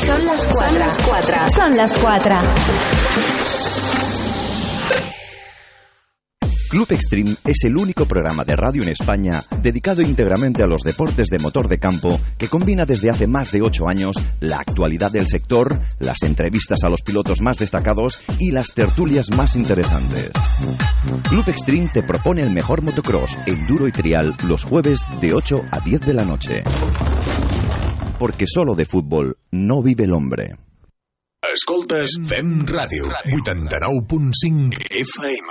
Son las cuatro. Son las cuatro. Club Extreme es el único programa de radio en España dedicado íntegramente a los deportes de motor de campo que combina desde hace más de ocho años la actualidad del sector, las entrevistas a los pilotos más destacados y las tertulias más interesantes. Club Extreme te propone el mejor motocross, enduro y trial los jueves de 8 a 10 de la noche. Porque solo de fútbol no vive el hombre. Escoltes Fem Ràdio, 89.5 FM.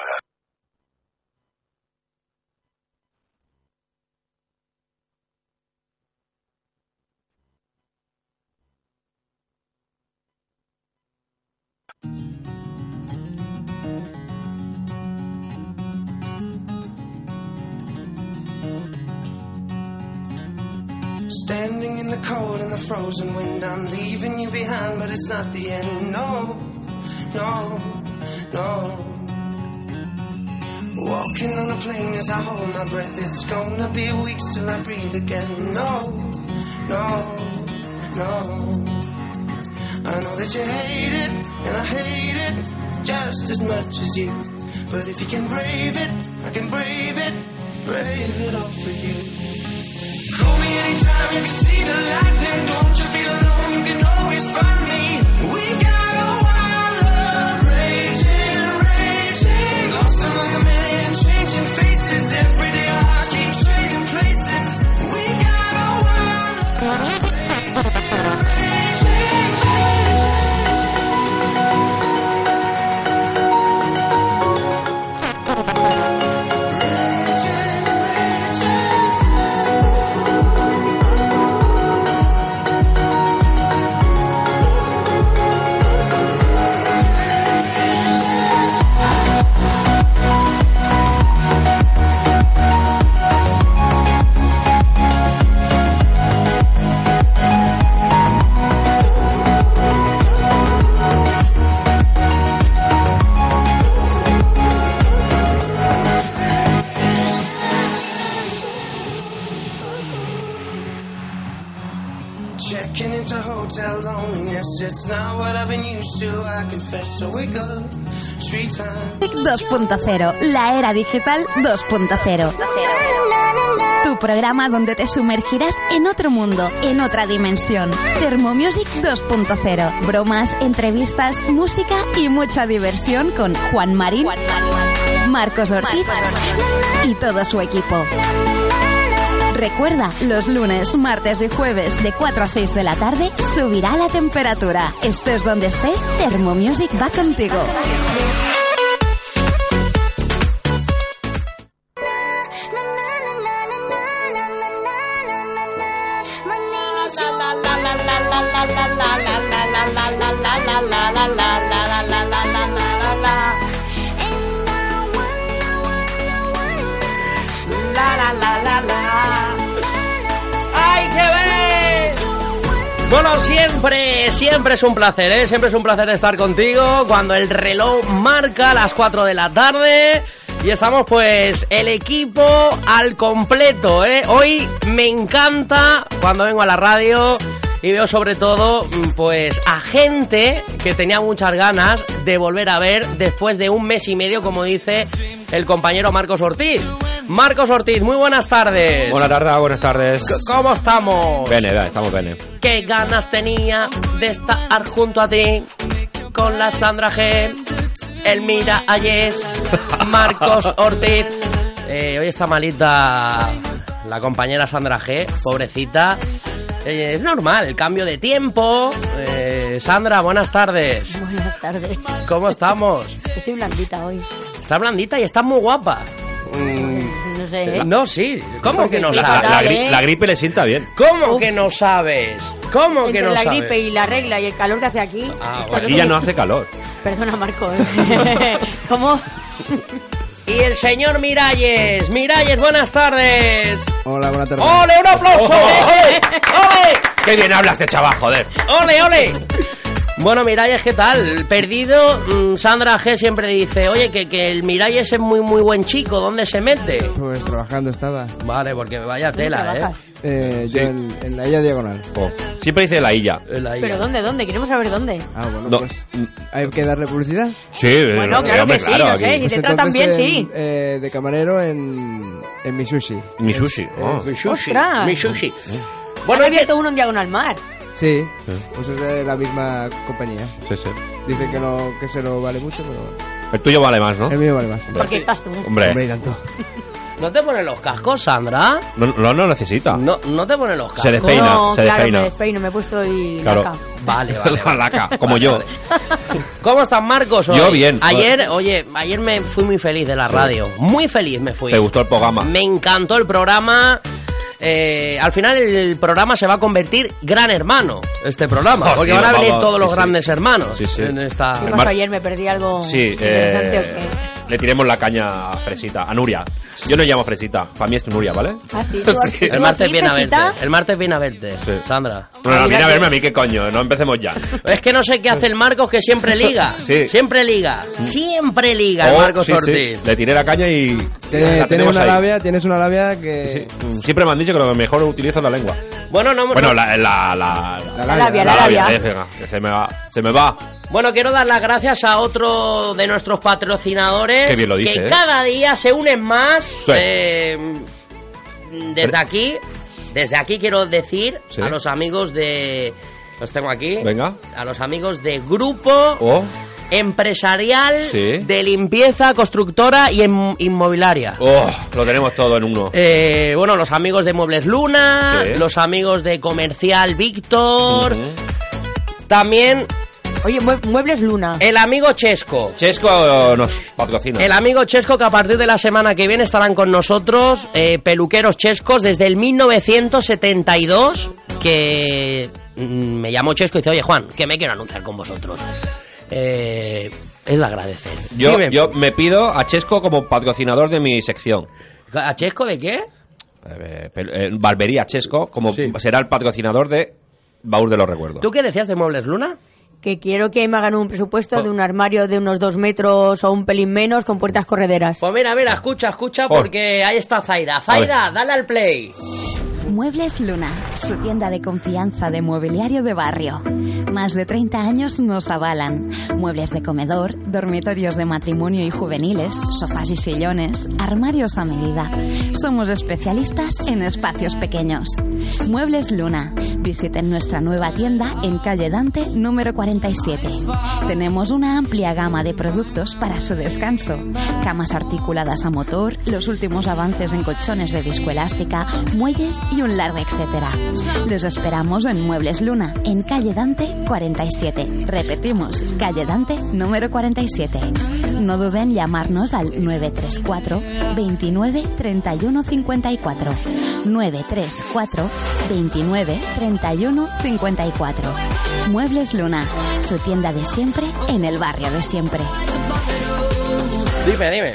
Standing in the cold and the frozen wind, I'm leaving you behind, but it's not the end. No, no, no. Walking on a plane as I hold my breath, it's gonna be weeks till I breathe again. No, no, no. I know that you hate it, and I hate it just as much as you. But if you can brave it, I can brave it, brave it all for you. Call me anytime you can see the lightning. Don't you feel alone? You can always find me. We got a wild love raging, raging. Lost among a million changing faces. Every day our hearts keep trading places. We got a wild love raging, raging. Raging, raging. Checking into hotel loneliness, it's not what I've been used to, I confess. So we go street time. 2.0, la era digital 2.0. Tu programa donde te sumergirás en otro mundo, en otra dimensión. Thermomusic 2.0. Bromas, entrevistas, música y mucha diversión con Juan Marín, Marcos Ortiz y todo su equipo. Recuerda, los lunes, martes y jueves de 4 a 6 de la tarde subirá la temperatura. Estés donde estés, Thermomusic va contigo. ¡Ay, qué bien! Bueno, siempre, siempre es un placer, ¿eh? Siempre es un placer estar contigo cuando el reloj marca las 4 de la tarde. Y estamos pues el equipo al completo, ¿eh? Hoy me encanta cuando vengo a la radio y veo sobre todo mm, pues a gente que tenía muchas ganas de volver a ver después de un mes y medio, como dice el compañero Marcos Ortiz. Marcos Ortiz, muy buenas tardes. Buenas tardes, buenas tardes. ¿Cómo estamos? Bene, va, estamos bene. Qué ganas tenía de estar junto a ti con la Sandra G, Elmira Ayes, Marcos Ortiz. Eh, hoy está malita la compañera Sandra G, pobrecita. Eh, es normal, el cambio de tiempo. Eh, Sandra, buenas tardes. Buenas tardes. ¿Cómo estamos? Estoy blandita hoy. Está blandita y está muy guapa. Mm, No sé, ¿eh? no, sí. ¿Cómo que no Porque La, sabes? la Dale. gri- la gripe le sienta bien. ¿Cómo que no sabes? ¿Cómo que Entre no la sabes? gripe y la regla y el calor que hace aquí. está Ah, bueno. Aquí todo- ya no hace calor. Perdona, Marco. ¿eh? ¿Cómo? Y el señor Miralles. Miralles, buenas tardes. Hola, buenas tardes. ¡Ole, un aplauso! ¡Ole! ¡Ole! ¡Qué bien hablas de chaval, este joder! ¡Ole, ole! Bueno, Miralles, ¿qué tal? Perdido, mm, Sandra G siempre dice, oye, que, que el Miralles es muy, muy buen chico, ¿dónde se mete? Pues trabajando estaba. Vale, porque vaya tela, ¿eh? trabajas? Eh, Yo Sí. en, en la Illa Diagonal. Oh. Siempre dice la Illa. El ahí. ¿Pero dónde, dónde? Queremos saber dónde. Ah, bueno, No. pues. ¿Hay que darle publicidad? Sí, eh, Bueno, no, claro hombre, que sí, no sé, aquí. ni- Pues te tratan entonces bien, en- sí. eh, de camarero en, en mi sushi. Mi sushi. oh. Eh, Mi sushi, ¡Ostras! mi sushi. Han Bueno, abierto uno en Diagonal Mar. Sí. Sí. Pues es de la misma compañía. Sí, sí. Dicen que no que se lo vale mucho, pero El tuyo vale más, ¿no? el mío vale más. Porque estás tú. Hombre, y Hombre, tanto. ¿no te ponen los cascos, Sandra? no, no lo necesita. ¿Ah? No, no te ponen los cascos. Se despeina. no, se claro, despeina. me despeino, me he puesto y Claro. laca. Vale, vale. La vale. laca, como yo. ¿Cómo estás, Marcos? hoy? Yo bien. Ayer, oye, ayer me fui muy feliz de la radio. Muy feliz me fui. ¿Te gustó el programa? pues Me encantó el programa. Eh, al final el programa se va a convertir Gran Hermano, este programa, Ah, porque sí, van a vamos, venir todos sí, los sí. grandes hermanos Sí, sí. en esta... ¿Qué El pasó mar- ayer? ¿Me perdí algo Sí, interesante eh, o qué? le tiremos la caña a Fresita, a Nuria. Yo no llamo Fresita, para mí es Nuria, ¿vale? Ah, sí, tú- Sí. tú El martes aquí, viene a verte, Fresita. el martes viene a verte, Sí. Sandra. Bueno, no, viene a verme a mí, ¿qué coño? No empecemos ya. Es que no sé qué hace el Marcos que siempre liga, Sí. siempre liga, siempre liga el Oh, Marcos sí, sí, Ortiz. Le tiré la caña y Tiene- la Eh, Tienes tenemos una ahí. labia, tienes una labia que. Sí. Mm, Siempre me han dicho que lo mejor utilizo es la lengua. Bueno, no, Bueno, no- la... la, la, La La labia, la la labia, labia. eh, venga, que se me va, se me va. Bueno, quiero dar las gracias a otro de nuestros patrocinadores Qué bien lo dice, que ¿eh? cada día se unen más. Sí. Eh, desde aquí, desde aquí quiero decir Sí. a los amigos de los tengo aquí. Venga. A los amigos de Grupo Oh, Empresarial Sí. de Limpieza Constructora y Inmo- Inmobiliaria. oh, lo tenemos todo en uno. Eh, bueno, los amigos de Muebles Luna, Sí. los amigos de Comercial Víctor, Ujú. también Oye, mue- Muebles Luna. el amigo Chesco. Chesco nos patrocina. El amigo Chesco que a partir de la semana que viene estarán con nosotros, eh, peluqueros chescos desde el 1972, que mm, me llamó Chesco y dice, oye Juan, que me quiero anunciar con vosotros. Eh, es de agradecer. Yo, Dime, yo me pido a Chesco como patrocinador de mi sección. ¿A Chesco de qué? Eh, pel- eh, Barbería Chesco como será el patrocinador de Baúl de los Recuerdos. ¿Tú qué decías de Muebles Luna? Oh. Que quiero que me hagan un presupuesto de un armario de unos dos metros o un pelín menos con puertas correderas. Pues mira, mira, escucha, escucha, Joder. porque ahí está Zaida. Zaida, dale al play. Muebles Luna, su tienda de confianza de mobiliario de barrio. Más de 30 años nos avalan. Muebles de comedor, dormitorios de matrimonio y juveniles, sofás y sillones, armarios a medida. Somos especialistas en espacios pequeños. Muebles Luna. Visiten nuestra nueva tienda en calle Dante número 47. Tenemos una amplia gama de productos para su descanso. Camas articuladas a motor, los últimos avances en colchones de viscoelástica, muelles y un largo etcétera. Los esperamos en Muebles Luna, en calle Dante 47. Repetimos, calle Dante número 47. No duden en llamarnos al 934 29 31 54. 934 29 31 54. Muebles Luna, su tienda de siempre en el barrio de siempre. Dime, dime.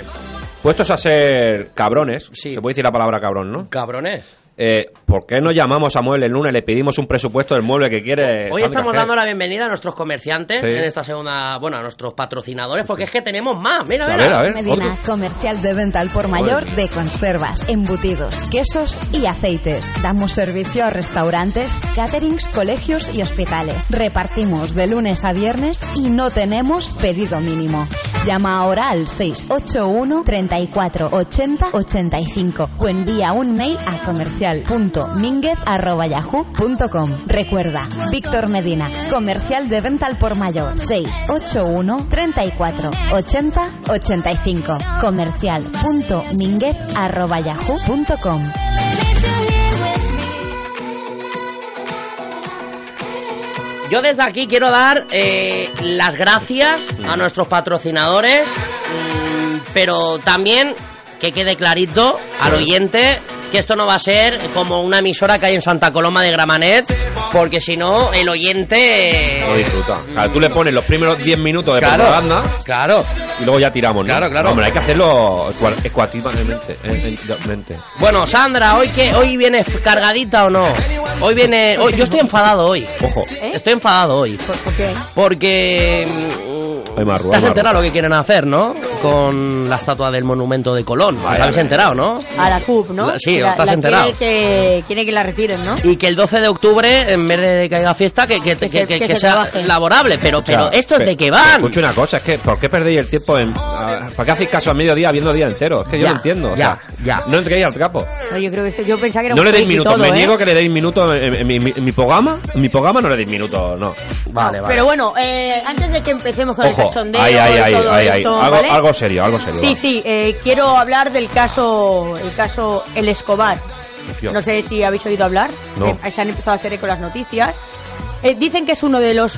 Puestos a ser cabrones, Sí. se puede decir la palabra cabrón, ¿no? Cabrones. Eh, ¿Por qué no llamamos a Mueble Luna y le pedimos un presupuesto del mueble que quiere? Hoy Sandra estamos G? dando la bienvenida a nuestros comerciantes Eh, Sí. en esta segunda, bueno, a nuestros patrocinadores, porque es que tenemos más. Mira, A mira. ver, a ver. Medina, otro. comercial de venta al por mayor de conservas, embutidos, quesos y aceites. Damos servicio a restaurantes, caterings, colegios y hospitales. Repartimos de lunes a viernes y no tenemos pedido mínimo. Llama ahora al 681 34 80 85 o envía un mail a comercial.minguez.yahoo.com. Recuerda, Víctor Medina, comercial de venta al por mayor 681 34 80 85 comercial.minguez.yahoo.com. Yo desde aquí quiero dar eh, las gracias a nuestros patrocinadores, mm, pero también que quede clarito al oyente que esto no va a ser como una emisora que hay en Santa Coloma de Gramanet, porque si no, el oyente... Lo disfruta. Claro, tú le pones los primeros 10 minutos de Claro. propaganda Claro. y luego ya tiramos, ¿no? Claro, claro. No, hombre, hay que hacerlo ecua- ecuativamente. eh, eh, mente. Bueno, Sandra, ¿hoy qué? ¿Hoy vienes cargadita o no? Hoy viene... hoy- yo estoy enfadado hoy. Ojo. ¿Eh? Estoy enfadado hoy. ¿Por, por qué? Porque... mm, Hay marrua, Te has hay enterado marrua. lo que quieren hacer, ¿no? Con la estatua del monumento de Colón. Os Vaya, habéis vaya. enterado, no? A la CUP, ¿no? La- sí, Que la, estás la enterado. Quiere que, quiere que la retiren, ¿no? Y que el 12 de octubre, en vez de que haya fiesta, que, que, Que que- se- que- que que se sea trabaje. laborable. Pero, O pero eh, sea, ¿estos pe- de qué van? Escucha una cosa, es que ¿por qué perdéis el tiempo en... a- ¿Para qué hacéis caso a mediodía viendo día entero? Es que yo Ya, no entiendo. o ya, sea, ya. No entréis al trapo. No, yo creo que esto, yo pensaba que era No un le deis friki minutos, todo, me ¿eh? niego que le deis minutos en, en- en mi, en mi programa. En mi programa no le deis minutos, no. Vale, vale. Pero bueno, eh, antes de que empecemos con el Ojo, cachondeo ahí, ahí, y ahí, todo ahí, ahí. esto, Algo, ¿vale? algo serio, algo serio. Sí, va. sí, eh, quiero hablar del caso, el caso El Escobar. Dios. No sé si habéis oído hablar. No. que se han empezado a hacer eco las noticias. Eh, dicen que es uno de los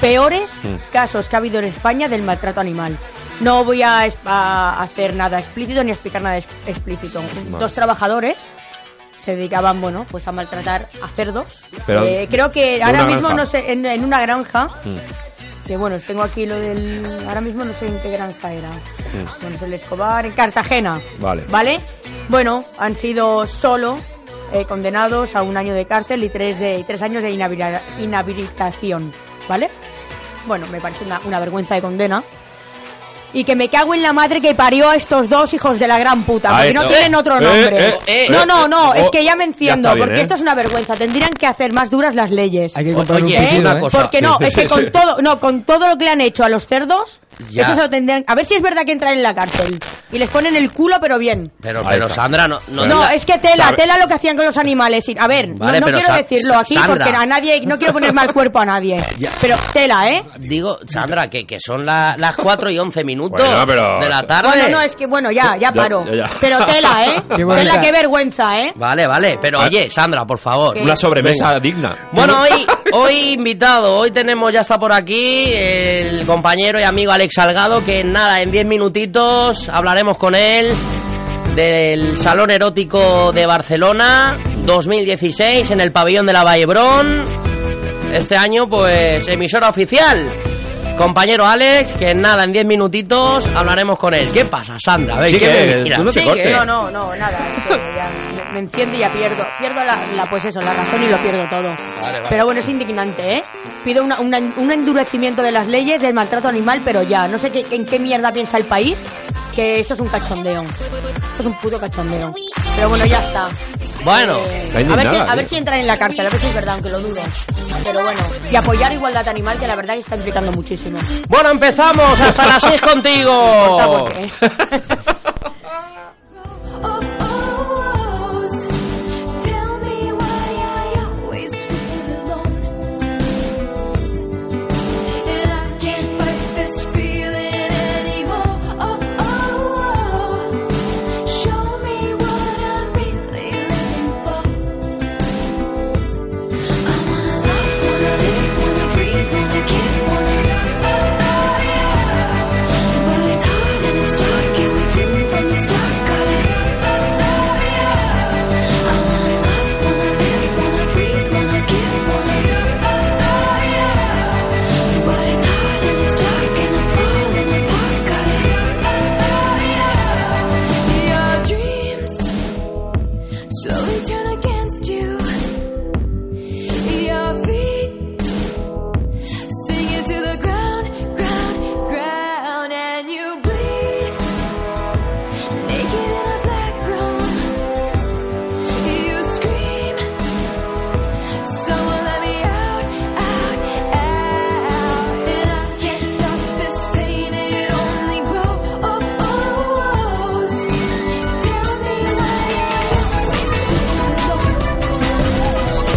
peores Mm. casos que ha habido en España del maltrato animal. No voy a, es- a hacer nada explícito ni a explicar nada ex- explícito. Vale. Dos trabajadores se dedicaban, bueno, pues a maltratar a cerdos. Pero Eh, creo que de ahora una mismo, granja. no sé, en, en una granja, Mm. que bueno, tengo aquí lo del. Ahora mismo no sé en qué granja era. Ah, Bueno, es el Escobar, en Cartagena. Vale. ¿Vale? Bueno, han sido solo eh, condenados a un año de cárcel y tres, de, y tres años de inhabila- inhabilitación. ¿Vale? Bueno, me parece una, una vergüenza de condena. Y que me cago en la madre que parió a estos dos hijos de la gran puta, porque Ay, no eh, tienen otro eh, nombre. eh, eh, no, eh, no, no, eh, es oh, que ya me ya entiendo, está bien, porque eh. esto es una vergüenza. Tendrían que hacer más duras las leyes. Hay que O- comprar un oye, cuchillo, una ¿eh? cosa. Porque no, es que con todo, no, con todo lo que le han hecho a los cerdos, Ya. eso se lo tendrían. A ver si es verdad que entran en la cárcel y les ponen el culo, pero bien. Pero, Ahí pero está. Sandra, no... No, No, la- es que tela, Sabe- tela lo que hacían con los animales. Y- A ver, no- Vale, no, pero quiero Sa- decirlo Sa- aquí Sandra. porque a nadie, no quiero poner mal cuerpo a nadie. Ya. Pero tela, ¿eh? Digo, Sandra, que, que son la- las 4 y 11 minutos Bueno, pero- de la tarde. Bueno, no, es que bueno, ya, ya Ya, paro. ya, ya. Pero tela, ¿eh? Qué tela, bonita. qué vergüenza, ¿eh? Vale, vale, pero Vale. oye, Sandra, por favor. ¿Qué? Ah. Una sobremesa digna. Bueno, hoy, hoy invitado, hoy tenemos, ya está por aquí, el compañero y amigo Alex Salgado, que nada, en 10 minutitos hablaremos con él del Salón Erótico de Barcelona 2016 en el pabellón de la Vallebrón. Este año, pues, emisora oficial. Compañero Alex, que nada, en 10 minutitos hablaremos con él. ¿Qué pasa, Sandra? A ver, Sigue, ¿qué me miras? tú no te Sigue. cortes. No, no, no, nada. es que ya me enciendo y ya pierdo. Pierdo la, la, pues eso, la razón y lo pierdo todo. vale. Pero bueno, es indignante, ¿eh? Pido una- una- un endurecimiento de las leyes del maltrato animal, pero ya. No sé qué, en qué mierda piensa el país que esto es un cachondeo. Esto es un puto cachondeo. Pero bueno, ya está. Bueno, Eh, a, ver está si, indignada, a ver tío. si entran en la cárcel, a ver si es verdad, aunque lo dudo. Pero bueno, y apoyar igualdad animal, que la verdad que está implicando muchísimo. bueno, empezamos hasta las 6 Corta contigo. porque- But it's hard and it's dark and we do oh,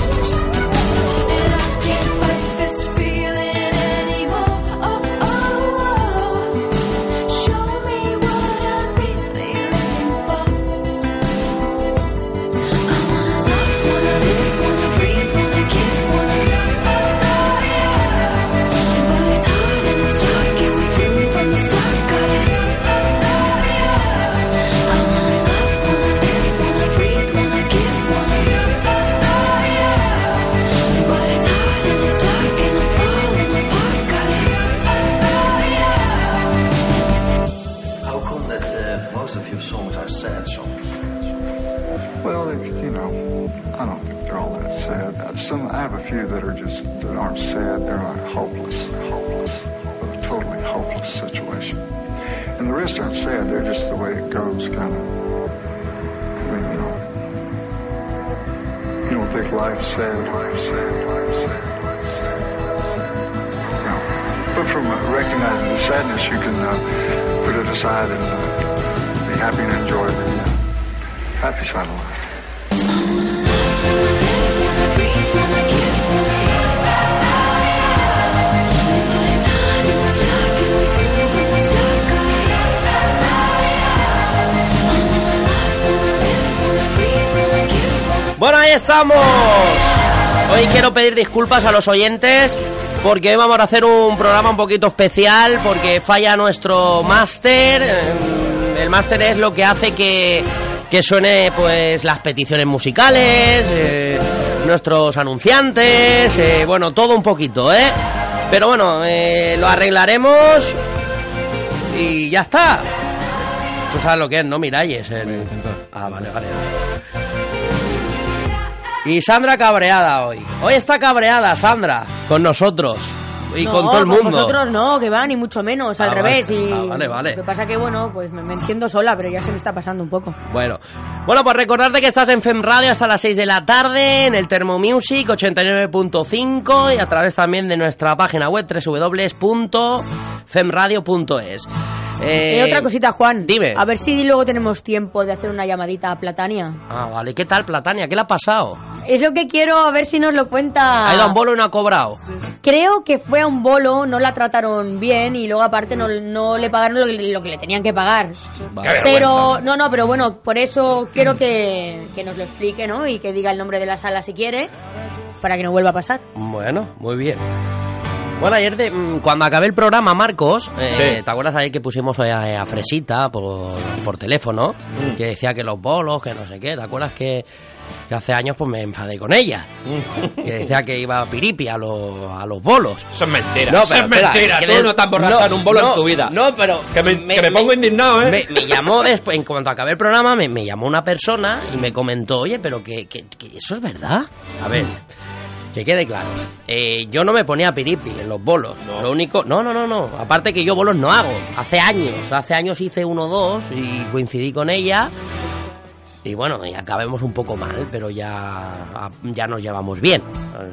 Oh, uh, don't think they're all that sad. Uh, Some I have a few that are just that aren't sad. They're like hopeless, hopeless, a totally hopeless situation. And the rest aren't sad. They're just the way it goes, kind of. I mean, you know, you don't think life's sad, life's sad, life's sad, life's sad. No. But from uh, recognizing the sadness, you can uh, put it aside and uh, be happy and enjoy the uh, happy side of life. Bueno, ahí estamos. Hoy quiero pedir disculpas a los oyentes porque hoy vamos a hacer un programa un poquito especial porque falla nuestro máster. Eh, El máster es lo que hace que, que suene pues las peticiones musicales, eh, nuestros anunciantes, eh, bueno, todo un poquito, ¿eh? Pero bueno, eh, lo arreglaremos y ya está. Tú sabes lo que es, ¿no? Miralles. el- Ah, vale, vale. Y Sandra cabreada hoy. Hoy está cabreada Sandra con nosotros y No, pues con todo el mundo. vosotros no, que va, ni mucho menos, al Ah, vale. revés. Y Ah, vale, vale. Lo que pasa que, bueno, pues me, me entiendo sola, pero ya se me está pasando un poco. Bueno, bueno, pues recordarte que estás en FEM Radio hasta las 6 de la tarde en el Thermo Music 89.5 y a través también de nuestra página web www.femradio.es. Eh, y otra cosita, Juan. dime. A ver si luego tenemos tiempo de hacer una llamadita a Platania. Ah, vale, ¿qué tal, Platania? ¿Qué le ha pasado? Es lo que quiero, a ver si nos lo cuenta. ¿Ha ido a un bolo y no ha cobrado? Creo que fue a un bolo, no la trataron bien y luego aparte no, no le pagaron lo que, lo que le tenían que pagar. Pero, no, no, pero bueno, por eso Mm. quiero que, que nos lo explique, ¿no? Y que diga el nombre de la sala si quiere, para que no vuelva a pasar. Bueno, muy bien. Bueno, ayer de- mm, cuando acabé el programa, Marcos, eh, ¿te acuerdas ayer que pusimos a, a Fresita por, por teléfono? Mm. Que decía que los bolos, que no sé qué, ¿te acuerdas que, que hace años pues me enfadé con ella? que decía que iba a piripi a, los- a los bolos. Mm. Eso es mentira. No, eso pero es espera, mentira. que Tú le- no te has borrachado no, en un bolo no, en tu vida. No, pero... que me, que me pongo indignado, ¿eh? Me, me llamó después, en cuanto acabé el programa, me, me llamó una persona y me comentó, oye, pero que, que- que eso es verdad. A ver, que quede claro. Eh, yo no me ponía piripi en los bolos. Lo único, no, no, no, no. Aparte que yo bolos no hago. Hace años, hace años hice uno o dos y coincidí con ella. Y bueno, y acabemos un poco mal, pero ya, ya nos llevamos bien.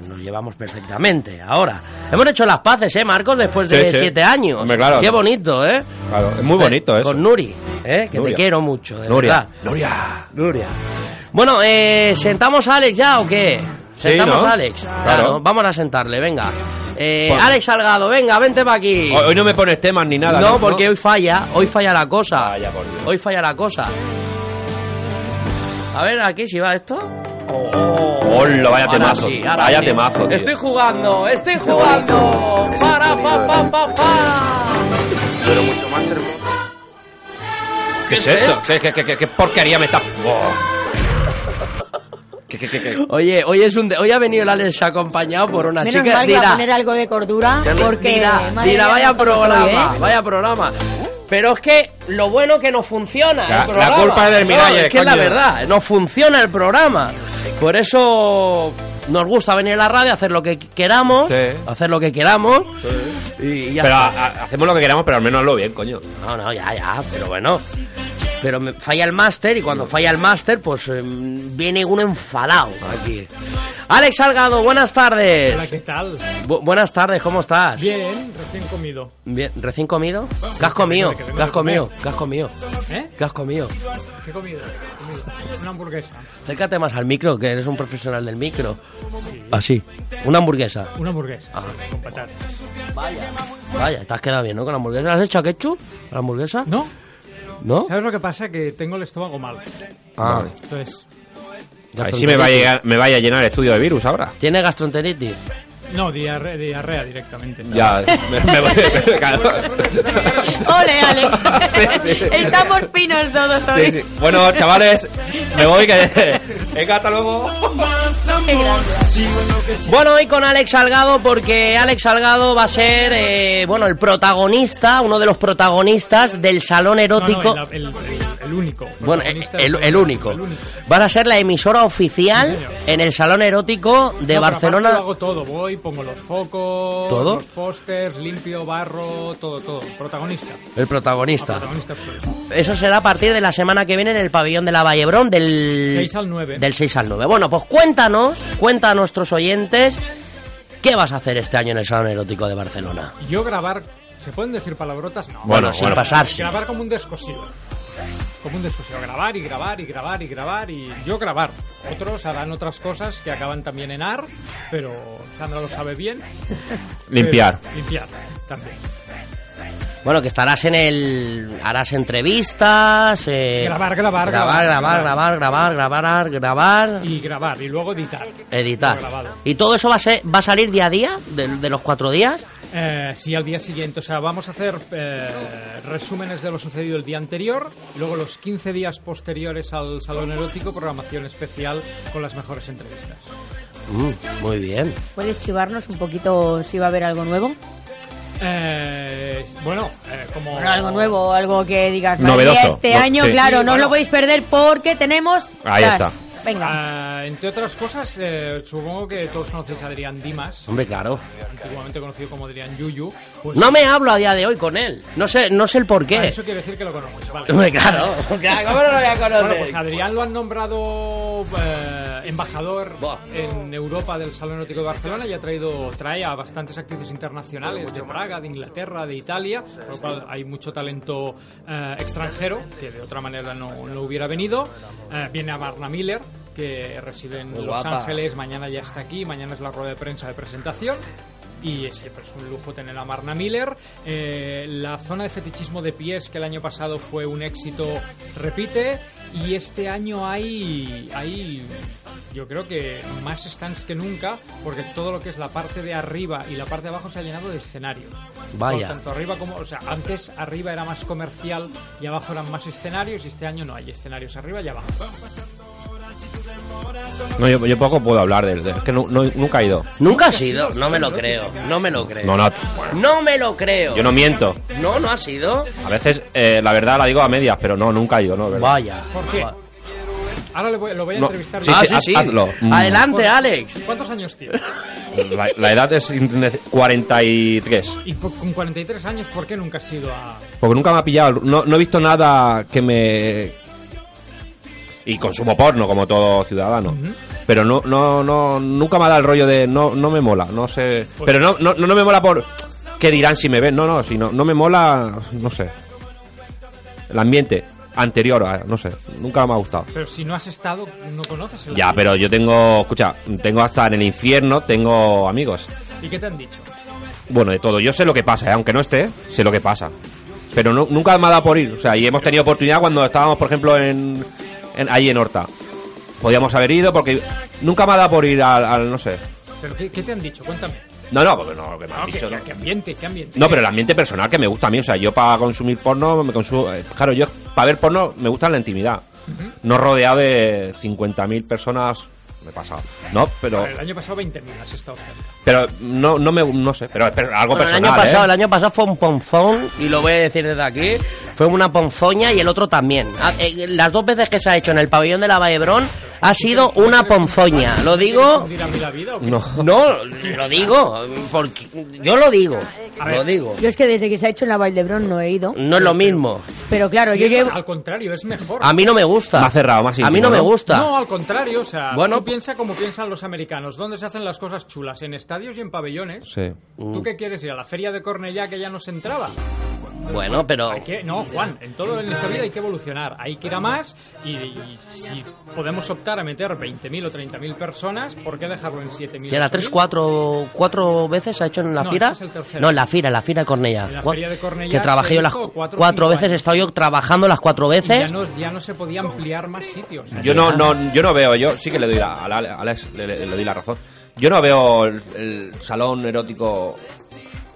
Nos llevamos perfectamente. Ahora, hemos hecho las paces, ¿eh, Marcos? Después de Sí, sí. siete años. Hombre, claro. Qué bonito, ¿eh? Claro, es muy bonito eso. Con Nuri, ¿eh? que Nuria. te quiero mucho, de Nuria. verdad. Nuria. Bueno, eh, ¿sentamos a Alex ya o qué? Sí, ¿Sentamos ¿no? a Alex? Claro. Vamos a sentarle, venga. Eh, Bueno. Alex Salgado, venga, vente para aquí. Hoy hoy no me pones temas ni nada. no, porque hoy falla, hoy falla la cosa. Vaya, por Dios. Hoy falla la cosa. A ver, aquí si va esto. Oh, Hola, vaya ahora temazo, sí, tío. ahora Vaya sí. temazo, tío. Estoy jugando, estoy jugando. Para, pa, pa, pa, pa. Pero mucho más hermoso. ¿Qué es esto? ¿Qué, qué, qué- qué- qué porquería me está...? Buah. ¿Qué, qué, qué, qué? Oye, hoy es un de- hoy ha venido el Alex acompañado por una Menos chica mal que va a dirá, poner algo de cordura, porque... dirá, madre dirá, mía, vaya cómo estoy, programa, ¿eh? vaya programa. Pero es que lo bueno que no funciona el La- la programa. culpa es del No, Miralles, es que es la coño. verdad, no funciona el programa. Por eso nos gusta venir a la radio, hacer lo que queramos, Sí. hacer lo que queramos y ya Pero está. a- a- hacemos lo que queramos, pero al menos hazlo bien, coño. No, no, ya, ya, pero bueno. Pero me- falla el máster y cuando falla el máster, pues em, viene uno enfadado aquí. Alex Salgado, buenas tardes. Hola, ¿qué tal? Bu- buenas tardes, ¿cómo estás? Bien, recién comido. Bien, ¿Recién comido? ¿Qué has comido? que vengo ¿Qué has de comer. comido? ¿Qué has comido? ¿Eh? ¿Qué has comido? ¿Qué he comido? ¿Qué he comido? Una hamburguesa. Acércate más al micro, que eres un profesional del micro. Así. Una hamburguesa. Una hamburguesa. Ah. Con patatas. Vaya, te has quedado bien, ¿no? Con la hamburguesa. ¿Has hecho a ketchup? ¿A la hamburguesa? ¿No? ¿No? ¿Sabes lo que pasa? Que tengo el estómago mal. Ah, Entonces, A ver si me va a, llegar, me vaya a llenar el estudio de virus ahora. Tiene gastroenteritis. no, diarrea, diarrea directamente. Ya, me, me voy claro. Ole, Alex. Sí, sí. Estamos finos todos hoy. Sí, sí. Bueno, chavales, me voy que Venga, hasta luego. Bueno, hoy con Alex Salgado, porque Alex Salgado va a ser, eh, bueno, el protagonista, uno de los protagonistas del salón erótico. No, no, el, el- el- el único. bueno, eh, el, el único. El único. Van a ser la emisora oficial Sí, señor. en el salón erótico No, de pero aparte Barcelona. Lo hago todo, voy, pongo los focos, ¿Todo? los pósters, limpio, barro, todo, todo. Protagonista. El protagonista. Protagonista absoluto. Eso será a partir de la semana que viene en el pabellón de la Vallebrón del 6 al 9. Del 6 al 9. Bueno, pues cuéntanos, cuenta a nuestros oyentes, ¿qué vas a hacer este año en el Salón Erótico de Barcelona? Yo grabar, ¿se pueden decir palabrotas? No. Bueno, sin bueno. pasarse. Grabar como un descosido. Como un descosido. Grabar y grabar y grabar y grabar y yo grabar. Otros harán otras cosas que acaban también en AR, pero Sandra lo sabe bien. Limpiar. Pero- limpiar, también. Bueno, que estarás en el... harás entrevistas... eh, Grabar, grabar, grabar, grabar, grabar, grabar, grabar, grabar, grabar, Y grabar y luego editar. editar. Lo grabado. ¿Y todo eso va a, ser, va a salir día a día de, de los cuatro días? Eh, sí, al día siguiente. O sea, vamos a hacer eh, resúmenes de lo sucedido el día anterior, luego los 15 días posteriores al Salón Erótico, programación especial con las mejores entrevistas. Mm, muy bien. ¿Puedes chivarnos un poquito si va a haber algo nuevo? Eh, bueno, eh, como... Bueno, algo nuevo, algo que digas. madre Novedoso. mía, Este No, año, sí. claro, Sí, no os bueno. lo podéis perder porque tenemos. Ahí Tras. está. Venga. Ah, entre otras cosas, eh, supongo que todos conocéis a Adrián Dimas, Hombre, claro. antiguamente conocido como Adrián Yuyu. Pues, No me hablo a día de hoy con él. No sé, no sé el por Ah, qué. Eso quiere decir que lo conocéis, vale. Hombre, claro. Claro, ¿Cómo no lo voy a conocer? Bueno, pues Adrián lo han nombrado eh, embajador Buah. en Europa del Salón Náutico de Barcelona y ha traído, trae a bastantes actrices internacionales de Praga, de Inglaterra, de Italia, por lo cual hay mucho talento eh, extranjero que de otra manera no, no hubiera venido. Eh, viene a Barna Miller que reside en Muy Los guapa. Ángeles, mañana ya está aquí, mañana es la rueda de prensa de presentación. Y es- siempre es un lujo tener a Marna Miller. Eh, la zona de fetichismo de pies, que el año pasado fue un éxito, repite. Y este año hay, hay, yo creo que más stands que nunca, porque todo lo que es la parte de arriba y la parte de abajo se ha llenado de escenarios. Vaya. Por tanto, arriba como, o sea, antes arriba era más comercial y abajo eran más escenarios, y este año no hay escenarios arriba y abajo. No, yo, yo poco puedo hablar del. del- Es que nu- nu- nunca he ido. Nunca ha sido, no me lo creo, no me lo creo. No, no. bueno, No me lo creo. yo no miento. No, no ha sido. A veces eh, la verdad la digo a medias, pero no, nunca he ido, ¿no? ¿verdad? Vaya. ¿Por qué? Ahora le voy- lo voy a No, entrevistar. sí, yo. Ah, haz- sí, sí. hazlo. Mm. Adelante, Alex. ¿Cuántos años tiene? La, la edad es interne- 43. Y por- con 43 años, ¿por qué nunca has ido a...? Porque nunca me ha pillado. No, no he visto nada que me. Y consumo porno, como todo ciudadano. Pero no, no, no, nunca me ha dado el rollo de. No, no me mola, no sé. Pero no, no, no me mola por. ¿Qué dirán si me ven? No, no, si no, no me mola. No sé. El ambiente anterior, a- no sé. Nunca me ha gustado. Pero si no has estado, no conoces el Ya, ambiente. pero yo tengo. Escucha, tengo hasta en el infierno, tengo amigos. ¿Y qué te han dicho? Bueno, de todo. Yo sé lo que pasa, ¿eh? aunque no esté, sé lo que pasa. Pero nu- nunca me ha dado por ir. O sea, y hemos tenido oportunidad cuando estábamos, por ejemplo, en, en- ahí en Horta. Podíamos haber ido porque nunca me ha dado por ir al, al- no sé. ¿Pero qué, qué te han dicho? Cuéntame. No, no, porque no, lo que me han No, ¿qué, dicho. qué- no. qué ambiente? ¿Qué ambiente? No, pero el ambiente personal que me gusta a mí. O sea, yo para consumir porno, me consumo. eh, Claro, yo para ver porno me gusta en la intimidad. No rodeado de 50.000 personas. Me he pasado. No, pero. El año pasado 20.000 has estado cerca. Pero no, no me. No sé. Pero, pero algo Bueno, el personal. año pasado, ¿eh? el año pasado fue un ponzón y lo voy a decir desde aquí. Fue una ponzoña y el otro también. Ah, eh, Las dos veces que se ha hecho en el pabellón de la Vallebrón ha sido una ponzoña. Lo digo. ¿Quieres hundir a mí la vida o qué? No. No, lo digo. Porque yo lo digo. A Lo ver. digo. Yo es que desde que se ha hecho en la Valdebrón no he ido. No es lo mismo. Pero claro, Sí, yo llevo. Al contrario, es mejor. A mí no me gusta. Más cerrado, más A mí íntimo, no me ¿no? gusta. No, al contrario, o sea, Bueno, tú piensa como piensan los americanos. ¿Dónde se hacen las cosas chulas? En estadios y en pabellones. Sí. ¿Tú qué quieres ir? ¿A la feria de Cornellá que ya no se entraba? Bueno, pero. Hay que- no, Juan, en todo en esta vida hay que evolucionar, hay que ir a más y, y si podemos optar a meter 20.000 o 30.000 personas, ¿por qué dejarlo en 7.000? Y era tres, cuatro, cuatro veces se ha hecho en la No, fira. este es el tercero. No, en la fira, en la fira de Cornellá. En la Cua- feria de Cornellá que trabajé se yo las hizo cuatro cuatro, o cinco veces, he años. estado yo trabajando las cuatro Y ya veces. no, ya no se podía ampliar más sitios. Yo no, no, yo no veo, yo sí que le doy la, a la- a Alex le, le- le doy la razón. Yo no veo el, el salón erótico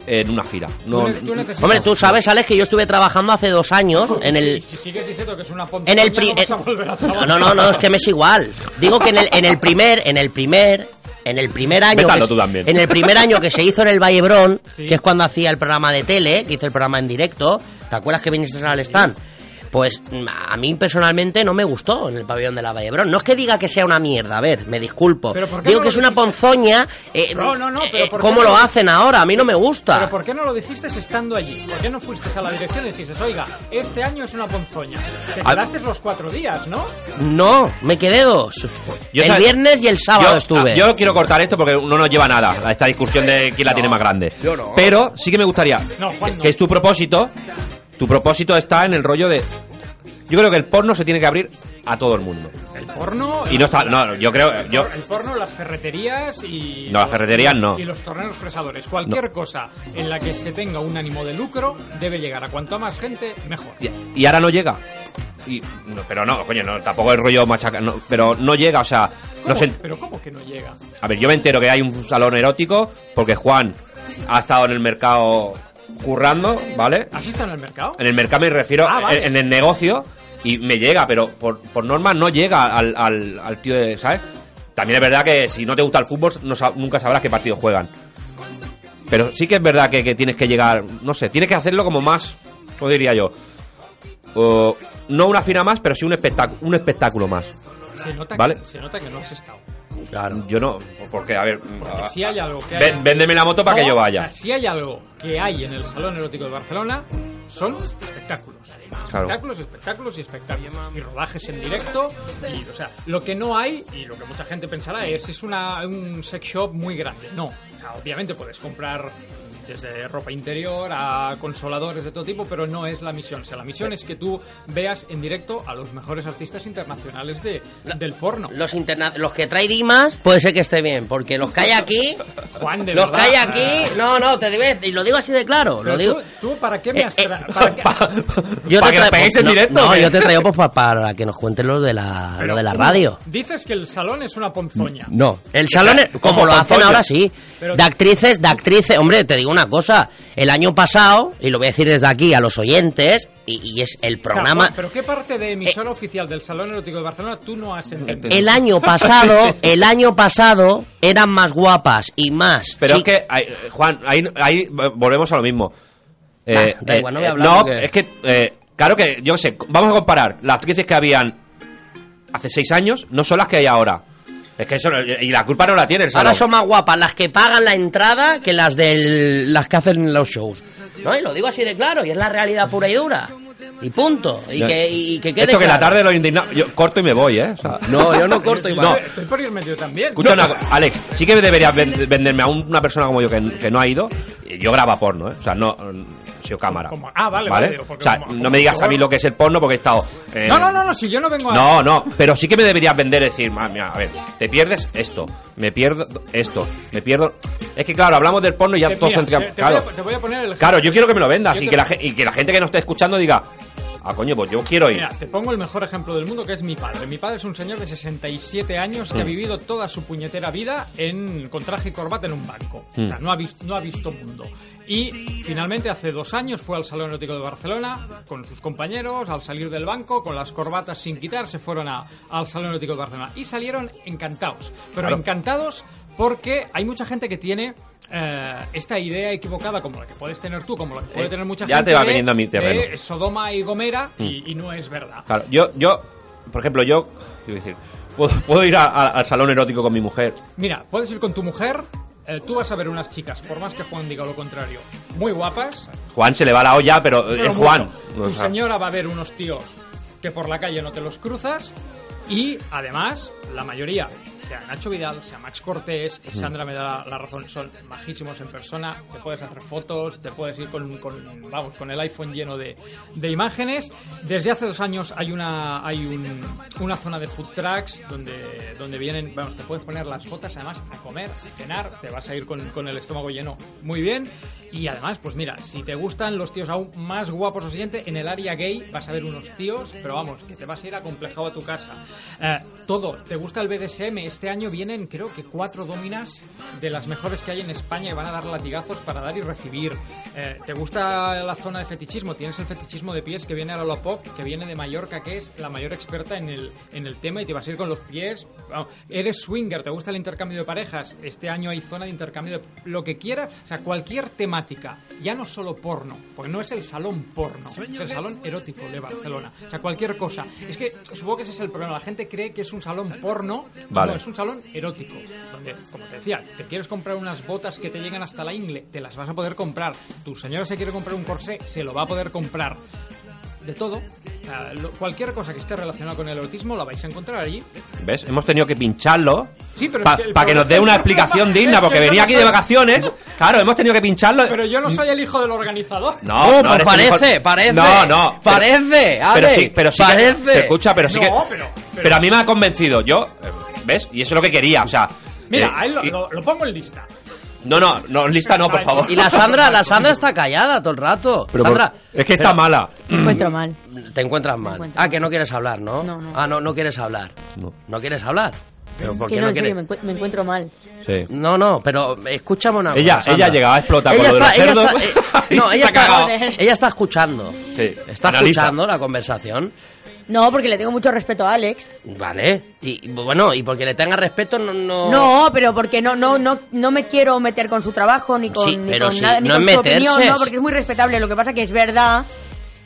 en una fila. No, Tú ne- tú necesitas- Hombre, tú sabes, Alex, que yo estuve trabajando hace dos años en el... Si sigues diciendo que es una En el pri- primero en- No, no, no, no, es que me es igual. Digo que en el, en el primer, en el primer, en el primer año. Métalo que se- tú también. En el primer año que se hizo en el Vallebrón, Sí. que es cuando hacía el programa de tele, que hice el programa en directo. ¿Te acuerdas que viniste al stand? Pues mm, a mí personalmente no me gustó en el pabellón de la Vallebrón. No es que diga que sea una mierda, a ver, me disculpo. Pero ¿por qué Digo no que lo es una dijiste? ponzoña. eh, No, no, no, pero eh, ¿por qué ¿Cómo no lo lo- hacen ahora? A mí no me gusta. Pero ¿por qué no lo dijiste estando allí? ¿Por qué no fuiste a la dirección y dijiste, oiga, este año es una ponzoña? Te Ah. quedaste los cuatro días, ¿no? No, me quedé dos. Yo el sab- viernes y el sábado yo, estuve. ah, Yo quiero cortar esto porque no nos lleva a nada, a esta discusión de quién la tiene más grande. Pero sí que me gustaría, No, Juan, no. que es tu propósito, tu propósito está en el rollo de... Yo creo que el porno se tiene que abrir a todo el mundo. El porno... Y no está... No, yo creo... Yo, El porno, las ferreterías y... No, las ferreterías no. Y los torneos fresadores. Cualquier cosa en la que se tenga un ánimo de lucro debe llegar a cuanto más gente, mejor. y, y ahora no llega. Y, no, pero no, coño, no, tampoco el rollo machaca... no, pero no llega, o sea... ¿Cómo? No sé, ¿Pero cómo que no llega? a ver, yo me entero que hay un salón erótico porque Juan ha estado en el mercado currando, ¿vale? ¿Has estado en el mercado? En el mercado me refiero Ah, vale. en, en el negocio y me llega, pero por, por norma no llega al, al, al tío de, ¿sabes? También es verdad que si no te gusta el fútbol no sa- nunca sabrás qué partido juegan. Pero sí que es verdad que, que tienes que llegar, no sé, tienes que hacerlo como más, ¿cómo diría yo? O, no una fina más, pero sí un, espectáculo un espectáculo más. Se nota, Vale. que, se nota que no has estado. Claro. Yo no, porque, a ver, a- Si hay algo que Ah, ven- hay- véndeme la moto para que No, yo o sea, vaya. Si hay algo que hay en el Salón Erótico de Barcelona, son espectáculos. Claro. Espectáculos, espectáculos y espectáculos. Y rodajes en directo. Y, o sea, lo que no hay, y lo que mucha gente pensará, es es una, un sex shop muy grande. No. O sea, obviamente puedes comprar desde ropa interior a consoladores de todo tipo, pero no es la misión. O sea, la misión es que tú veas en directo a los mejores artistas internacionales de, del porno. Los, interna- los que trae Dimas puede ser que esté bien, porque los que hay aquí. Juan, de los verdad. que hay aquí. No, no, te digo, y lo digo así de claro. Pero Lo digo. tú, tú, ¿para qué me Eh, has eh, tra- para qué- ¿Para que traigo- os peguéis en no, directo? No, ¿o qué? yo te traigo pues, pa- para que nos cuentes lo de la, lo de la radio. Dices que el salón es una ponzoña. No, el salón, sea, es- como como lo hacen Pantoño. ahora sí. Pero- De actrices, de actrices. Hombre, te digo una cosa. El año pasado, y lo voy a decir desde aquí a los oyentes, y, y es el O sea, programa. Juan, pero ¿qué parte de emisora Eh, oficial del Salón Erótico de Barcelona tú no has entendido? El año pasado, el año pasado eran más guapas y más. Pero chi- es que, ahí- Juan, ahí, ahí volvemos a lo mismo. Eh, da eh, igual, no voy a eh, hablar no, porque- es que, eh, claro que, yo qué sé, vamos a comparar las actrices que habían hace seis años, no son las que hay ahora. Es que eso, no- y la culpa no la tiene el Ahora salón. son más guapas las que pagan la entrada que las de las que hacen los shows. ¿No? Y lo digo así de claro, y es la realidad pura y dura. Y punto. Y Ya. que, y que quede Esto que la claro. tarde lo indignado. Yo corto y me voy, ¿eh? O sea, No, yo no corto y No, Estoy por irme yo también. escucha una cosa, Alex, sí que deberías ven- venderme a un- una persona como yo que, que no ha ido. Y Yo graba porno, ¿eh? O sea, no. He sido cámara. Como- ah, vale, vale, O porque sea, como- no me digas como- a mí lo que es el porno porque he estado. eh, No, no, no, no, si yo no vengo a... No, no, pero sí que me deberías vender y decir, "Ma, mira, a ver, te pierdes esto, me pierdo esto, me pierdo. Es que claro, hablamos del porno y ya Te- todos mira, entran- te- te claro, voy a- te voy a poner el claro, yo quiero que me lo vendas Yo y, te- que la, ge- y que la gente que nos esté escuchando diga, ah, coño, pues yo quiero ir. Mira, te pongo el mejor ejemplo del mundo que es mi padre. Mi padre es un señor de 67 años que Mm. ha vivido toda su puñetera vida en, con traje y corbata en un banco. O Mm. sea, no ha, visto, no ha visto mundo. Y finalmente hace dos años fue al Salón Erótico de Barcelona con sus compañeros, al salir del banco, con las corbatas sin quitar, se fueron a- al Salón Erótico de Barcelona y salieron encantados. Pero Claro. encantados porque hay mucha gente que tiene eh, esta idea equivocada como la que puedes tener tú, como la que puede Eh, tener mucha ya gente. te va de- viniendo a mi de terreno. Mm. Sodoma y Gomera y, y no es verdad. Claro, yo, yo, por ejemplo, yo, yo decir, puedo, puedo ir a- a- al salón erótico con mi mujer. Mira, puedes ir con tu mujer, eh, tú vas a ver unas chicas, por más que Juan diga lo contrario, muy guapas. Juan se le va la olla, pero, pero es mucho. Juan. Tu O sea, señora va a ver unos tíos que por la calle no te los cruzas y además la mayoría, sea Nacho Vidal, sea Max Cortés, Sandra me da la, la razón, son majísimos en persona, te puedes hacer fotos, te puedes ir con, con- vamos, con el iPhone lleno de, de imágenes. Desde hace dos años hay una hay un- una zona de food trucks donde, donde vienen, vamos, te puedes poner las botas además a comer, a cenar, te vas a ir con, con el estómago lleno muy bien. Y además, pues mira, si te gustan los tíos aún más guapos o siguiente, en el área gay vas a ver unos tíos, pero vamos, que te vas a ir acomplejado a tu casa. Eh, todo, ¿te gusta el BDSM? Es este año vienen, creo que cuatro dominas de las mejores que hay en España y van a dar latigazos para dar y recibir. Eh, ¿Te gusta la zona de fetichismo? Tienes el fetichismo de pies que viene a la Lopop, que viene de Mallorca, que es la mayor experta en el, en el tema y te vas a ir con los pies. Vamos, eres swinger, te gusta el intercambio de parejas. Este año hay zona de intercambio de lo que quieras, o sea, cualquier temática, ya no solo porno, porque no es el salón porno, es el salón erótico de Barcelona. O sea, cualquier cosa. Es que supongo que ese es el problema. La gente cree que es un salón porno, Vale. no, es un salón erótico, donde, como te decía, te quieres comprar unas botas que te llegan hasta la ingle, te las vas a poder comprar. Tu señora se quiere comprar un corsé, se lo va a poder comprar. De todo, O sea, lo- cualquier cosa que esté relacionada con el erotismo la vais a encontrar allí. ¿Ves? Hemos tenido que pincharlo Sí, pero para es que el que nos dé problema- una explicación es que digna, porque yo no venía aquí de soy- vacaciones. Claro, hemos tenido que pincharlo. Pero yo no soy el hijo del organizador. No, Oh, no pues eres el parece, hijo- parece. No, no. pero- Parece, Pero, Ale, sí, pero sí. que- parece. pero escucha, pero sí que. No, pero- pero- a mí me ha convencido. Yo, eh, ¿ves? Y eso es lo que quería, o sea. Mira, eh, a él lo, y- lo- lo pongo en lista. No, no, no, lista no, por Vale. favor. Y la Sandra, la Sandra está callada todo el rato. Pero por- Sandra, es que está pero- Mm. mala. Me encuentro mal. Te encuentras mal. encuentro Ah, mal. que no quieres hablar, ¿no? No, no. Ah, no, no quieres hablar. No. quieres hablar. Pero ¿por Que qué no, no, en serio, quieres? me, encu- me encuentro mal. Sí. No, no, pero escúchame una cosa. Ella- ella Sandra. llegaba a explotar con lo de los ella cerdos. está- eh, Y no, ella se ha está, cagado. ella está escuchando. Sí, Está analiza. escuchando la conversación. No, porque le tengo mucho respeto a Alex. Vale. Y bueno, y porque le tenga respeto, no. No, No, pero porque no, no, no, no me quiero meter con su trabajo ni con, Sí, ni pero con sí, nada, ni no con es su opinión, meterse. no, porque es muy respetable. Lo que pasa que es verdad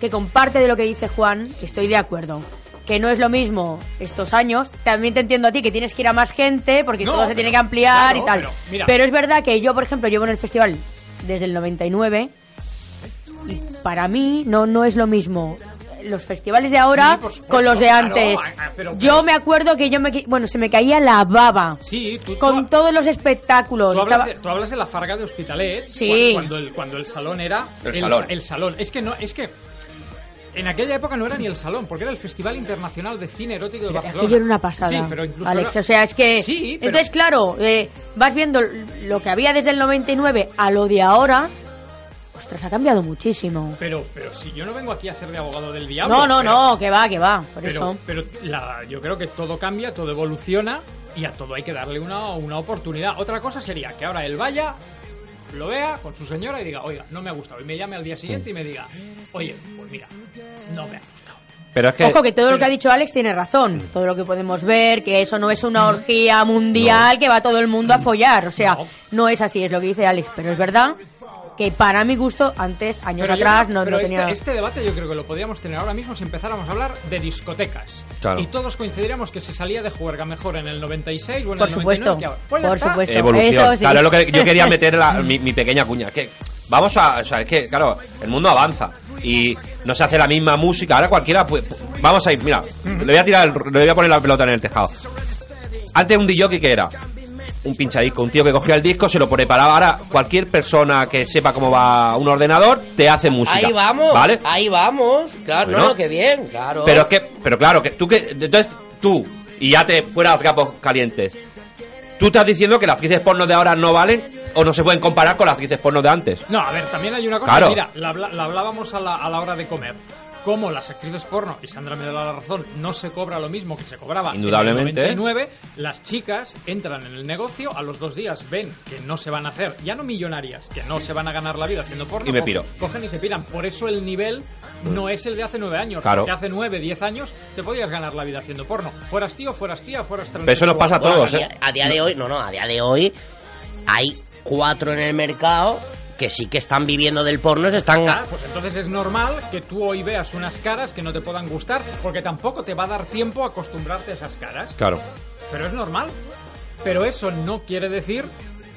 que con parte de lo que dice Juan estoy de acuerdo. Que no es lo mismo estos años. También te entiendo a ti que tienes que ir a más gente porque No, todo se pero- tiene que ampliar claro, y tal. pero mira. es verdad que yo, por ejemplo, llevo en el festival desde el 99 y para mí no, no es lo mismo los festivales de ahora Sí, por supuesto, con los de claro, antes. ah, pero- yo me acuerdo que yo me... qui- Bueno, se me caía la baba. Sí, tú, Con tú- todos los espectáculos. tú hablas, Estaba- de, tú hablas de la farga de Hospitalet. Sí. cu- Cuando el, cuando el salón era. El salón. sa- El salón. Es que no. Es que. En aquella época no era ni el salón, porque era el Festival Internacional de Cine Erótico de Barcelona. Aquello era una pasada. Sí, pero incluso. Alex, era- o sea, es que. Sí, pero- Entonces, claro, eh, vas viendo lo que había desde el 99 a lo de ahora. Ostras, ha cambiado muchísimo. Pero, pero si yo no vengo aquí a hacer de abogado del diablo. No, no, pero- no, que va, que va. Por Pero, eso. pero la- yo creo que todo cambia, todo evoluciona y a todo hay que darle una, una oportunidad. Otra cosa sería que ahora él vaya, lo vea con su señora y diga, oiga, no me ha gustado. Y me llame al día siguiente y me diga, oye, pues mira, no me ha gustado. Pero es que. Ojo, que todo lo que ha dicho Alex tiene razón. Todo lo que podemos ver, que eso no es una orgía mundial que va todo el mundo a follar. O sea, No. no, es así, es lo que dice Alex. Pero es verdad que para mi gusto, antes, años yo- atrás, no, pero no tenía. este, este debate yo creo que lo podríamos tener ahora mismo si empezáramos a hablar de discotecas. Claro. Y todos coincidiríamos que se salía de juerga mejor en el 96 o en Por el supuesto. 99 que ahora. Pues ya Por está. supuesto. Evolución. Eso sí. Claro, es lo que yo quería meter la- mi, mi pequeña cuña. Que vamos a. O sea, es que, claro, el mundo avanza. Y no se hace la misma música. Ahora cualquiera. Pues, vamos a ir, mira. Le voy a tirar. el- Le voy a poner la pelota en el tejado. Antes un DJ que era un pinchadisco, un tío que cogía el disco, se lo preparaba. Ahora cualquier persona que sepa cómo va un ordenador te hace música. Ahí vamos. ¿Vale? Ahí vamos. Claro, Bueno. no, que bien, claro. Pero es que, pero claro, que tú que. Entonces, tú, y ya te fuera los capos calientes. ¿Tú estás diciendo que las actrices porno de ahora no valen o no se pueden comparar con las actrices porno de antes? No, a ver, también hay una cosa. Claro. Mira, la, habla- la hablábamos a la, a la hora de comer. Como las actrices porno, y Sandra me da la razón, no se cobra lo mismo que se cobraba Indudablemente. en el 99, las chicas entran en el negocio, a los dos días ven que no se van a hacer, ya no millonarias, que no se van a ganar la vida haciendo porno. Y me co- piro. Cogen y se piran. Por eso el nivel no es el de hace nueve años. Claro. Porque hace nueve, diez años te podías ganar la vida haciendo porno. Fueras tío, fueras tía, fueras transexual. Pero eso nos pasa a Bueno, todos, a, ¿eh? día, a día de hoy, no, no, a día de hoy hay cuatro en el mercado que sí que están viviendo del porno, se están... Ah, pues entonces es normal que tú hoy veas unas caras que no te puedan gustar, porque tampoco te va a dar tiempo a acostumbrarte a esas caras. Claro. Pero es normal. Pero eso no quiere decir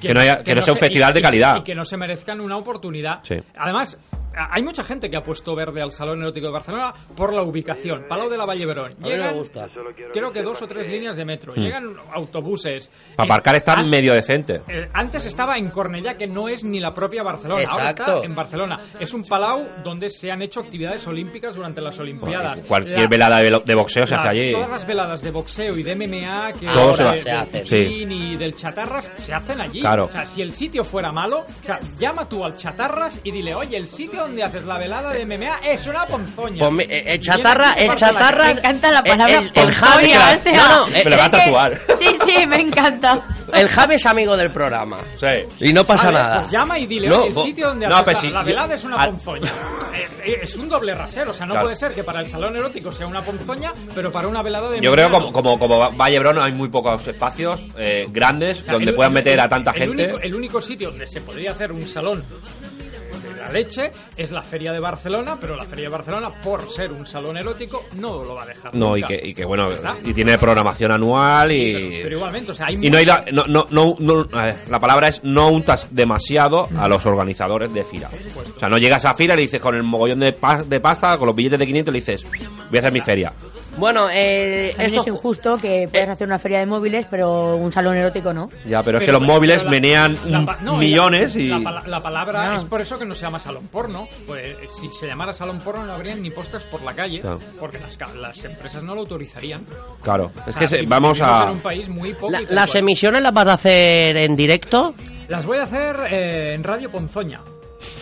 Que no haya- que no sea un se- festival de y- calidad. Y, que no se merezcan una oportunidad. Sí. Además, a- hay mucha gente que ha puesto verde al Salón Erótico de Barcelona por la ubicación. Palau de la Valle Verón. mí me gusta. Creo que dos o tres líneas de metro. Llegan autobuses. Para aparcar está en medio decente. eh, antes estaba en Cornellá, que no es ni la propia Barcelona. Ahora Exacto. está en Barcelona. Es un palau donde se han hecho actividades olímpicas durante las Olimpiadas. Cualquier La- velada de, de boxeo se la- hace allí. Todas las veladas de boxeo y de MMA que Todo se ahora va- de- se del hacen. Pitín y del chatarras se hacen allí. Claro. O sea, si el sitio fuera malo, o sea, llama tú al chatarras y dile, oye, el sitio donde haces la velada de MMA es una ponzoña. Ponme- eh, eh, chatarra, Viene el aquí, parte la chatarra. Me encanta la palabra El- el- el Javi ponzoña, la- o sea, no, no, eh, me la va a es que- tatuar. Sí, sí, me encanta. El Javi es amigo del programa. Sí. Y no pasa Vale, nada. pues llama y dile, No, oye, el bo- sitio donde Ah. no, haces pero la- sí, la yo- velada es una al- ponzoña. Eh, eh, es un doble rasero, o sea, no Claro. puede ser que para el salón erótico sea una ponzoña, pero para una velada de Yo creo que verano. como, como, como Valle Brón hay muy pocos espacios eh, grandes O sea, donde el- puedan meter el- a tanta el gente. único- el único sitio donde se podría hacer un salón de la leche es la Feria de Barcelona, pero la Feria de Barcelona, por ser un salón erótico, no lo va a dejar. No, y nunca. que, y que bueno, Ya está. y tiene programación anual y... Pero igualmente, o sea, hay Y no hay la, no, no, no, no- a ver, la palabra es no untas demasiado a los organizadores de fila. O sea, no llegas a fila y le dices con el mogollón de, pa- de pasta, con los billetes de 500, y le dices, voy a hacer mi feria. Bueno, eh, También esto. eh, es injusto que puedas hacer una feria de móviles, pero un salón erótico no. Ya, pero, es que Pero- los móviles pero la- menean la un- pa- no, millones la- y... La, pala- la palabra Ah. No. es por eso que no se llama salón porno. Pues, eh, si se llamara salón porno no habrían ni postas por la calle, Claro. porque las, ca- las empresas no lo autorizarían. Claro, es O que sea, se- vi- vamos vivimos a... en un país muy la- hipócrita, ¿Las igual. emisiones las vas a hacer en directo? Las voy a hacer eh, en Radio Ponzoña.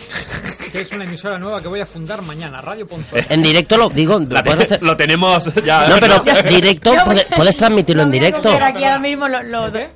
Que es una emisora nueva que voy a fundar mañana, Radio Ponzoña. En directo lo digo. la lo puedes hacer- Lo tenemos ya... No, pero directo, Yo voy- puedes, puedes transmitirlo en Lo voy a directo. coger aquí ahora mismo lo- lo- ¿Eh?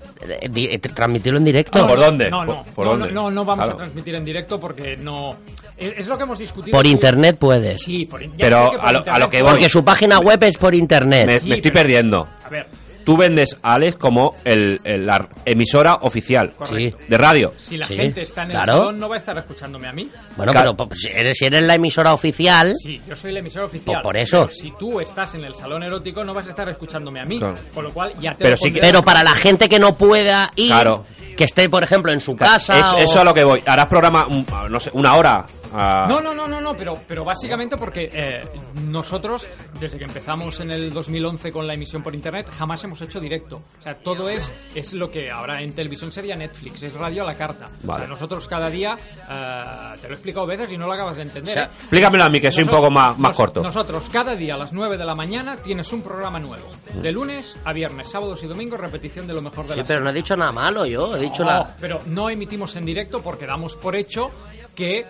Eh, di- eh, Transmitirlo en directo. Ah, ¿por dónde? No, no, ¿Por- por no, dónde? no, no, no vamos Claro. a transmitir en directo porque no. Es es lo que hemos discutido. Por tú- internet puedes. Sí, por, ya Pero sé que por a lo- a lo internet. que voy. Porque su página web es por Me, internet. Sí, me estoy pero- perdiendo. A ver, Tú vendes a Alex como el, el- la emisora oficial Correcto. de radio. si la Sí, gente está en el claro. salón, no va a estar escuchándome a mí. Bueno, Claro. pero pues, si eres, si eres la emisora oficial, Sí, yo soy el emisor oficial. Pues por eso. Pero si tú estás en el salón erótico, no vas a estar escuchándome a mí. Claro. Con lo cual, ya te Pero lo sí que- pondré- pero para la gente que no pueda ir, Claro. que esté, por ejemplo, en su Claro, casa. es- o- Eso a lo que voy. Harás programa, mm, no sé, una hora. ah, No, no, no, no, no, pero, pero básicamente porque eh, nosotros, desde que empezamos en el 2011 con la emisión por internet, jamás hemos hecho directo. O sea, todo es, es lo que ahora en televisión sería Netflix, es radio a la carta. O Vale. sea, nosotros cada día, eh, te lo he explicado veces y no lo acabas de entender. O sea, ¿eh? Explícamelo a mí, que soy un Nosotros- poco más, más nos- corto. Nosotros cada día a las 9 de la mañana tienes un programa nuevo. De lunes a viernes, sábados y domingos, repetición de lo mejor de Sí, la pero semana. no he dicho nada malo yo, he dicho No, la... pero no emitimos en directo porque damos por hecho que eh,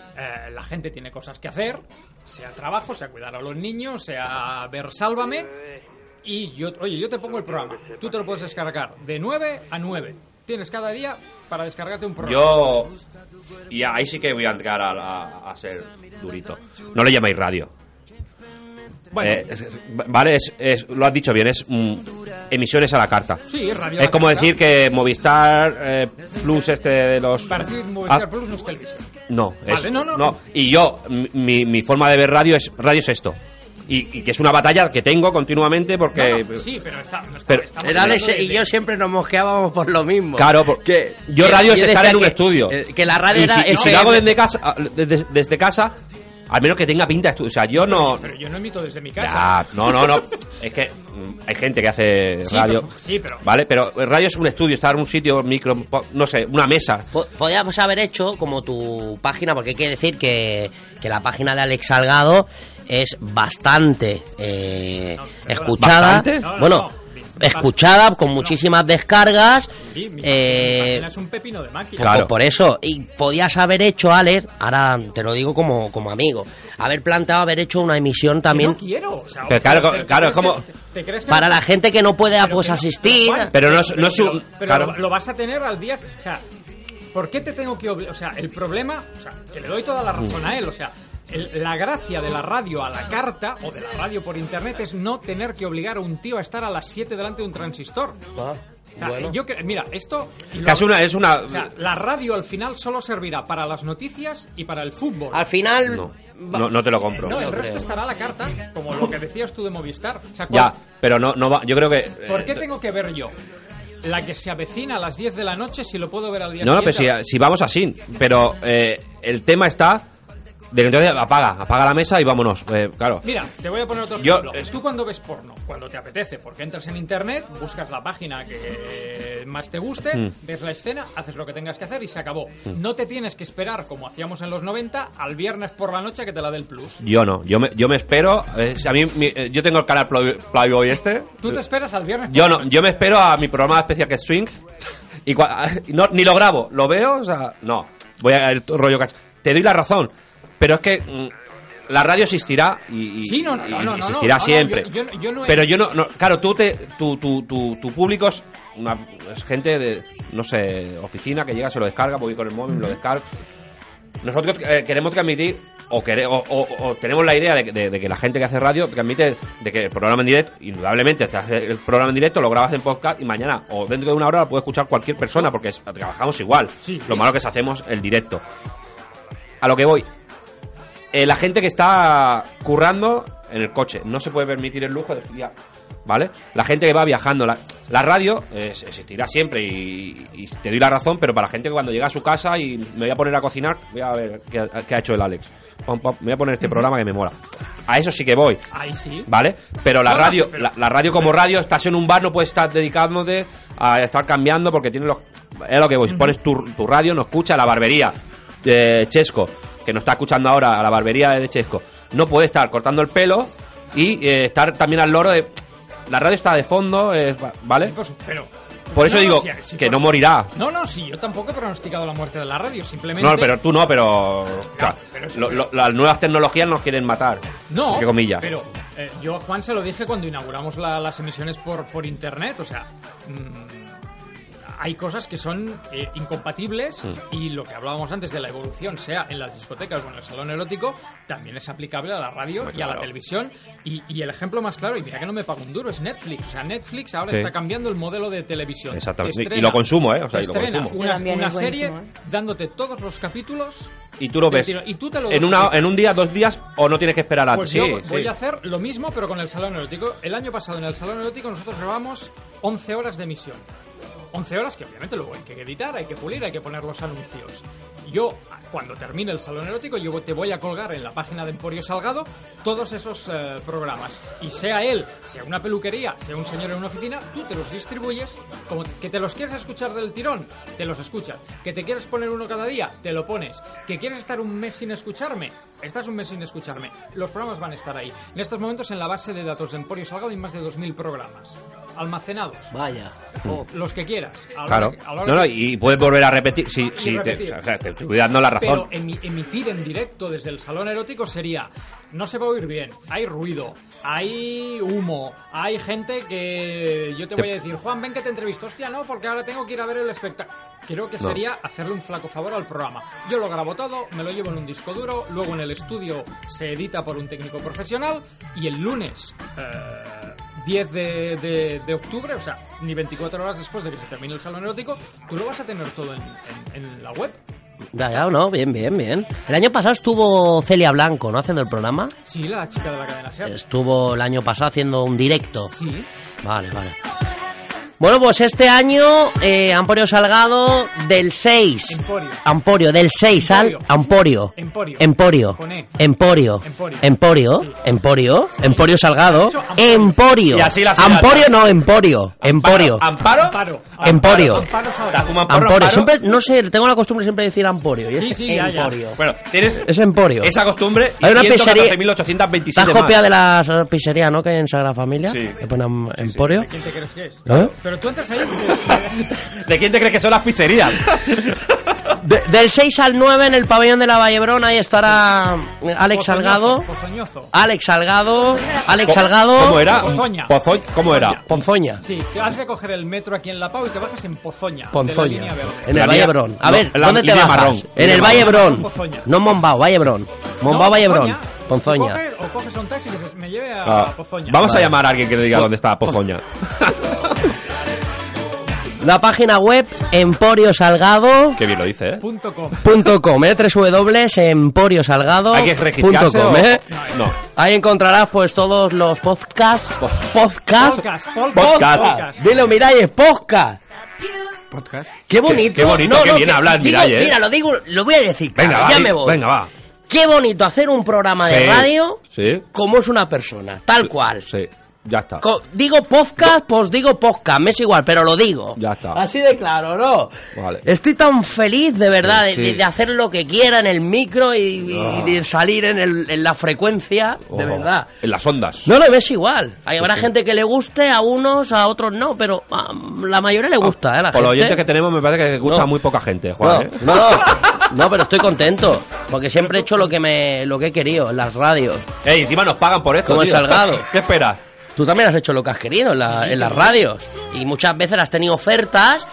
la gente tiene cosas que hacer, sea trabajo, sea cuidar a los niños, sea ver Sálvame. Y yo, oye, yo te pongo el programa. Tú te lo puedes descargar de 9 a 9. Tienes cada día para descargarte un programa. Yo. Y ahí sí que voy a entrar a, a- a ser durito. No le llamáis radio. bueno, Eh, es- es- vale, es, es- lo has dicho bien, es mm, emisiones a la carta. sí, es radio. Es La como Carta. decir que Movistar eh, Plus, este de los. Para ti, Movistar Ah, Plus no es televisión. No, es- Vale, no, no. Y yo, m- mi, mi forma de ver radio es radio es esto. Y, y que es una batalla que tengo continuamente porque. No, no, sí, pero está. no está- Pero- estamos El Alex hablando de- y yo siempre nos mosqueábamos por lo mismo. Claro, porque yo radio es decía estar en un que- estudio. eh, que la radio y si, era y si lo FM. hago desde casa, ah, desde, desde casa, al menos que tenga pinta de estudio. O sea, yo no. Pero yo no emito desde mi casa. Ya, no, no, no. Es que mm, hay gente que hace Sí, radio. pero- sí, pero- Vale, pero radio es un estudio, estar en un sitio, micro, po- no sé, una mesa. Po- Podríamos haber hecho como tu página, porque hay que decir que, que la página de Alex Salgado es bastante eh, No, perdona. escuchada. ¿Bastante? No, no, Bueno, no. escuchada, con muchísimas descargas. Sí, mi- mi eh, página es un pepino de máquina. Pues Claro. por eso, y podías haber hecho, Alex, ahora te lo digo como, como amigo, haber planteado haber hecho una emisión Que también no quiero. o sea, Pero claro, te- te- claro, te- es como- te- te crees que para no- la gente que no pueda pero pues que no- asistir. Juan, eh, Pero no es- no es un- pero- pero claro. lo, lo vas a tener al día. O sea, ¿por qué te tengo que obligar? O sea, el problema. O sea, que le doy toda la razón a él. O sea, el- la gracia de la radio a la carta o de la radio por internet es no tener que obligar a un tío a estar a las 7 delante de un transistor. Ah, O sea, yo cre- mira, esto. y lo- Casi una, es una. o sea, la radio al final solo servirá para las noticias y para el fútbol. Al final... no, va- no, no te lo compro. no, el no resto creo. estará a la carta, como lo que decías tú de Movistar. O sea, Ya, cuando- pero no, no va. Yo creo que. eh, ¿Por qué tengo que ver yo? La que se avecina a las 10 de la noche si lo puedo ver al día eh, No, no, pero si, siguiente. si vamos así. Pero eh, el tema está. De que entonces apaga, apaga la mesa y vámonos. Eh, claro. Mira, te voy a poner otro Yo- ejemplo. es- Tú cuando ves porno, cuando te apetece, porque entras en internet, buscas la página que eh, más te guste, Hmm. ves la escena, haces lo que tengas que hacer y se acabó. No te tienes que esperar, como hacíamos en los 90, al viernes por la noche que te la dé el plus. Yo no, yo me, yo me espero. eh, si a mí, mi- eh, yo tengo el canal Ploy- Playboy este. Tú te esperas al viernes por Yo la no, noche. yo me espero a mi programa especial que es Swing. Y cua- no, ni lo grabo, lo veo, o sea, no. Voy a el rollo cach. Te doy la razón. Pero es que mm, la radio existirá y, y- Sí, no, no, y no, no, no, existirá no, no, siempre. yo- yo- yo no he- Pero yo no, no- Claro, tú te, tu, tu, tu, tu público es, una, es gente de, no sé, oficina que llega, se lo descarga, voy con el móvil, lo descarga. Nosotros eh, queremos transmitir, o, quere- o- o- o tenemos la idea de, que- de- de que la gente que hace radio transmite, de que el programa en directo, indudablemente, te hace el programa en directo, lo grabas en podcast y mañana o dentro de una hora lo puede escuchar cualquier persona porque es- trabajamos igual. Lo malo que es hacemos el directo. A lo que voy. Eh, la gente que está currando en el coche no se puede permitir el lujo de estudiar. ¿Vale? La gente que va viajando. La, la radio eh, existirá siempre y, y te doy la razón, pero para la gente que cuando llega a su casa y me voy a poner a cocinar, voy a ver qué, ha- qué ha hecho el Alex. Pam, pam, me voy a poner este programa que me mola. A eso sí que voy. Ahí sí. ¿Vale? Pero la Bueno, radio, sí, pero- la, la radio como radio, estás en un bar, no puedes estar dedicándote a estar cambiando porque tienes los. Es lo que voy. si Pones tu, tu radio, no escucha la barbería de Chesco, que nos está escuchando ahora a la barbería de Chesco. No puede estar cortando el pelo y eh, estar también al loro de. La radio está de fondo, eh, va- ¿vale? Sí, por su- pero- Por eso No, no, digo sí, sí, que por- no morirá. No, no, sí, yo tampoco he pronosticado la muerte de la radio, simplemente. No, pero tú no, pero. o sea, Ah, pero sí, lo- pero- lo- las nuevas tecnologías nos quieren matar. No, Entre comillas. pero eh, yo a Juan se lo dije cuando inauguramos la- las emisiones por, por internet, o sea, mm, hay cosas que son eh, incompatibles Mm. y lo que hablábamos antes de la evolución, sea en las discotecas o en el salón erótico, también es aplicable a la radio Hombre, y a la claro. televisión. Y, y el ejemplo más claro, y mira que no me pago un duro, es Netflix. O sea, Netflix ahora Sí. está cambiando el modelo de televisión. Exactamente. Te Y- y lo consumo, ¿eh? O sea, te y lo estrena consumo. Una, También una es serie buenísimo, ¿eh? dándote todos los capítulos Y tú lo del ves. tiro. Y tú te lo en, das una, cuenta. en un día, dos días, o no tienes que esperar a Pues sí, yo voy sí. a hacer lo mismo, pero con el Salón Erótico. El año pasado en el Salón Erótico nosotros grabamos 11 horas de emisión. 11 horas que obviamente luego hay que editar, hay que pulir, hay que poner los anuncios. Yo, cuando termine el Salón Erótico, yo te voy a colgar en la página de Emporio Salgado todos esos eh, programas. Y sea él, sea una peluquería, sea un señor en una oficina, tú te los distribuyes. Como que te los quieres escuchar del tirón, te los escuchas. Que te quieres poner uno cada día, te lo pones. Que quieres estar un mes sin escucharme, estás un mes sin escucharme. Los programas van a estar ahí. En estos momentos en la base de datos de Emporio Salgado hay más de 2.000 programas. Almacenados. Vaya. Los que quieras. A la Claro. hora que- a la hora No, no, que- y puedes volver a repetir. Sí, sí, repetir. te, o sea, te estoy dando la razón. Pero emi- emitir en directo desde el salón erótico sería. No se va a oír bien, hay ruido, hay humo, hay gente que yo te Te- voy a decir, Juan, ven que te entrevisto. Hostia, no, porque ahora tengo que ir a ver el espectáculo. Creo que No. sería hacerle un flaco favor al programa. Yo lo grabo todo, me lo llevo en un disco duro, luego en el estudio se edita por un técnico profesional y el lunes. eh, 10 de, de- de octubre, o sea, ni 24 horas después de que se termine el salón erótico, tú lo vas a tener todo en- en- en la web. Ya, ya, no, bien, bien, bien. El año pasado estuvo Celia Blanco, ¿no? Haciendo el programa. Sí, la chica de la cadena SER. Estuvo el año pasado haciendo un directo. Sí. Vale, vale. Bueno, pues este año eh, Amporio Salgado del 6. Emporio. Amporio, del 6 al... Amporio. Emporio. Emporio. Con E. Emporio. Emporio. Emporio. Sí. Emporio. Emporio Salgado. Eso, Amporio. Emporio. Y así la sigan, Amporio no, Emporio. Emporio. ¿Amparo? Amparo. Emporio. Amparo Salgado. ¿La fuma Amparo? Amporio. Amparo? Siempre, no sé, tengo la costumbre siempre de decir Amporio. Y Sí, es sí, ya, ya. Emporio. Bueno, tienes Es Emporio. esa costumbre y Hay una pizzería- 114.827 ¿Estás más. copia de las pizzerías, no? Que hay en Sagrada Familia. Sí. Que ponen Emporio. ¿Quién te crees que es? ¿Eh? Pero tú entras ahí. ¿De quién te crees que son las pizzerías? De- del 6 al 9 en el pabellón de la Vallebrón, ahí estará Alex Salgado. Pozoñozo. Alex Salgado. Alex ¿Cómo- Salgado. ¿Cómo era? Pozoña. Pozo- ¿Cómo era? Ponzoña. Sí, te vas a coger el metro aquí en La Pau y te bajas en Pozoña. De la Ponzoña. línea verde. En La el línea- Vallebrón. A no, ver, la ¿dónde te línea bajas? marrón. En el Línea Vallebrón. Pozoña. No Mombao, Vallebrón. Mombao, No, Vallebrón. O Ponzoña. coges, o coges un taxi que dices, me lleve a Ah, Pozoña. Vamos a Vale. llamar a alguien que le diga dónde está Pozoña. La página web emporiosalgado.com, Qué bien lo dice, ¿eh? Punto com. ¿eh? em, www.emporiosalgado.com, Hay que registrarse. o- ¿eh? No. Ahí encontrarás pues todos los podcasts. Podcasts. Podcast, podcast, Podcast. podcast. Dilo, Miralles, podcast. Podcast. Qué bonito. qué bonito, qué bien ¿eh? hablas, digo- Miralles. Mira, lo digo, lo voy a decir. Venga, claro, va. ya di- me voy. Venga, va. Qué bonito hacer un programa de Sí. radio Sí. como es una persona, tal cual. Sí. Ya está. Co- digo podcast, pues digo podcast, me es igual, pero lo digo. Ya está. Así de claro, ¿no? Vale. Estoy tan feliz, de verdad, de- Sí. de, de hacer lo que quiera en el micro y, y- Ah. y de salir en, el- en la frecuencia, de Oh, verdad. En las ondas. No, no, me es igual. Hay- Habrá Sí. gente que le guste, a unos, a otros no, pero a la mayoría le gusta, ¿eh? La Ah, Por los gente. oyentes que tenemos, me parece que gusta a muy poca gente, No, Juan. ¿eh? no, no, No, pero estoy contento, porque siempre he hecho lo que me lo que he querido en las radios. Ey, encima nos pagan por esto. Como el tío. Salgado. ¿Qué esperas? Tú también has hecho lo que has querido en, la- en las radios. Y muchas veces has tenido ofertas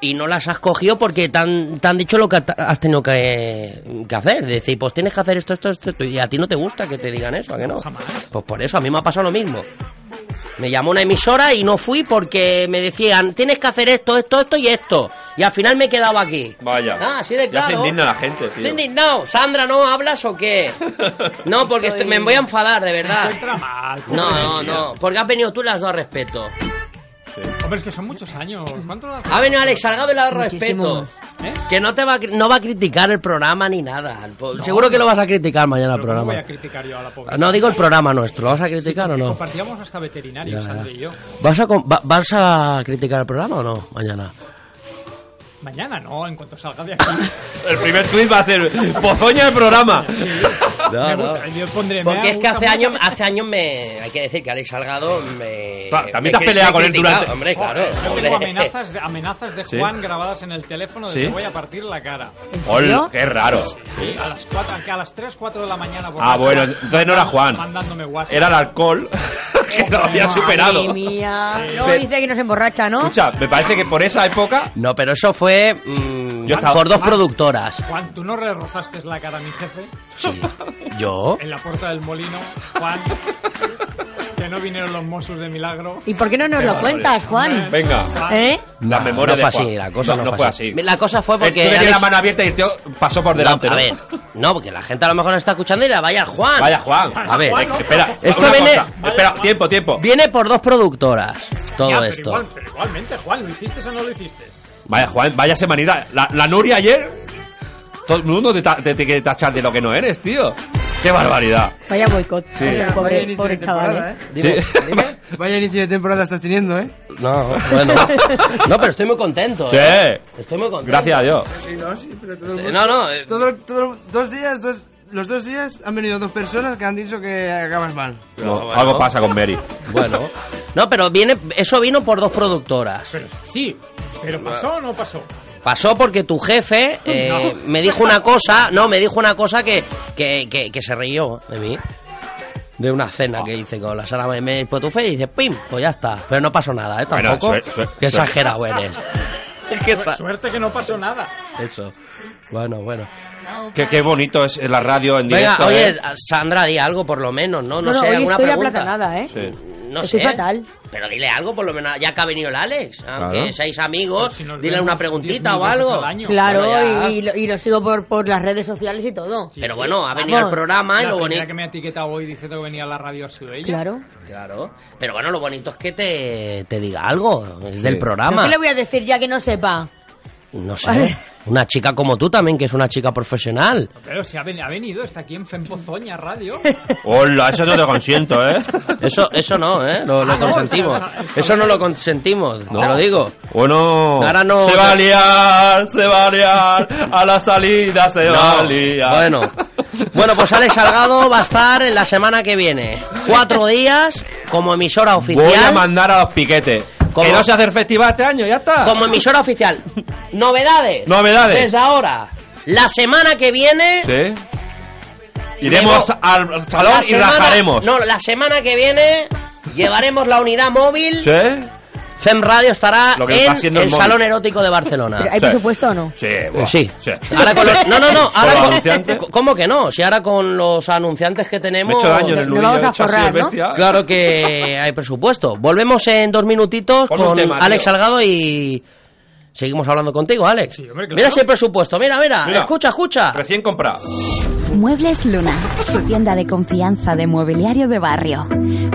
y no las has cogido porque te han, te han dicho lo que ta- has tenido que, que hacer. Decir, pues tienes que hacer esto, esto, esto. esto. Y a ti no te gusta que te digan eso, ¿a que no? Pues por eso, a mí me ha pasado lo mismo. Me llamó una emisora y no fui porque me decían, tienes que hacer esto, esto, esto y esto. Y al final me he quedado aquí. Vaya. Ah, así de claro. Ya se indigna la gente, tío. Estoy indignado. Sandra, ¿no hablas o qué? No, porque estoy- me voy a enfadar, de verdad. No, no, no. Porque has venido tú y le has dado respeto. Hombre, es que son muchos años. ¿Cuánto lo hace? Ha venido Alex Salgado y le ha dado respeto. Muchísimos. ¿Eh? Que no te va a, cri- no va a criticar el programa ni nada. Po- Seguro que lo vas a criticar mañana el Pero ¿cómo programa. voy a criticar yo a la pobre? No digo el programa nuestro. ¿Lo vas a criticar o no? Compartíamos hasta veterinario, Ya, ya. Sandra y yo. ¿Vas a, com- va- ¿Vas a criticar el programa o no mañana? Mañana no, en cuanto salga de aquí. El primer tweet va a ser pozoña de programa. Me gusta, yo pondré, me Porque es que gusta hace mucho. años, hace años me. Hay que decir que Alex Salgado me. Ta- también me te has cri- peleado me con él criticaba. durante- Hombre, claro. Yo hombre. tengo amenazas de, amenazas de Sí. Juan grabadas en el teléfono de Sí. te voy a partir la cara. Ol, qué raro. Sí. A las, 4, que a las 3, 4 de la mañana. Ah, borracho, bueno, entonces no era Juan. Mandándome WhatsApp. Era el alcohol que lo había Madre superado. Eh, mía. Luego dice que nos emborracha, ¿no? Escucha, me parece que por esa época. No, pero eso fue mm, Yo estaba- por dos productoras. Juan, ¿tú no le rozaste la cara a mi jefe? Yo. En la puerta del molino, Juan. que no vinieron los Mossos de milagro. ¿Y por qué no nos Qué lo barbaridad. cuentas, Juan? Venga. ¿Eh? La No, memoria no de fue Juan. así, la cosa no, fue así. La cosa fue Porque porque. Tú tenías Alex- la mano abierta y el tío pasó por No, delante. a ¿no? ver, no, porque la gente a lo mejor nos está escuchando y la vaya Juan. Vaya Juan. A ver, Eh, espera, Esto una viene- cosa. Espera, tiempo, tiempo. Viene por dos productoras todo Ya, pero esto. igual- pero igualmente, Juan, ¿lo hiciste o no lo hiciste? Vaya Juan, vaya semanita. La, la Nuria ayer. Todo el mundo te, ta- te, te quiere tachar de lo que no eres, tío. Qué barbaridad. Vaya boicot. Hombre, Vaya Pobre, inicio pobre de chaval, ¿eh? temporada, Sí. ¿eh? Vaya inicio de temporada estás teniendo, ¿eh? No, bueno. No, pero estoy muy contento. Sí. ¿eh? Estoy muy contento. Gracias a Dios. Sí, no, sí, pero todo el Eh, mundo- No, no. eh, Todo, todo- dos días, dos, los dos días han venido dos personas que han dicho que acabas mal. No, Algo pasa con Mary. Bueno. No, pero viene, eso vino por dos productoras. Pero sí, pero ¿pasó o no pasó? Pasó porque tu jefe eh, No. me dijo una cosa, no, me dijo una cosa que, que, que, que se rió de mí. De una cena que hice con la Sara Maimé por tu fe y dice, pim, pues ya está. Pero no pasó nada, ¿eh? Bueno, Tampoco. suer- suer- Qué suer- exagerado eres. Es que esa- Suerte que no pasó nada. Eso. Bueno, bueno. Qué, qué bonito es la radio en Venga, directo. oye, ¿eh? Sandra, di algo por lo menos, ¿no? No, No, no, sé, hoy alguna estoy pregunta. aplatanada, ¿eh? Sí. No Estoy sé. fatal. Pero dile algo, por lo menos, ya que ha venido el Alex. Aunque Claro. seis Pero amigos, si nos dile vemos una 10.000 preguntita o veces algo. pues al año. Claro, Bueno, ya. y, y lo, y lo sigo por, por las redes sociales y todo. Pero bueno, ha venido al Vamos. programa y la lo primera bonito. que me ha etiquetado hoy diciendo que venía a la radio ha sido ella. Claro. Claro, pero bueno, lo bonito es que te, te diga algo, es Sí. del ¿Pero programa. ¿Qué le voy a decir ya que no sepa? No sé, Vale. una chica como tú también, que es una chica profesional. Pero si ha ven- ha venido, está aquí en Fempozoña Radio. Hola, eso no te consiento, ¿eh? Eso eso no, ¿eh? Lo, lo Ah, no, consentimos. o sea, o sea, Eso no lo consentimos, No. te lo digo. Bueno, Ahora no- se va a liar, se va a liar, a la salida se va a liar. Bueno. bueno, pues Alex Salgado va a estar en la semana que viene. Cuatro días como emisora oficial. Voy a mandar a los piquetes. ¿Cómo? Que no se hace el festival este año, ya está. como emisora oficial. Novedades. Novedades. Desde ahora. La semana que viene Sí. Iremos Luego, al salón La y semana- rajaremos. No, la semana que viene llevaremos la unidad móvil. ¿Sí? Fem Radio estará Lo que está en haciendo el, el móvil. Salón Erótico de ¿Pero Barcelona. ¿Hay Sí. presupuesto o no? Sí, Eh, buah, Sí. sí. Ahora con los- no, no, no. Ahora Con los con- anunciantes. ¿Cómo que no? Si ahora con los anunciantes que Me he tenemos. hecho daño en Nos el nudillo, vamos he a hecho así forrar, de ¿no? bestia. Claro que hay presupuesto. Volvemos en dos minutitos Pon un con tema, Alex tío. Salgado y. Seguimos hablando contigo, Alex. Sí, hombre, claro. Mira si hay presupuesto, mira, mira, Mira. escucha, escucha. Recién comprado. Muebles Luna, su tienda de confianza de mobiliario de barrio.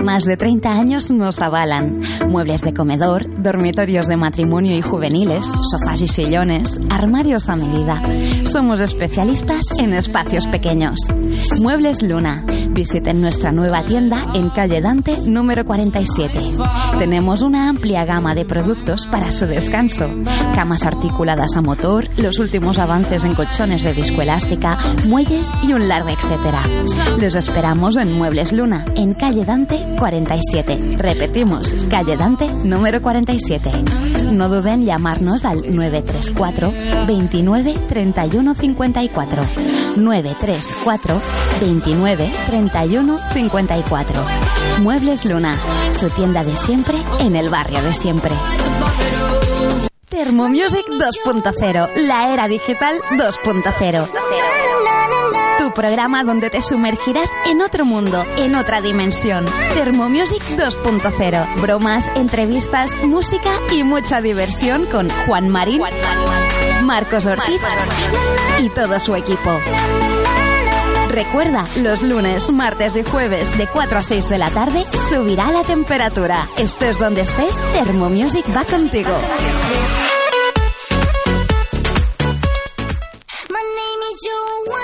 Más de 30 años nos avalan. Muebles de comedor, dormitorios de matrimonio y juveniles, sofás y sillones, armarios a medida. Somos especialistas en espacios pequeños. Muebles Luna. Visiten nuestra nueva tienda en calle Dante número 47. Tenemos una amplia gama de productos para su descanso. Camas articuladas a motor, los últimos avances en colchones de viscoelástica, muelles y un largo etcétera. Los esperamos en Muebles Luna, en calle Dante 47. Repetimos, calle Dante número 47. No duden en llamarnos al 934 29 31 54. 934 29 31 54. Muebles Luna, su tienda de siempre en el barrio de siempre. Thermomusic 2.0, la era digital 2.0. Tu programa donde te sumergirás en otro mundo, en otra dimensión. Thermomusic 2.0. Bromas, entrevistas, música y mucha diversión con Juan Marín, Marcos Ortiz y todo su equipo. Recuerda, los lunes, martes y jueves de 4 a 6 de la tarde subirá la temperatura. Estés donde estés, Thermomusic va contigo. Oh,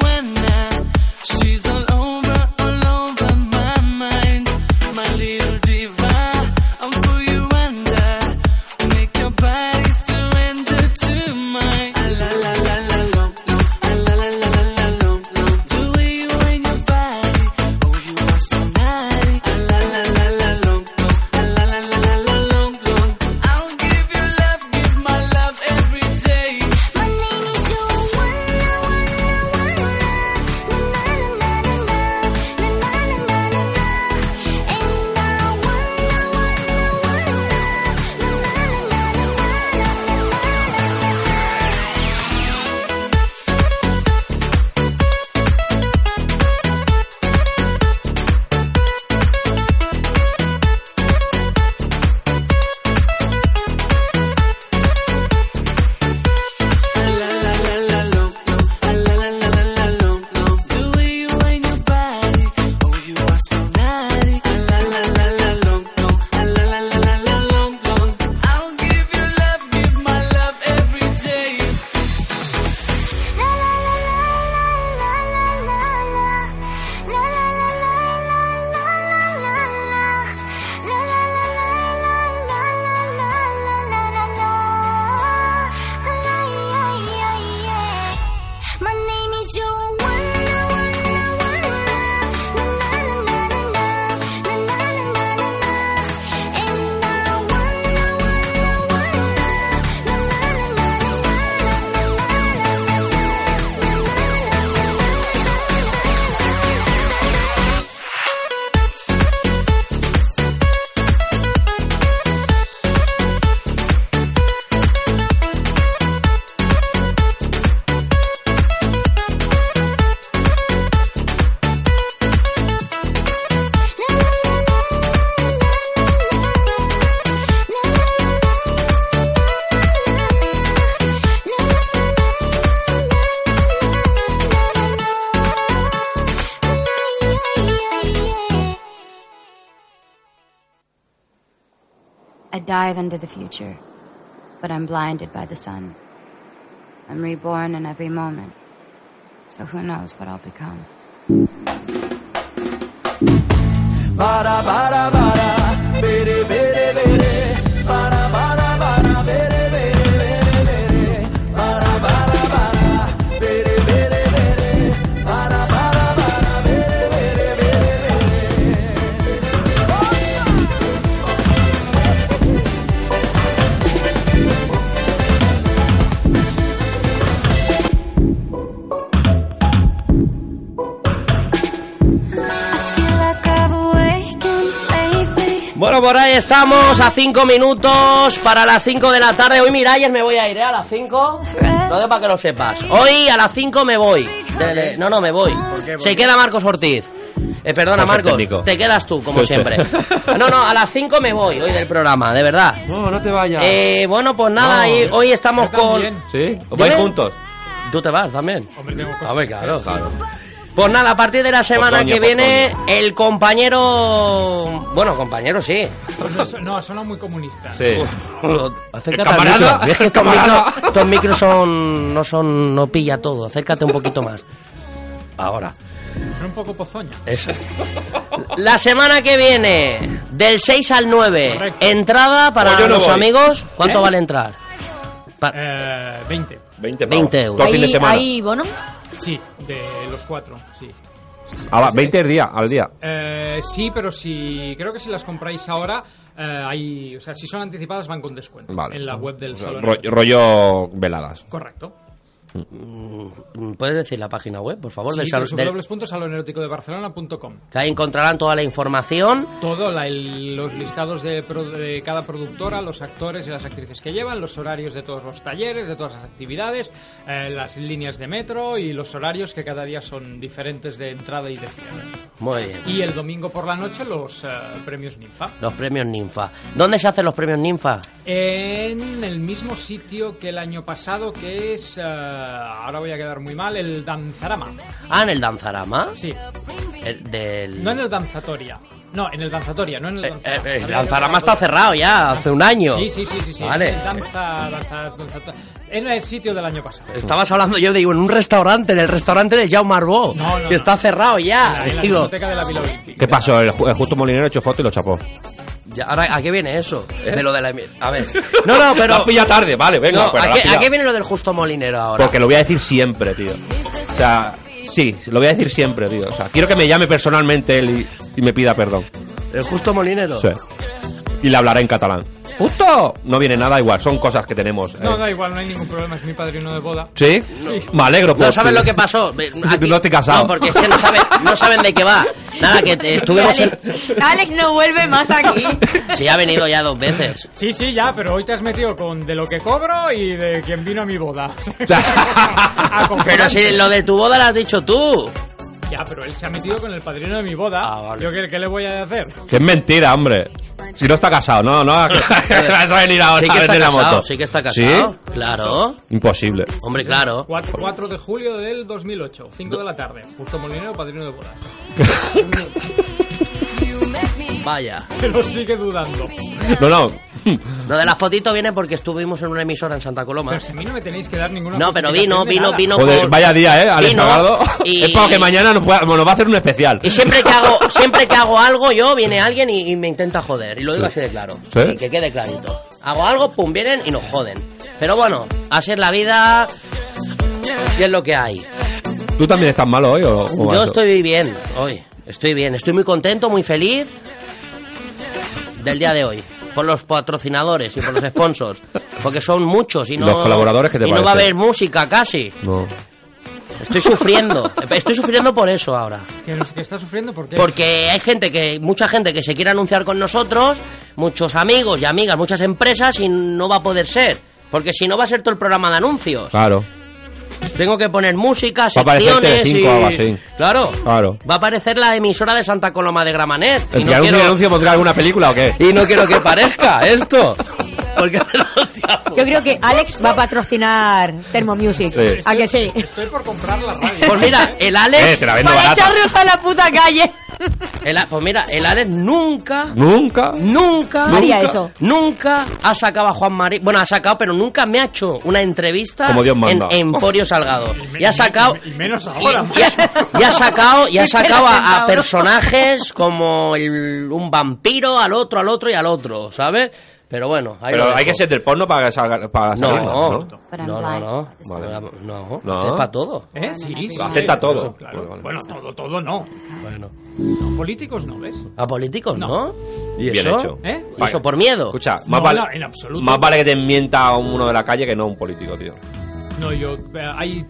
Oh, dive into the future, but I'm blinded by the sun. I'm reborn in every moment, so who knows what I'll become. Bada, bada, bada, bitty, bitty. Bueno, por ahí estamos a 5 minutos para las 5 de la tarde. Hoy Miralles me voy a ir ¿eh? a las 5. Lo digo para que lo sepas. Hoy a las 5 me voy. De- de- no, no, me voy. Se queda Marcos Ortiz. Eh, perdona, Por ser Marcos. técnico. Te quedas tú, como Sí, sí. siempre. No, no, a las 5 me voy hoy del programa, de verdad. No, no te vayas. Eh, bueno, pues nada, No. y- hoy estamos con. ¿Sí? ¿Os vais Dime. juntos? Tú te vas también. Hombre, tengo cosas Hombre, que claro, hacer. claro. Pues nada, a partir de la semana Otoño, que viene, el compañero. Bueno, compañero sí. Eso su- No, suena muy comunista. Acércate al Camarada, micro. Es que estos camarada. micros, estos micros son, no son. No pilla todo. Acércate un poquito más. Ahora. Suena un poco pozoña. Eso. La semana que viene, del 6 al 9, entrada para Pues yo no los voy. amigos. ¿Cuánto ¿Eh? vale entrar? Eh, 20. 20, 20 euros. Ahí- ahí, bono? Sí, de los cuatro, sí. Ah, va, 20 al día, al día. Eh, sí, pero si creo que si las compráis ahora, eh, hay, o sea, si son anticipadas van con descuento Vale. en la web del O sea, salón. ro- rollo veladas. Correcto. Mm, ¿Puedes decir la página web, por favor? Sí, del salón, del- www.saloneroticodebarcelona.com. que ahí encontrarán toda la información. Todo, la- el- los listados de, pro- de cada productora, los actores y las actrices que llevan, los horarios de todos los talleres, de todas las actividades, eh, las líneas de metro y los horarios que cada día son diferentes de entrada y de cierre. Muy bien. Y el domingo por la noche los eh, premios Ninfa. Los premios Ninfa. ¿Dónde se hacen los premios Ninfa? En el mismo sitio que el año pasado, que es, eh, ahora voy a quedar muy mal, el Danzarama. Ah, en el Danzarama. Sí. El, del... No en el Danzatoria. No, en el Danzatoria, no en el Danzarama. eh, el Habría Danzarama que está ponerlo. cerrado ya, hace un año. Sí, sí, sí, sí. sí. Vale. En, el danza- danza- danza- en el sitio del año pasado. Estabas hablando, yo digo, en un restaurante, en el restaurante de Jaume Arbó, que está cerrado ya. En la digo, discoteca de la Vila Olímpica. ¿Qué pasó? El, ju- el justo molinero echó foto y lo chapó. ya, ahora, ¿a qué viene eso? De lo de la... emi- A ver. No, no, pero... La has pillado tarde, vale, venga, No, pero ¿a, la has qué, a pillado. qué viene lo del justo molinero ahora? pues, Porque lo voy a decir siempre, tío. O sea, sí, lo voy a decir siempre, tío. O sea, quiero que me llame personalmente él y, y me pida perdón. ¿El justo molinero? Sí. Y le hablará en catalán. ¡Justo! No viene nada igual, son cosas que tenemos. eh. No, da igual, no hay ningún problema, es mi padrino de boda. ¿Sí? Me alegro, No por sabes ti. lo que pasó. Eh, aquí- No te he casado. No, porque es que no saben, no saben de qué va. Nada, que te- estuvimos en... Alex no vuelve más aquí. Sí, ha venido ya dos veces. Sí, sí, ya, pero hoy te has metido con de lo que cobro y de quien vino a mi boda. Pero si lo de tu boda lo has dicho tú. Ya, pero él se ha metido con el padrino de mi boda. Ah, Yo, ¿qué, qué le voy a hacer? Que es mentira, hombre. Si no está casado, no, no. Vas a venir ahora Sí que a está vender la casado, moto. sí que está ¿Sí? casado. Claro. Imposible. Hombre, claro. 4, de julio del 2008, 5 de la tarde. Justo Molinero, padrino de boda. Vaya. Pero sigue dudando. No, no. Lo de la fotito viene porque estuvimos en una emisora en Santa Coloma. Pero si a mí no me tenéis que dar ninguna No, pero vino, justificación de vino, nada. vino. Joder, con- vaya día, ¿eh? Alex vino Salgado. y- Es para que mañana nos, pueda- nos va a hacer un especial. Y siempre que hago, siempre que hago algo, yo viene alguien y, y me intenta joder. Y lo digo Sí. así de claro. Sí. Y que quede clarito. Hago algo, pum, vienen y nos joden. Pero bueno, así es la vida. Y es lo que hay. ¿Tú también estás malo hoy o, o Yo vas- estoy bien hoy. Estoy bien. Estoy muy contento, muy feliz del día de hoy. Por los patrocinadores y por los sponsors. Porque son muchos y no. Los colaboradores, ¿qué te Y no va a parece? haber música casi. No. Estoy sufriendo. Estoy sufriendo por eso ahora. Que, nos- que está sufriendo porque... Porque hay gente que, mucha gente que se quiere anunciar con nosotros, muchos amigos y amigas, muchas empresas, y no va a poder ser. Porque si no va a ser todo el programa de anuncios. Claro. Tengo que poner música, Va a aparecer secciones Telecinco y... o algo así. Claro. Claro. Va a aparecer la emisora de Santa Coloma de Gramanet. ¿El anuncio y anuncio pondrá alguna película o qué? y no quiero que parezca esto. Porque Yo creo que Alex va a patrocinar Thermo Music. Sí. ¿A que sí? Estoy por comprar la radio. Pues mira, el Alex... Eh, te la vendo Para barata. echarnos a la puta calle. el A- pues mira, el Alex nunca... Nunca. Nunca, Haría nunca, eso. nunca ha sacado a Juan María. Bueno, ha sacado, pero nunca me ha hecho una entrevista Como Dios en manda. Emporio Salgado. me- Y ha sacado. Y menos ahora. Y ha, y ha sacado, y ha sacado a, a Encantado. personajes como el- un vampiro, al otro, al otro y al otro, ¿sabes? Pero bueno, ahí lo Pero hay dejo. que ser del porno para que salga. Para No, salga, no, ¿no? no, But I'm no, blind no, by the no, no, No. es para todo. ¿Eh? Sí, sí, sí. Lo acepta todo. Claro. Vale, vale. Bueno, todo, todo no. Bueno, No, políticos no, ¿ves? a políticos, ¿no? No. ¿Y Bien eso? hecho. ¿Eh? ¿Y Vale. eso por miedo? Escucha, más No, vale. no, en absoluto. Más vale que te mienta a uno de la calle que no a un político, tío. No, yo... eh, hay...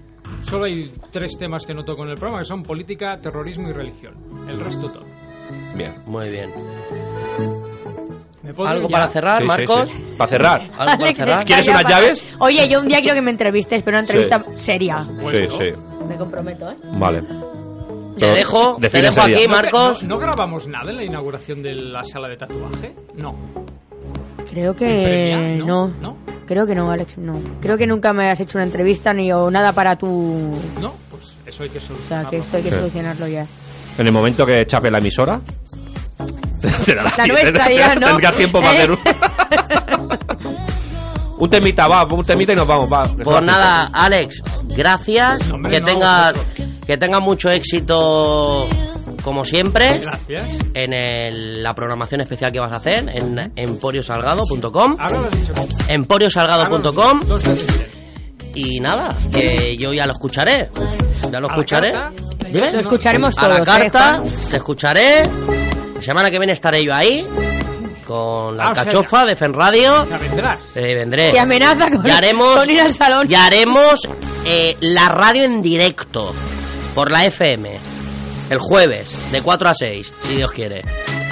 Solo hay tres temas que no toco en el programa, que son política, terrorismo y religión. El resto todo. Bien. Muy bien. puedo ¿Algo ir para ya? cerrar, Sí, sí, Marcos? sí. ¿Para cerrar? ¿Algo para Alex, cerrar? está ya para- Oye, yo un día quiero que me entrevistes, pero una entrevista seria. Pues Sí, sí. Me comprometo, ¿eh? Vale. Te dejo, te Define dejo ese día. aquí, No, Marcos. ¿No grabamos nada en la inauguración de la sala de tatuaje? No. Creo que Premia, no. Creo que no, Alex, no. Creo que nunca me has hecho una entrevista ni o nada para tu... No, Ah, pues eso hay que O sea, solucionarlo. que esto hay que Sí. solucionarlo ya. En el momento que chape la emisora. será La ti- nuestra, dirá, ¿no? Tendrás ¿eh? tiempo para Eh. hacer un. un temita, va, un temita y nos vamos, va. Pues nada, Alex, gracias. Hombre, Que no, tengas que tengas mucho éxito como siempre Gracias. en el- la programación especial que vas a hacer en emporiosalgado.com. Ahora lo has dicho. tú. Ah, Emporiosalgado.com Dos veces. y nada, que yo ya lo escucharé. Ya lo la escucharé. carta? Dime. Lo escucharemos a la todos, ¿eh, carta, Juan? te escucharé. La semana que viene estaré yo ahí con la Ah, o sea, cachofa de Fen Radio. Ya vendrás. Eh, vendré. Te amenaza con, Y haremos- con ir al salón. Y haremos eh, la radio en directo por la FM el jueves de 4 a 6, si Dios quiere.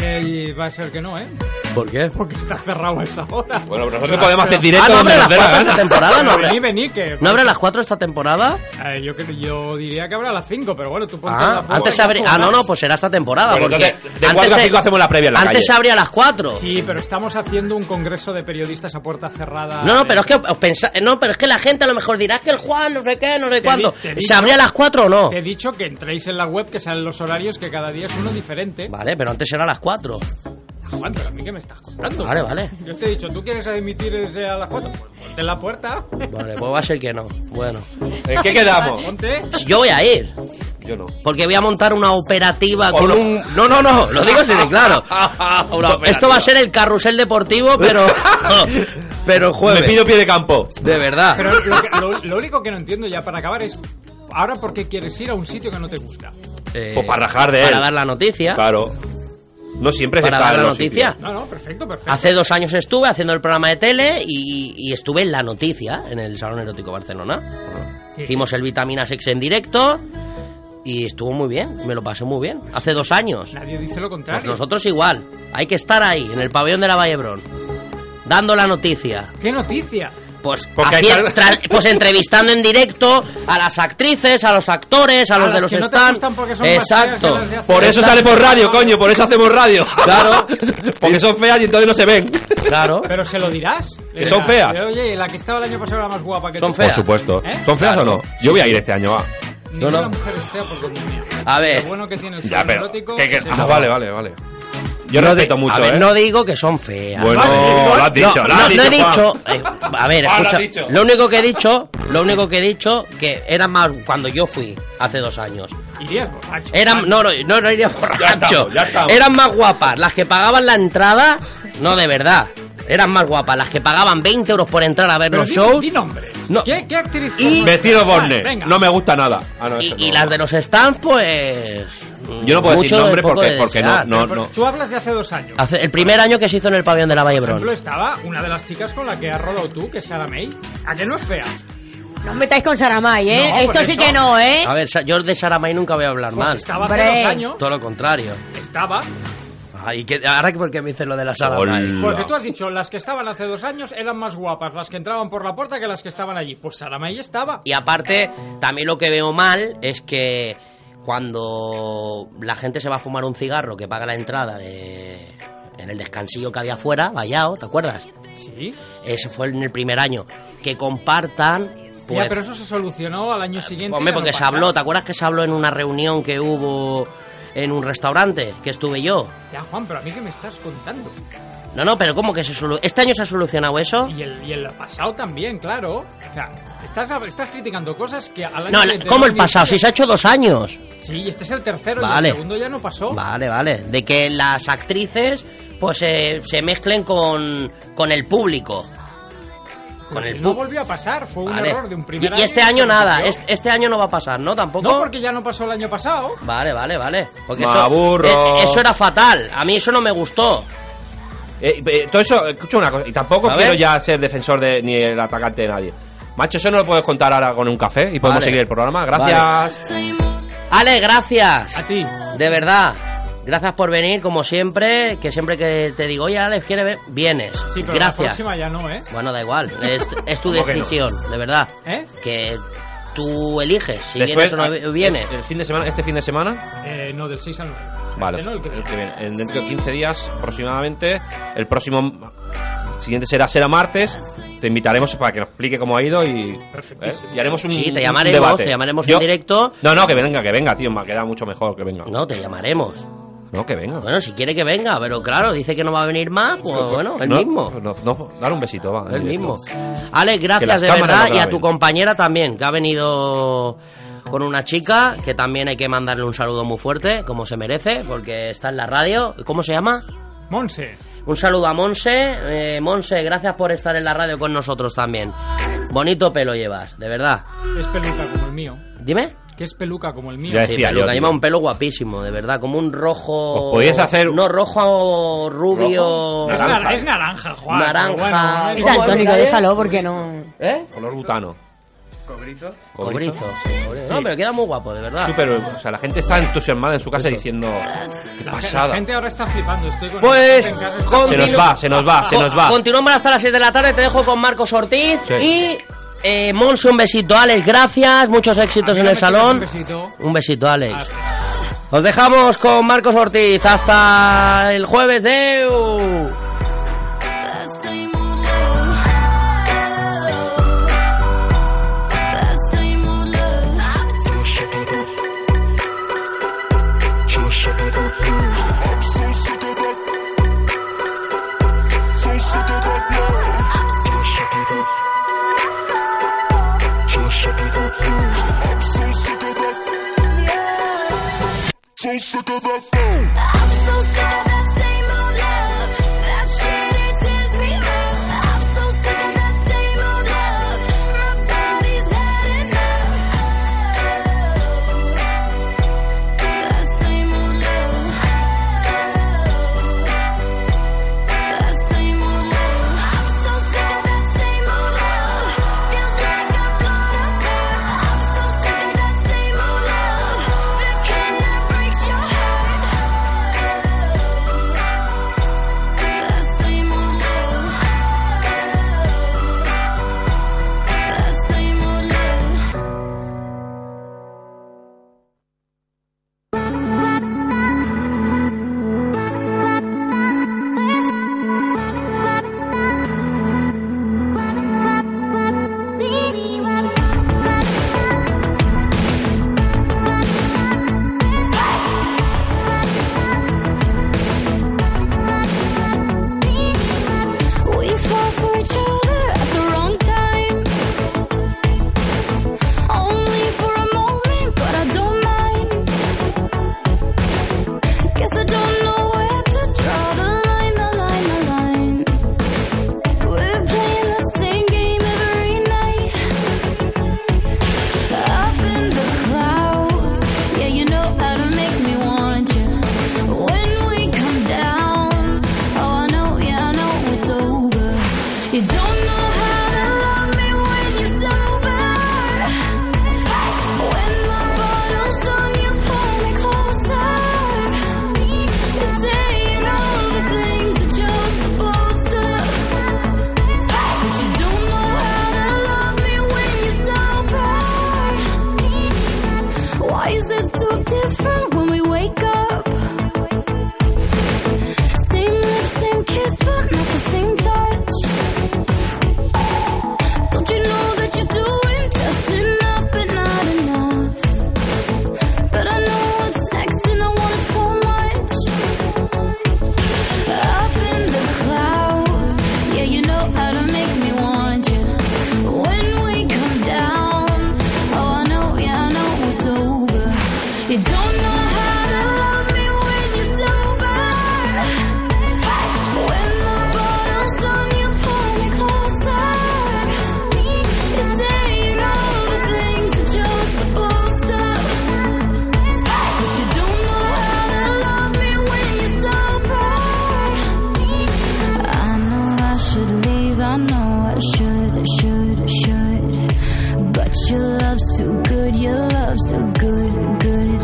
Eh, va a ser que no, ¿eh? ¿Por qué? Porque está cerrado a esa hora. Bueno, pero nosotros podemos hacer directo Ah, no donde abre nos las dé la 4 gana. esta temporada, no Vení, abre. vení, que... ¿No abre las 4 esta temporada? Eh, yo, creo- yo diría que habrá a las 5, pero bueno, tú ponte en Ah, la puerta antes y se abre. ya Ah, no, no, jugarás. pues será esta temporada. Bueno, porque entonces, de cuatro a se- cinco hacemos la previa en la Antes calle. se abría a las 4. Sí, pero estamos haciendo un congreso de periodistas a puerta cerrada. No, no, pero Eh, es que os pensa- no, pero es que la gente a lo mejor dirá "Es que el Juan no sé qué, no sé di- cuánto. te ¿Se digo- abría a las 4 o no? Te he dicho que entréis en la web, que salen los horarios, que cada día es uno diferente. Vale, pero antes era a las 4. Juan, pero a mí que me estás contando. Vale, vale. Yo te he dicho, ¿tú quieres emitir desde a las 4? Pues ponte en la puerta. Vale, pues va a ser que no. Bueno, ¿En qué quedamos? Ponte. yo voy a ir. Yo no. Porque voy a montar una operativa O con no. un... No, no, no, lo digo así de claro. Una operativa. Esto va a ser el carrusel deportivo, pero... pero el Me jueves. pido pie de campo. De verdad. Pero lo, que- lo- lo único que no entiendo ya para acabar es... Ahora, ¿por qué quieres ir a un sitio que no te gusta? Eh, Pues para rajar de él. Para dar la noticia. Claro. No siempre se Para está dar en la los noticia. sitios. No, no, perfecto, perfecto. Hace dos años estuve haciendo el programa de tele y, y estuve en La Noticia, en el Salón Erótico Barcelona. Hicimos el Vitamina Sex en directo y estuvo muy bien, me lo pasé muy bien. Hace dos años. Nadie dice lo contrario. Pues nosotros igual. Hay que estar ahí, en el pabellón de la Vallebrón, dando la noticia. ¿Qué noticia? Pues, Porque haci- hay tal- tra- pues entrevistando en directo a las actrices, a los actores, a los las de los que no te stands. gustan porque son más feas Exacto. que las de hace- Por eso sale por radio, coño, por eso hacemos radio. Claro. Porque son feas y entonces no se ven. Claro. Pero se lo dirás. Que son feas. Oye, la que estaba el año pasado era más guapa que Son tú. feas. Por supuesto. ¿Eh? ¿Son feas Claro. o no? Yo voy a ir este año, va. Ninguna No, no. mujer es fea por convenio. A ver. Lo bueno que tiene el Ya, salón pero. erótico que- que- es el- ah, vale, vale, vale. Yo respeto mucho, a ver, ¿eh? no digo que son feas. Bueno, Ah, lo has dicho, no, lo has no, no he dicho, dicho. Juan. eh, a ver, Juan, lo has escucha. dicho. Lo único que he dicho, lo único que he dicho, que era más cuando yo fui hace dos años. Irías borracho. Eran, no, no, no, no iría Ya borracho. estamos, ya estamos. Eran más guapas las que pagaban la entrada, no de verdad. Eran más guapas las que pagaban 20 euros por entrar a ver Pero los di- shows. di nombres. No. ¿Qué, qué actriz? Y- Vestido Vale, Borne. venga. No me gusta nada. Ah, no, Y, eso y no. las de los stands, pues. Yo no puedo decir mucho de nombre poco porque- de porque no- desear. no- Pero Tú hablas de hace dos años. Hace- el primer año que se hizo en el pabellón de la Valle Por Brón. ejemplo, estaba una de las chicas con la que has rodado tú, que es Sara May. ¿A que no es fea? No os metáis con Saramay, ¿eh? No, Esto por sí eso. que no, ¿eh? A ver, Sa- yo de Saramay nunca voy a hablar Pues mal. estaba hace Hombre. dos años. Todo lo contrario. Estaba. Ay, que, ahora que por Ah, qué me dices lo de la sala. Hola. May? Porque tú has dicho, las que estaban hace dos años eran más guapas las que entraban por la puerta que las que estaban allí. Pues Sara May estaba. Y aparte, también lo que veo mal es que cuando la gente se va a fumar un cigarro que paga la entrada de en el descansillo que había afuera, vallao, ¿te acuerdas? Sí. Ese fue en el primer año. Que compartan, pues... eh, Ya, pero eso se solucionó al año siguiente. Hombre, ya no porque se pasa. habló, ¿te acuerdas que se habló en una reunión que hubo en un restaurante que estuve yo? Ya, Juan, pero a mí que me estás contando. No, no, pero ¿cómo que se solu- ¿Este año se ha solucionado eso? Y el, y el pasado también, claro. O sea, estás, estás criticando cosas que al año No, siguiente no ¿cómo el pasado? Si dijiste. se ha hecho dos años. Sí, y este es el tercero y Vale. el segundo ya no pasó. Vale, vale. De que las actrices pues eh, se mezclen con, con el público. Con Porque el no pu- volvió a pasar, fue un Vale. error de un primer y, año. y este se año nada, corrigió. est- este, año no va a pasar, ¿no? Tampoco. No, porque ya no pasó el año pasado. Vale, vale, vale. Porque Me eso, aburro. eh, eso era fatal. A mí eso no me gustó. Eh, eh, todo eso, escucha una cosa, y tampoco A quiero ver. ya ser defensor de, ni el atacante de nadie. Macho, eso no lo puedes contar ahora con un café y podemos Vale. seguir el programa. Gracias. Ale, gracias. A ti. De verdad. Gracias por venir, como siempre, que siempre que te digo, oye, Alex, ¿quieres ver? Vienes. Sí, pero la Gracias. próxima ya no, ¿eh? Bueno, da igual, es, es tu ¿Cómo que no? decisión, de verdad. ¿Eh? Que tú eliges si Después, vienes o no vi- vienes. el- el fin de semana, este fin de semana, Eh, no, del 6 al 9. Vale, Este no, el que- el que viene. En- dentro de 15 días aproximadamente. El próximo. el siguiente será será martes. Te invitaremos para que nos explique cómo ha ido y. ¿eh? Perfectísimo. Y haremos un. ¿Eh? Sí, te un- un llamaremos, debate. te llamaremos Yo- en directo. No, no, que venga, que venga, tío. Me queda mucho mejor que venga. No, te llamaremos. No, que venga. Bueno, si quiere que venga, pero claro, dice que no va a venir más, pues bueno, el No, mismo. No, no, dar un besito, va. en El directo. mismo. Alex, Que gracias las de cámaras verdad lo y a graben. tu compañera también, que ha venido con una chica, que también hay que mandarle un saludo muy fuerte, como se merece, porque está en la radio. ¿Cómo se llama? Monse. Un saludo a Monse. Eh, Monse, gracias por estar en la radio con nosotros también. Bonito pelo llevas, de verdad. Es peluca como el mío. Dime. Que es peluca como el mío. Sí, peluca, lleva un pelo guapísimo, de verdad, como un rojo... Os podíais hacer- No, rojo, rubio... Rojo, este, Es, naranja. nar- es naranja, Juan. Naranja. pero bueno, Y ¿cómo tal, tónico, era, eh? déjalo, porque no. ¿Eh? Color butano. ¿Cobrizo? Cobrizo. Sí. No, pero queda muy guapo, de verdad. Súper, o sea, la gente está entusiasmada en su casa diciendo. ¡Qué La, pasada! la gente ahora está flipando. Estoy con Pues, en casa está- continu- Se nos va, se nos va, se nos va. Continuamos hasta las 6 de la tarde. Te dejo con Marcos Ortiz Sí. y eh, Monse. Un besito, Alex. Gracias. Muchos A éxitos mí en no el me quieres salón. Un besito. Un besito, Alex. Os dejamos con Marcos Ortiz. Hasta el jueves de. So sick of that phone. I'm so sick of that same old love. That shit, it tears me up. I'm so sick of that same old love. My body's had enough. Oh, that same old love. Oh, that same old love. I'm so sick of that same old love. Feels like I'm blown apart. I'm so sick of that same old love. That cannot breaks your heart. Oh,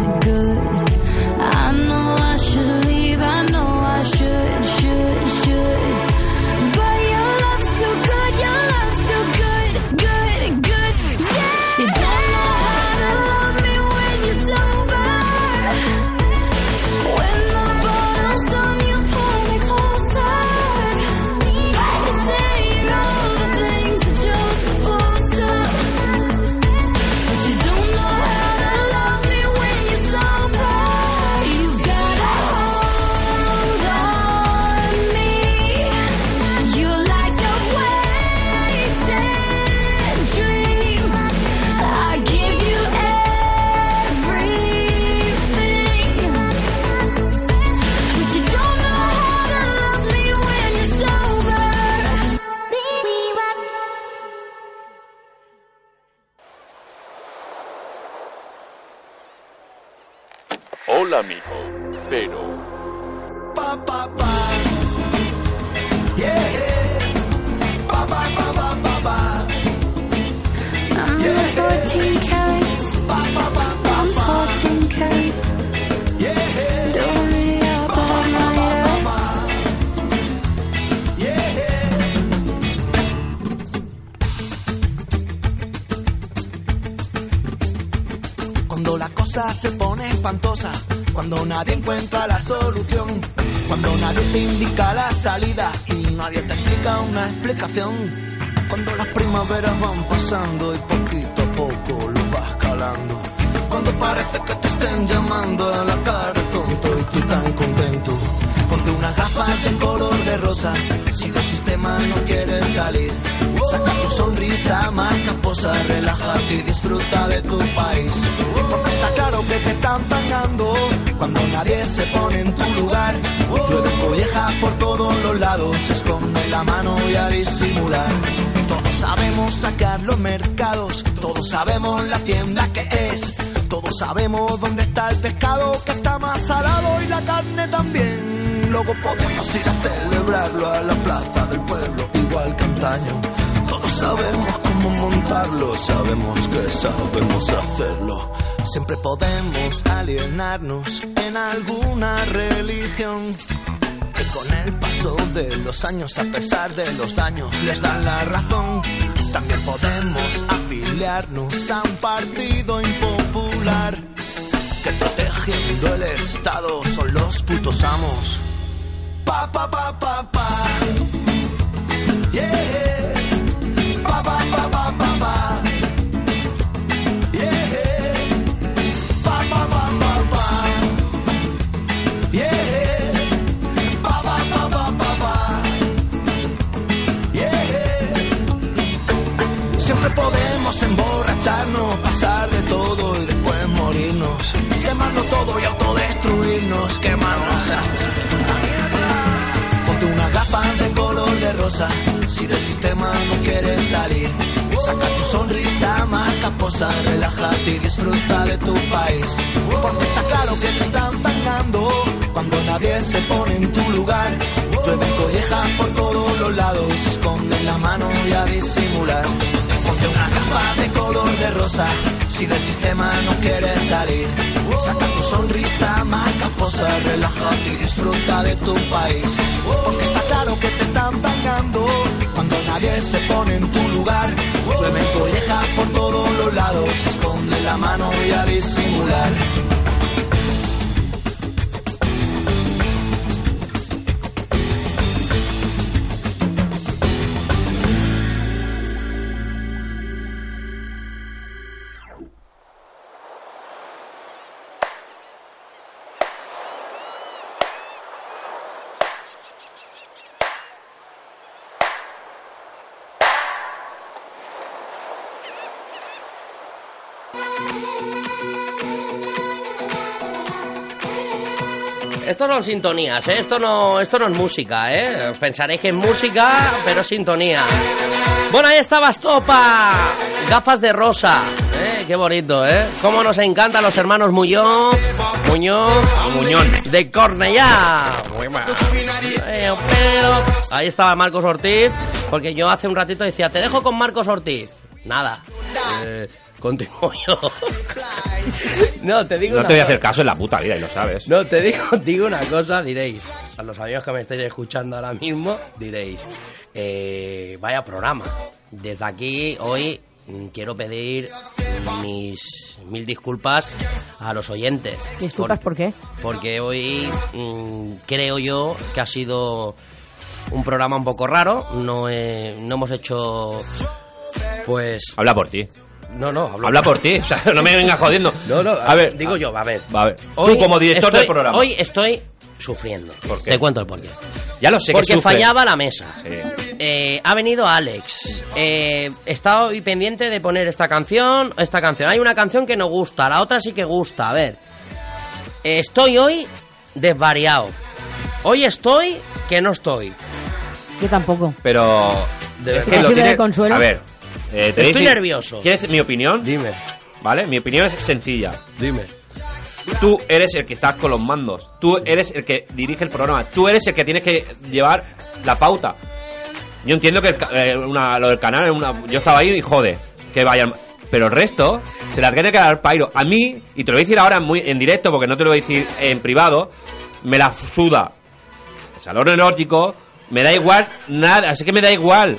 Oh, ah. Hola amigo, pero Pa, pa, pa. Yeah, yeah. Pa, pa, pa, pa, pa, pa. I'm yeah, 14 carats. Pa, pa, pa, pa, I'm 14 carats. Yeah, yeah. Don't me up pa, pa, my pa, pa, pa, Yeah, Cuando la cosa se pone espantosa, cuando nadie encuentra la solución, cuando nadie te indica la salida y nadie te explica una explicación. Cuando las primaveras van pasando y poquito a poco lo vas calando. Cuando parece que te estén llamando a la cara tonto y tú tan contento. Ponte unas gafas de color de rosa si del sistema no quieres salir. Saca tu sonrisa más camposa, relájate y disfruta de tu país. Porque está claro que te están pagando cuando nadie se pone en tu lugar. Llueven collejas por todos los lados, esconde la mano y a disimular. Todos sabemos sacar los mercados, todos sabemos la tienda que es. Todos sabemos dónde está el pescado que está más salado y la carne también. Luego podemos ir a celebrarlo a la plaza del pueblo, igual que antaño. Todos sabemos cómo montarlo, sabemos que sabemos hacerlo. Siempre podemos alienarnos en alguna religión. Que con el paso de los años, a pesar de los daños, les dan la razón. También podemos afiliarnos a un partido impopular. Que protegiendo el Estado son los putos amos. Pa, pa, pa, pa, pa. Yeah, yeah. Pa, pa, pa, pa, pa, pa. Yeah, yeah. Pa, pa, pa, pa, pa. Yeah, yeah. Pa, pa, pa, pa, pa, pa. Yeah, yeah. Siempre podemos emborracharnos, pasar de todo y después morirnos. Quemarlo todo y autodestruirnos, quemarnos. Ponte una gafa de color de rosa, si del sistema no quieres salir. Saca tu sonrisa, marca posa, relájate y disfruta de tu país. Porque está claro que te están pagando cuando nadie se pone en tu lugar. Llueven collejas por todos los lados, esconden la mano y a disimular. Ponte una capa de color de rosa, si del sistema no quieres salir. Saca tu sonrisa, marca posa, relájate y disfruta de tu país. Porque está claro que te están pagando cuando nadie se pone en tu lugar. Llueven collejas por todos los lados, esconde la mano y a disimular. Esto son sintonías, ¿eh? Esto no, esto no es música, ¿eh? Os pensaréis que es música, pero es sintonía. Bueno, ahí estaba Estopa. Gafas de rosa. ¿eh? Qué bonito, ¿eh? Cómo nos encantan los hermanos Muñoz. Muñoz. Muñón. De Cornellá. Muy mal. Eh, pero- Ahí estaba Marcos Ortiz. Porque yo hace un ratito decía, te dejo con Marcos Ortiz. Nada. Eh, continúo yo. no, te digo No una te voy a cosa. hacer caso en la puta vida y lo sabes. No, te digo, digo una cosa, diréis, a los amigos que me estáis escuchando ahora mismo, diréis, eh, vaya programa. Desde aquí, hoy, mm, quiero pedir mis mil disculpas a los oyentes. Disculpas, ¿por qué? Porque hoy mm, creo yo que ha sido un programa un poco raro. No, he- no hemos hecho, pues... Habla por ti. No, no, hablo- Habla por ti. O sea, no me vengas jodiendo. No, no, a ver. digo yo, a ver. A ver. Hoy Tú como director estoy- del programa. Hoy estoy sufriendo. ¿Por qué? Te cuento el porqué. Ya lo sé que Porque sufres. fallaba la mesa. Sí. Eh, ha venido Alex. Eh, está hoy pendiente de poner esta canción, esta canción. Hay una canción que no gusta, la otra sí que gusta. A ver. Eh, Estoy hoy desvariado. Hoy estoy que no estoy. Yo tampoco. Pero. verdad. es ¿Te que lo sirve de tiene- consuelo? A ver. eh, te voy a Estoy decir- nervioso. ¿Quieres mi opinión? Dime. Vale, mi opinión es sencilla. Dime. Tú eres el que estás con los mandos. Tú eres el que dirige el programa. Tú eres el que tienes que llevar la pauta. Yo entiendo que el ca- eh, una- lo del canal es una. Yo estaba ahí y jode, que vayan. Pero el resto se la tiene que dar Pairo. A mí, y te lo voy a decir ahora muy en directo porque no te lo voy a decir en privado, me la suda. El salón erótico, me da igual nada, así que me da igual.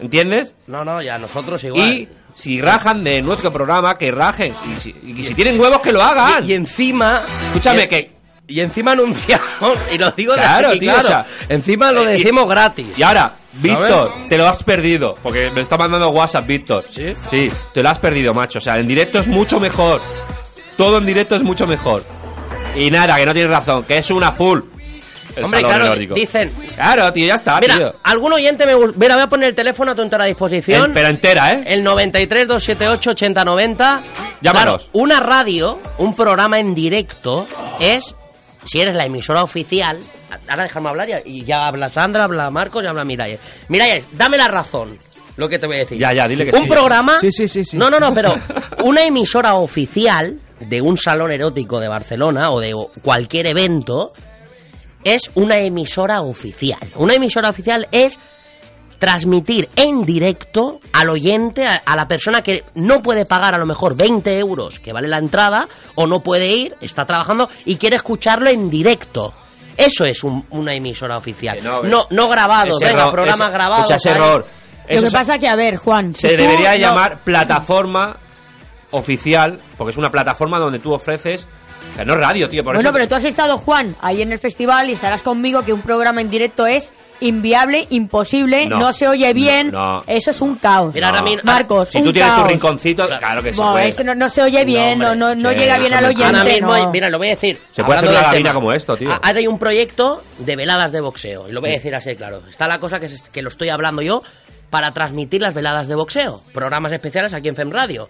¿Entiendes? No, no, ya nosotros igual. Y si rajan de nuestro programa, que rajen. Y si, y si tienen huevos, que lo hagan. Y, encima. Escúchame, y- que. Y encima anunciamos, y lo digo de Claro, aquí, tío, claro. o sea, encima lo eh, y- decimos gratis. Y ahora, Víctor, ¿Sabes? te lo has perdido. Porque me está mandando WhatsApp, Víctor. ¿Sí? Sí, te lo has perdido, macho. O sea, en directo es mucho mejor. Todo en directo es mucho mejor. Y nada, que no tienes razón, que es una full. El Hombre, salón claro, erótico. dicen- Claro, tío, ya está, Mira, tío. algún oyente me gusta. Mira, voy a poner el teléfono a tu entera disposición. En- pero entera, ¿eh? El 93 278 8090. Llámanos. Claro, una radio, un programa en directo, es. Si eres la emisora oficial. Ahora déjame hablar ya, y ya habla Sandra, habla Marcos y habla Miralles. Miralles, dame la razón. Lo que te voy a decir. Ya, ya, dile que Un sí. programa. Sí, sí, sí, sí. No, no, no, pero una emisora oficial de un salón erótico de Barcelona o de cualquier evento es una emisora oficial. Una emisora oficial es transmitir en directo al oyente, a, a la persona que no puede pagar a lo mejor 20 euros que vale la entrada o no puede ir, está trabajando y quiere escucharlo en directo. Eso es un- una emisora oficial. No, no, grabado, Ese venga, error, programas ese- grabados. escucha, ese tal. error. Lo Eso que se- pasa que, a ver, Juan. Se si tú debería no- llamar plataforma oficial, porque es una plataforma donde tú ofreces. Que no es radio, tío, por bueno, eso. pero tú has estado, Juan, ahí en el festival y estarás conmigo que un programa en directo es inviable, imposible, No. no, se oye bien. no. Eso es un caos. Mira, ahora mismo- Marcos, si un tú tienes tu caos. rinconcito, claro que se Bueno, puede. eso no, no se oye bien, no, no, no sí, llega eso bien me al oyente. encanta. Ahora mismo, no. mira, lo voy a decir. Se puede hacer hablando una del gavina tema. como esto, tío. Ah, Ahora hay un proyecto de veladas de boxeo, y lo voy a decir así de claro. Está la cosa que, se- que lo estoy hablando yo para transmitir las veladas de boxeo, programas especiales aquí en FEM Radio.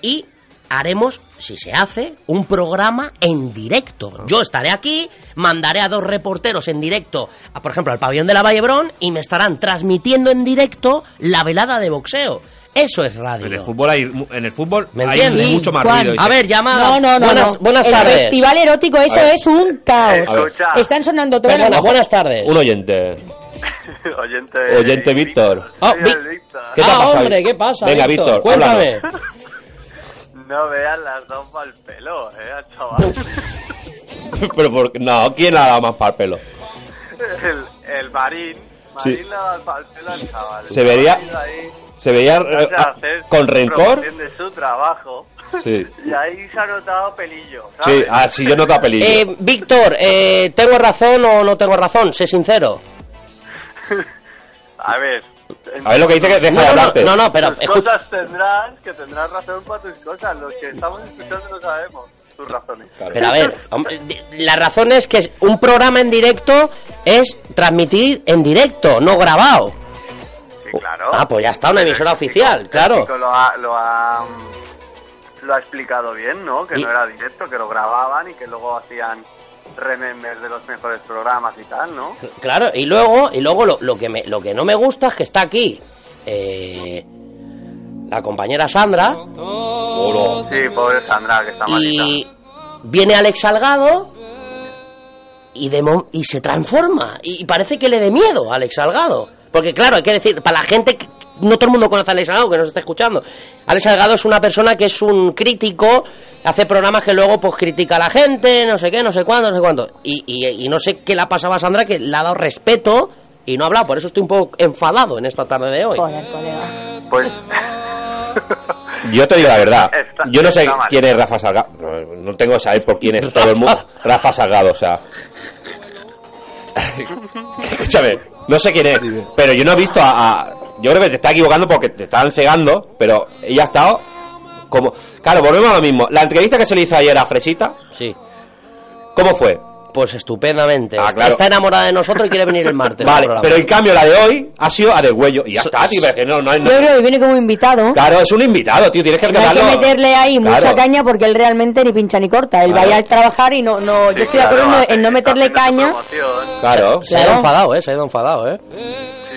Y haremos, si se hace, un programa en Ah. directo. Yo estaré aquí, mandaré a dos reporteros en directo, a, por ejemplo, al pabellón de la Vallebrón, y me estarán transmitiendo en directo la velada de boxeo. Eso es radio. En el fútbol hay, en el fútbol ¿Me hay entiendes? Sí, mucho más Juan. ruido. y A se- ver, No, llamada. no, no. Buenas- no. buenas el tardes. festival erótico, eso A ver. es un caos. A ver. Están sonando todas las Perdona, cosas. tardes. Un oyente. Oyente. Oyente Víctor. Ah, Sí, el Víctor. ¿Qué te ha Ah, pasado? hombre, ¿qué pasa, Venga, Víctor? Víctor, Cuéntame. háblanos. No veas las dos mal pelo, eh, al chaval. Pero por- no, ¿quién la ha dado más para el pelo? el, el Marín. Sí. Marín le ha dado al pelo al chaval. Se vería- Ha ido ahí, Se veía no eh, sé, ah, hacer con rencor. promoción de su trabajo. Sí. Y ahí se ha notado pelillo. ¿sabes? Sí, ah, sí, yo no da peligro. Eh, Víctor, eh, ¿tengo razón o no tengo razón? Sé sincero. A ver. A ver lo que dice que deja No, de no, no, hablarte. no, no, pero Tus escucha. cosas tendrás, que tendrás razón para tus cosas. Los que estamos escuchando lo sabemos, tus razones. Pero a ver, hombre, di- la razón es que un programa en directo es transmitir en directo, no grabado. Sí, claro. Ah, pues ya está, una emisora oficial, claro. El chico Lo ha, lo, ha, mm, lo ha explicado bien, ¿no? Que Y- no era directo, que lo grababan y que luego hacían remembers de los mejores programas y tal, ¿no? Claro, y luego, y luego lo, lo que me, lo que no me gusta es que está aquí eh, la compañera Sandra Sí, pobre Sandra, que está malita. y viene Alex Salgado y, de mo- y se transforma. Y parece que le dé miedo a Alex Salgado. Porque claro, hay que decir, para la gente, que- no todo el mundo conoce a Alex Salgado que nos está escuchando. Alex Salgado es una persona que es un crítico, hace programas que luego pues critica a la gente, no sé qué, no sé cuándo, no sé cuándo. Y, y- y no sé qué le ha pasado a Sandra que le ha dado respeto y no ha hablado. Por eso estoy un poco enfadado en esta tarde de hoy. Pues Yo te digo la verdad. Está- Yo no sé está mal. quién es Rafa Salgado. No, no tengo que saber por quién es todo el mundo. Rafa Salgado, o sea. Escúchame, no sé quién es. Pero yo no he visto a, a- Yo creo que te está equivocando porque te están cegando. Pero ella ha estado como. Claro, volvemos a lo mismo. La entrevista que se le hizo ayer a Fresita. Sí. ¿Cómo fue? Pues estupendamente. Ah, claro. Está enamorada de nosotros y quiere venir el martes. al Vale, programa. pero en cambio la de hoy ha sido a de huello. Y ya está, tío, pero es que no, no, hay- no- Yo creo que viene como invitado. Claro, es un invitado, tío, tienes que No hay que regalarlo. meterle ahí mucha Claro. caña porque él realmente ni pincha ni corta. Él Claro. vaya a trabajar y no. no yo estoy de acuerdo en no- en no meterle caña. Claro. Se ha ido enfadado, ¿eh? Se ha ido enfadado, ¿eh?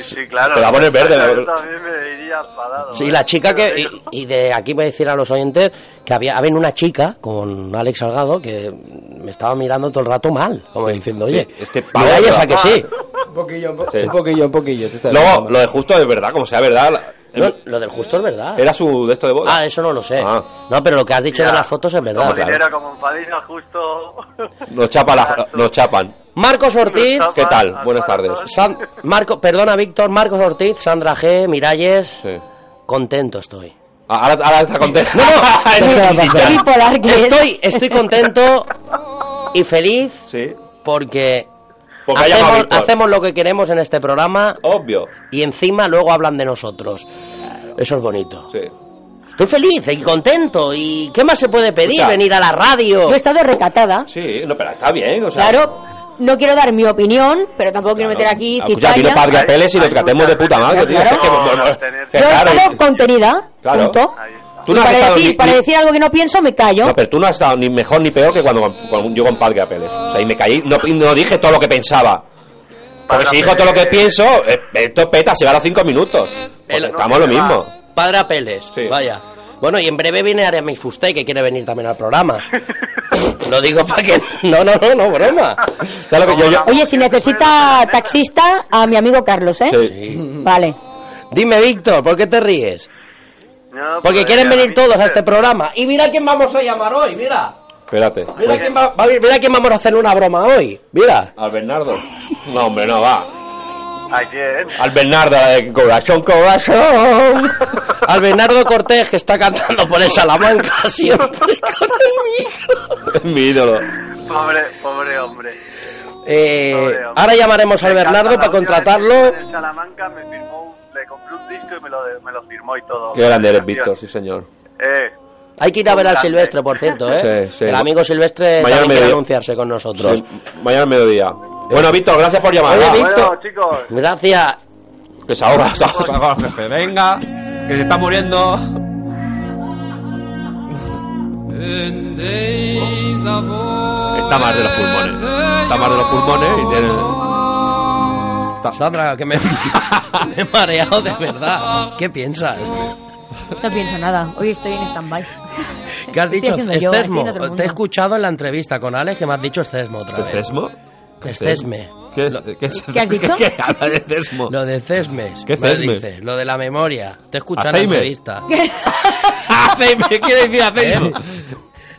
Sí, sí, claro. Te la pones verde, la- Yo también me iría enfadado. ¿eh? Sí, la chica que. Y, y de aquí voy a decir a los oyentes que había, había una chica con Alex Salgado que me estaba mirando todo el rato mal, como diciendo, oye, sí, este pavo mira, ella trabaja. a que sí. Un poquillo, un, po- Sí. un poquillo, un poquillo. te está Luego, viendo. lo de justo es verdad, como sea verdad. la- No, lo del justo es verdad. Era su de esto de boda. Ah, eso no lo sé. No, pero lo que has dicho Ya. de las fotos es verdad. Como dinero, Como enfadilla justo. Nos, chapa la- nos chapan. Marcos Ortiz. ¿Qué tal? Buenas tardes. San- Marco, perdona, Víctor. Marcos Ortiz, Sandra G, Miralles. Contento estoy. Ah, Ahora, ahora está contento. No, no, se va a pasar. estoy- Qué bipolar que es. estoy, estoy contento y feliz porque, Porque ha llamado hacemos, Víctor. hacemos lo que queremos en este programa. Obvio. Y encima luego hablan de nosotros. Eso es bonito. Estoy feliz y contento. ¿Y qué más se puede pedir? Escucha. Venir a la radio. Yo he estado recatada. Sí, no, pero está bien, o sea. Claro, no quiero dar mi opinión, pero tampoco quiero meter aquí Ah, Escucha, aquí no cizaña. para papeles y lo tratemos de puta madre, tío. Es que, no, no, que Yo he claro, estado contenida, Claro. punto. Tú Y no has para, estado decir, ni- para ni- decir algo que no pienso, me callo. No, pero tú no has estado ni mejor ni peor que cuando con- con- yo con Padre Apeles. O sea, y me caí, no, y no dije todo lo que pensaba. Porque si dijo todo lo que pienso, eh, esto peta, se va a los cinco minutos. Pues estamos lo mismo. Padre Apeles, vaya. Bueno, y en breve viene Aramis Fusté, que quiere venir también al programa. lo digo para que... No, no, no, no, broma. ¿Sabes lo que yo- yo- Oye, si necesita taxista, a mi amigo Carlos, ¿eh? Vale. Dime, Víctor, ¿por qué te ríes? Porque pues, quieren ya, venir todos a este programa. Y mira quién vamos a llamar hoy, mira. Espérate. Mira quién, va- va- mira quién vamos a hacer una broma hoy. Mira. Al Bernardo. No, hombre, no va. ¿A quién? Al Bernardo, de eh, corazón, corazón. Al Bernardo Cortés, que está cantando por el Salamanca siempre. con el Mi ídolo. Pobre, pobre hombre. Eh, Pobre hombre. ahora llamaremos al Me encanta, la última Bernardo para vez que contratarlo. estuve En Salamanca me firmó, un- le compré un disco y me lo, me lo firmó y todo. Qué grande eres, Víctor, sí, señor. Eh, Hay que ir a ver al Grande. Silvestre, por cierto, ¿eh? Sí, sí. El amigo Silvestre Mañana también quiere mediodía. anunciarse con nosotros. Sí, mañana al mediodía. Bueno, Víctor, gracias por llamar. Oye, Va. Víctor. chicos. Gracias. Que se ahoga, se ahoga, se ahoga, jefe. Venga, que se está muriendo. Está mal de los pulmones. Está mal de los pulmones y tiene... Sandra, que me... me he mareado de verdad. ¿Qué piensas? No pienso nada. Hoy estoy en stand-by. ¿Qué has Estoy dicho? haciendo yoga, estoy Escesmo. en otro Te he mundo. escuchado en la entrevista con Alex que me has dicho escesmo otra vez. ¿Cesmo? Escesme. ¿Qué, es, ¿Qué es- ¿Qué has dicho? ¿Qué habla de Cesmo? Lo de Cesmes. ¿Qué me Cesmes? dices, Lo de la memoria. Te he escuchado en Aceime. la entrevista. ¿Qué quieres decir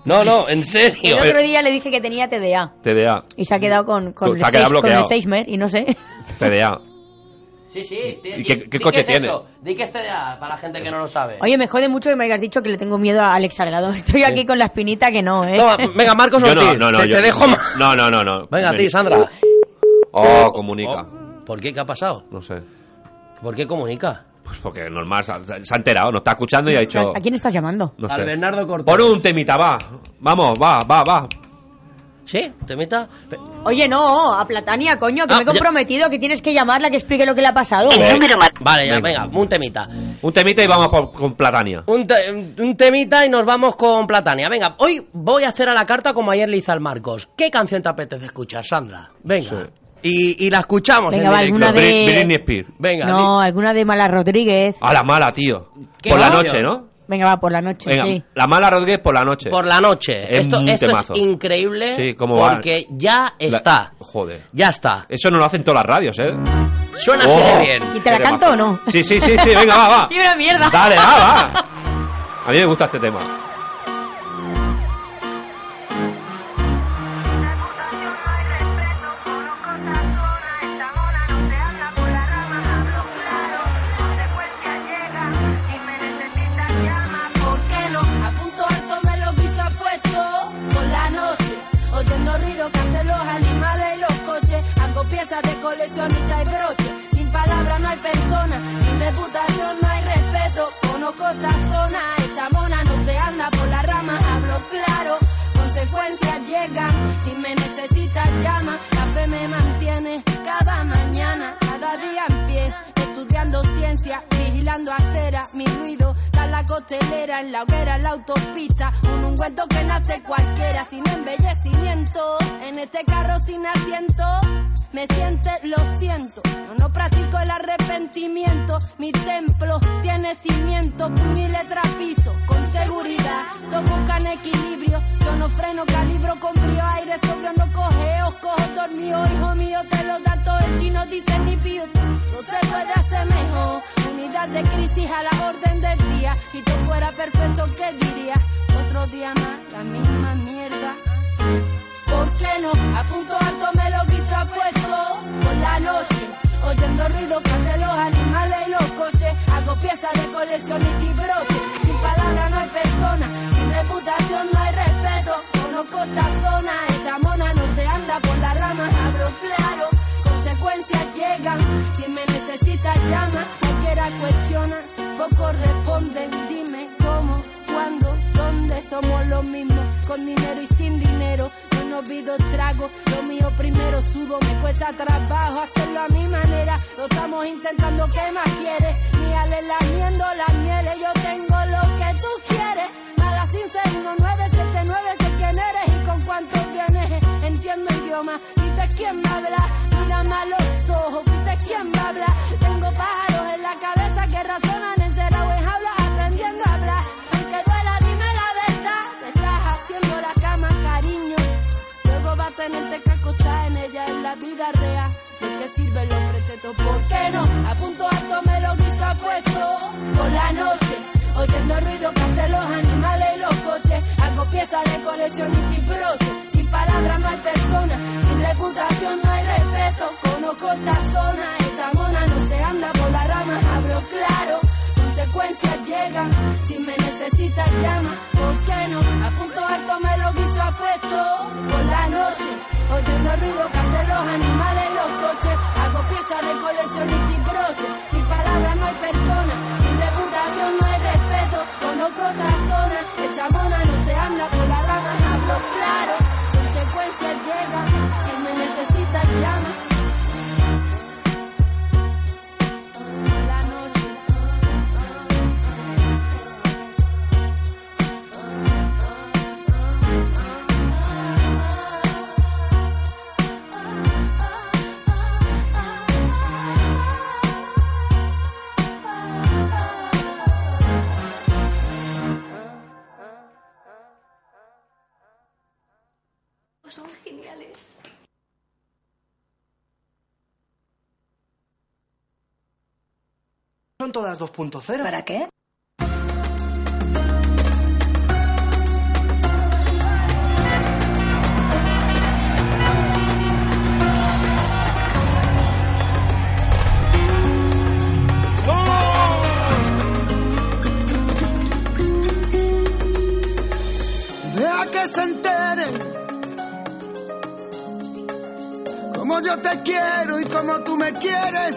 No, no, en serio. El otro día le dije que tenía TDA TDA. y se ha quedado con, con, eh, Mm. Tú, el, se ha quedado seis- con bloqueado. el Seismer y no sé. TDA. Sí, sí. di- ¿Y qué- di- qué di coche que es tiene? eso, Di que es TDA para la gente que no lo sabe. Oye, me jode mucho que me hayas dicho que le tengo miedo a Alex Salgado. Estoy aquí con la espinita que no, ¿eh? Toma, venga, Marcos Yo no, Ortiz. no, no. te, yo- te dejo más. No, no, no, no. Venga, a ti, Ven. Sandra. Oh, comunica. ¿Por qué? ¿Qué ha pasado? No sé. ¿Por qué comunica? Pues porque normal, se ha- se ha enterado, nos está escuchando y ha dicho... ¿A quién estás llamando? No Al sé. Bernardo Cortés. Pon un temita, va. Vamos, va, va, va. ¿Sí? ¿Te meta? Pe- Oye, no, a Platania, coño, Ah, que me he comprometido, que tienes que llamarla, que explique lo que le ha pasado. Vale, ya, venga, un temita. Un temita y vamos por- con Platania. Un, te- un temita y nos vamos con Platania. Venga, hoy voy a hacer a la carta como ayer le hice al Marcos. ¿Qué canción te apetece escuchar, Sandra? Venga. Y, y la escuchamos Venga, en va, directo. alguna de- Bri- Britney Spears. Venga. No, alguna de Mala Rodríguez. A la mala, tío. Por la noche, canción? ¿no? Venga, va, por la noche, Venga, sí. la mala Rodríguez por la noche. Por la noche. Es esto un esto temazo. es increíble Sí, cómo va. porque ya La- está. Joder. Ya está. Eso no lo hacen todas las radios, ¿eh? Suena así de Oh. bien. ¿Y te la Qué canto o no? Sí, sí, sí, sí, venga, va, va. Y una mierda. Dale, va, va. A mí me gusta este tema. ¿Por qué no? A punto alto me lo quise puesto por la noche, oyendo ruido que hacen los animales y los coches. Hago piezas de coleccionista y broche. Sin palabras no hay persona, sin reputación no hay respeto. Conozco esta zona, esta mona no se anda por la rama, hablo claro. Consecuencias llegan, si me necesitas llama, la fe me mantiene cada mañana, cada día en pie, estudiando ciencia, vigilando acera, mi ruido, da la costelera, en la hoguera, en la autopista, un ungüento que nace cualquiera, sin embellecimiento, en este carro sin asiento, me siente, lo siento, yo no practico el arrepentimiento, mi templo tiene cimiento, mi letra piso, con seguridad, todos buscan equilibrio, yo no freno, calibro con frío, aire sobrio, no cogeo, cojo dormido, hijo mío, te lo da todo el chino, dice ni pío, no se puede hacer mejor, unidad de crisis a la orden del día, y tú fuera perfecto, ¿qué diría? Otro día más, la misma mierda. ¿Por qué no? A punto alto me lo quise puesto por la noche. Oyendo ruido que hacen los animales y los coches. Hago piezas de colección y tibroche. Sin palabra no hay persona. Sin reputación no hay respeto. Conozco esta zona. Esta mona no se anda por las ramas. Abro claro. Consecuencias llegan. Si me necesitas llama. Cualquiera cuestiona. Poco responden. Dime cómo, cuándo, dónde somos los mismos. Con dinero y sin dinero. Yo no olvido trago, lo mío primero sudo, me cuesta trabajo hacerlo a mi manera. Lo estamos intentando, ¿qué más quieres? Mírale lamiendo las mieles, yo tengo lo que tú quieres. Mala 15979, sé quién eres y con cuánto vienes. Entiendo idioma, viste quién me habla, mírame a los ojos, viste quién me habla. Tengo pájaros en la cabeza que razonan encerrado en jaulas aprendiendo a hablar. Aunque duela, dime la verdad, te estás haciendo la cama, cariño. Luego va a tenerte que acostar en ella en la vida real. ¿De qué sirve el hombre teto? ¿Por qué no? A punto alto me lo quiso puesto por la noche. Oyendo el ruido que hacen los animales y los coches. Hago piezas de colección y chibroche. Sin palabras no hay persona. Sin reputación no hay respeto. Conozco esta zona. Esta mona no se anda por la rama. Hablo claro. Consecuencias llegan. Si me necesitas llama. ¿Por qué no? A punto alto me lo quiso puesto por la noche. Oyendo el ruido que hacen los animales y los coches. Hago piezas de colección y sin broche. Sin palabras no hay persona. Sin reputación no hay respeto. Conozco otra zona. Esta mona no se anda por la rama. Hablo claro. Consecuencias llegan. Si me necesitas, llama. Por la noche. Son geniales. Son todas 2.0. ¿Para qué? Deja que se enteren como yo te quiero y como tú me quieres.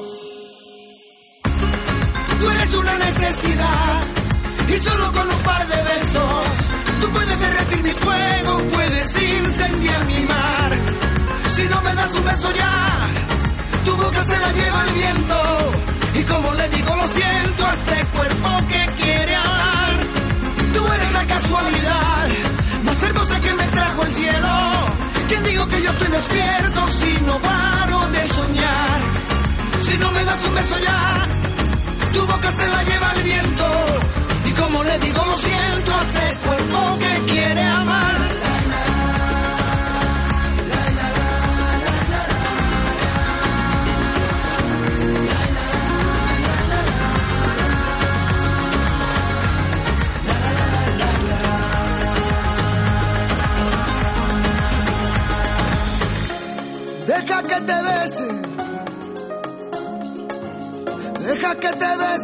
Tú eres una necesidad y solo con un par de besos. Tú puedes derretir mi fuego, puedes incendiar mi mar. Si no me das un beso ya, tu boca se la lleva el viento. Y como le digo, lo siento a este cuerpo que quiere hablar. Tú eres la casualidad más hermosa que me trajo el cielo. ¿Quién digo que yo estoy despierto si no paro de soñar? Si no me das un beso ya, tu boca se la lleva el viento. Y como le digo, lo siento a este cuerpo que quiere amar.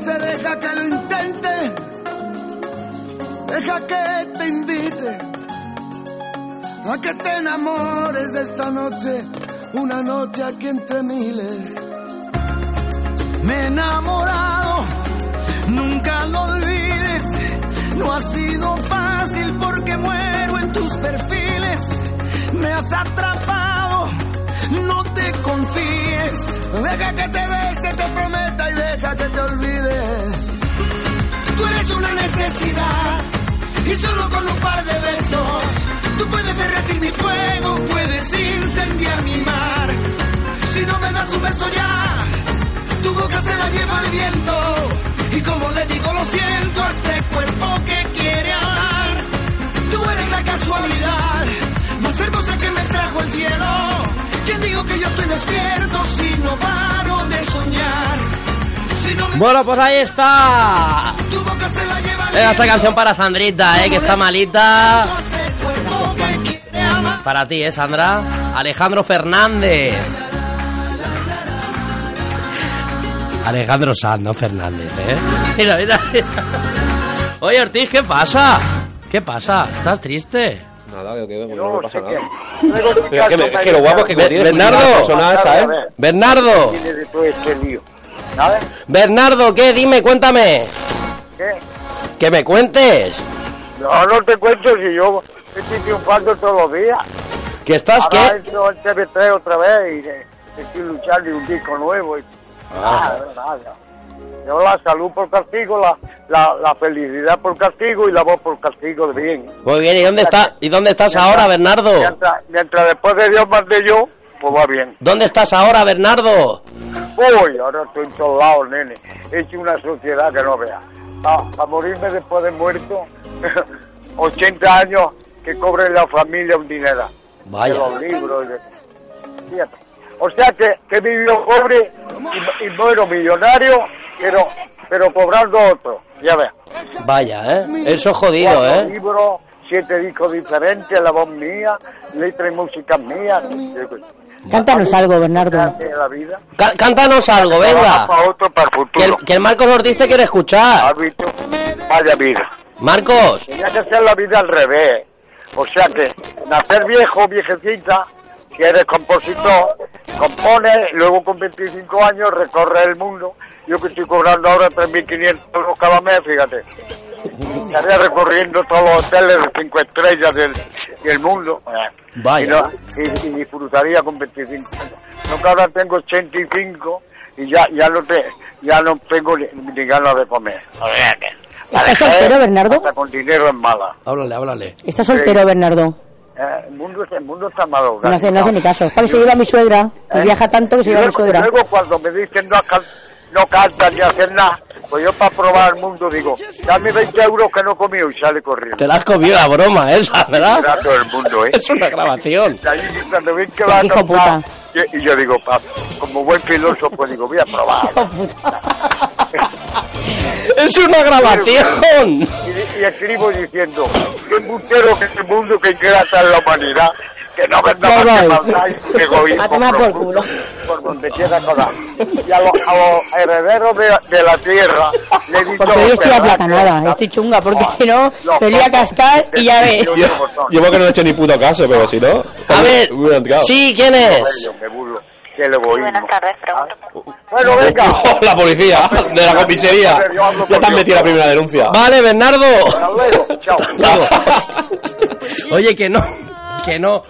se deja que lo intente, deja que te invite a que te enamores de esta noche, una noche aquí entre miles. Me he enamorado, nunca lo olvides, no ha sido fácil porque muero en tus perfiles, me has atrapado, no te confíes, deja que te bese, te prometa y deja que te olvide. Tú eres una necesidad y solo con un par de besos tú puedes derretir mi fuego, puedes incendiar mi mar. Si no me das un beso ya, tu boca se la lleva el viento y como le digo lo siento a este cuerpo que quiere hablar. Tú eres la casualidad más hermosa que me trajo el cielo. ¿Quién digo que yo estoy despierto si no paro de soñar? Si no me Bueno, pues ahí está. Venga, esta canción para Sandrita, eh, que está malita. Para ti, eh, Sandra. Alejandro Fernández. Alejandro Sando Fernández, eh. Mira, mira, mira. Oye, Ortiz, ¿qué pasa? ¿Qué pasa? ¿Estás triste? Nada, veo que veo, no, pasa nada. Mira, que me- es que lo guapo es que como tienes una Bernardo, persona esa, ¿eh? Bernardo. este ¿Sabes? Bernardo, ¿qué? Dime, cuéntame. ¿Qué? Que me cuentes. No, no te cuento si yo estoy triunfando todos los días. Que estás, Ahora ¿qué? entro al TV3 otra vez y eh, estoy luchando y un disco nuevo. Y... Ah. Nada, nada. Yo la salud por castigo, la, la, la felicidad por castigo y la voz por castigo de bien. Muy bien, ¿y dónde, está, ¿y dónde estás ahora, Bernardo? Mientras, mientras después de Dios mande yo, pues va bien. ¿Dónde estás ahora, Bernardo? Uy, ahora estoy en todos lados, nene. He hecho una sociedad que no vea. A, a morirme después de muerto, 80 años que cobre la familia un dinero. Vaya. De los libros. y de- Fíjate. O sea que, que he vivido pobre y, y muero millonario, pero, pero cobrando otro. Ya ves. Vaya, ¿eh? Eso es jodido, Cuatro ¿eh? libros, siete discos diferentes, la voz mía, letras y música mía. Cántanos algo, Bernardo. de la vida. Cá- Cántanos algo, venga. Para otro, para el Que el, futuro. que el Marcos Ortiz te quiere escuchar. Vaya vida. Marcos. Tenía que ser la vida al revés. O sea que nacer viejo, viejecita, si eres compositor, compone, luego con 25 años recorre el mundo. Yo que estoy cobrando ahora 3.500 euros cada mes, fíjate. Estaría recorriendo todos los hoteles de 5 estrellas del, del mundo. Vaya. Y, no- y- y disfrutaría con 25 años. No que ahora tengo 85 y ya, ya, no, te, ya no tengo ni, ni ganas de comer. A ver, la ¿Estás dejé soltero, Bernardo? hasta con dinero es mala. Háblale, háblale. ¿Estás soltero, Bernardo? Eh, el, mundo, el mundo está malo. No hace, no hace ni caso. Para que se lleva a mi suegra. Y viaja tanto que se Y lleva a mi luego, suegra. luego cuando me dicen no, can- no cantan ni hacen nada, pues yo para probar el mundo digo, dame 20 euros que no he comido y sale corriendo. Te la has comido la broma esa, ¿verdad? Era todo el mundo, ¿eh? Es una grabación. Y ahí cuando ven que va a Hijo cantar, y, y yo digo, pa, como buen filósofo, digo, voy a probar. ¡Es una grabación! Y, y escribo diciendo, qué embustero que es el mundo que trata en la humanidad, que no venda más que maldad y egoísmo A tomar por profundo. por donde quiera colar. Y a los, a los herederos de, de la tierra le he dicho... Porque yo estoy "Verdad, aplatanada, estoy chunga, porque si no, no, me voy a no, cascar y ya ves. Yo, yo creo que no he hecho ni puto caso, pero si no. A ver, sí, ¿quién es? Yo me burlo. Ah, Que le voy. Bueno, venga. la policía de la comisaría. Ya te han metido la primera denuncia. Vale, Bernardo. Chao. Oye, que no, que no,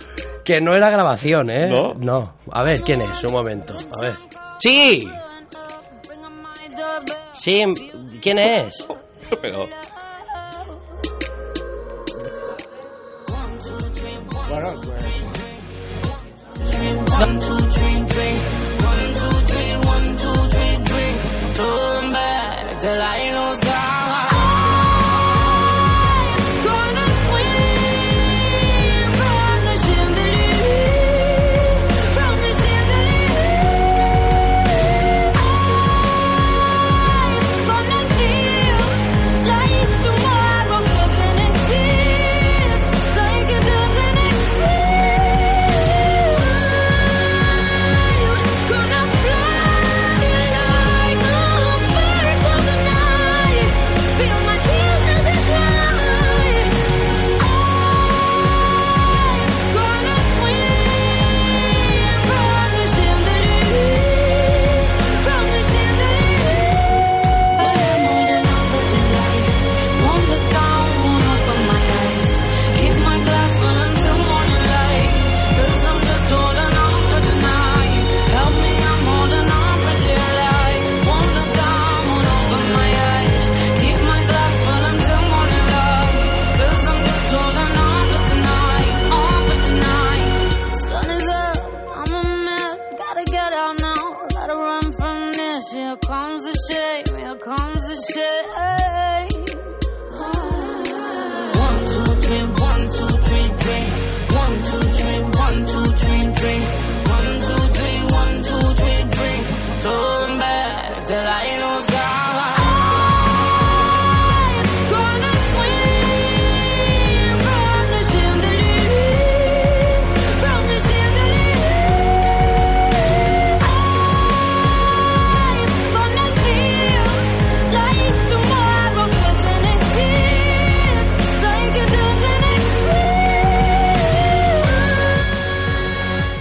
que no era grabación, ¿eh? No. No. A ver, ¿quién es? Un momento. A ver. Sí. Sí, ¿quién es? Like it doesn't exist.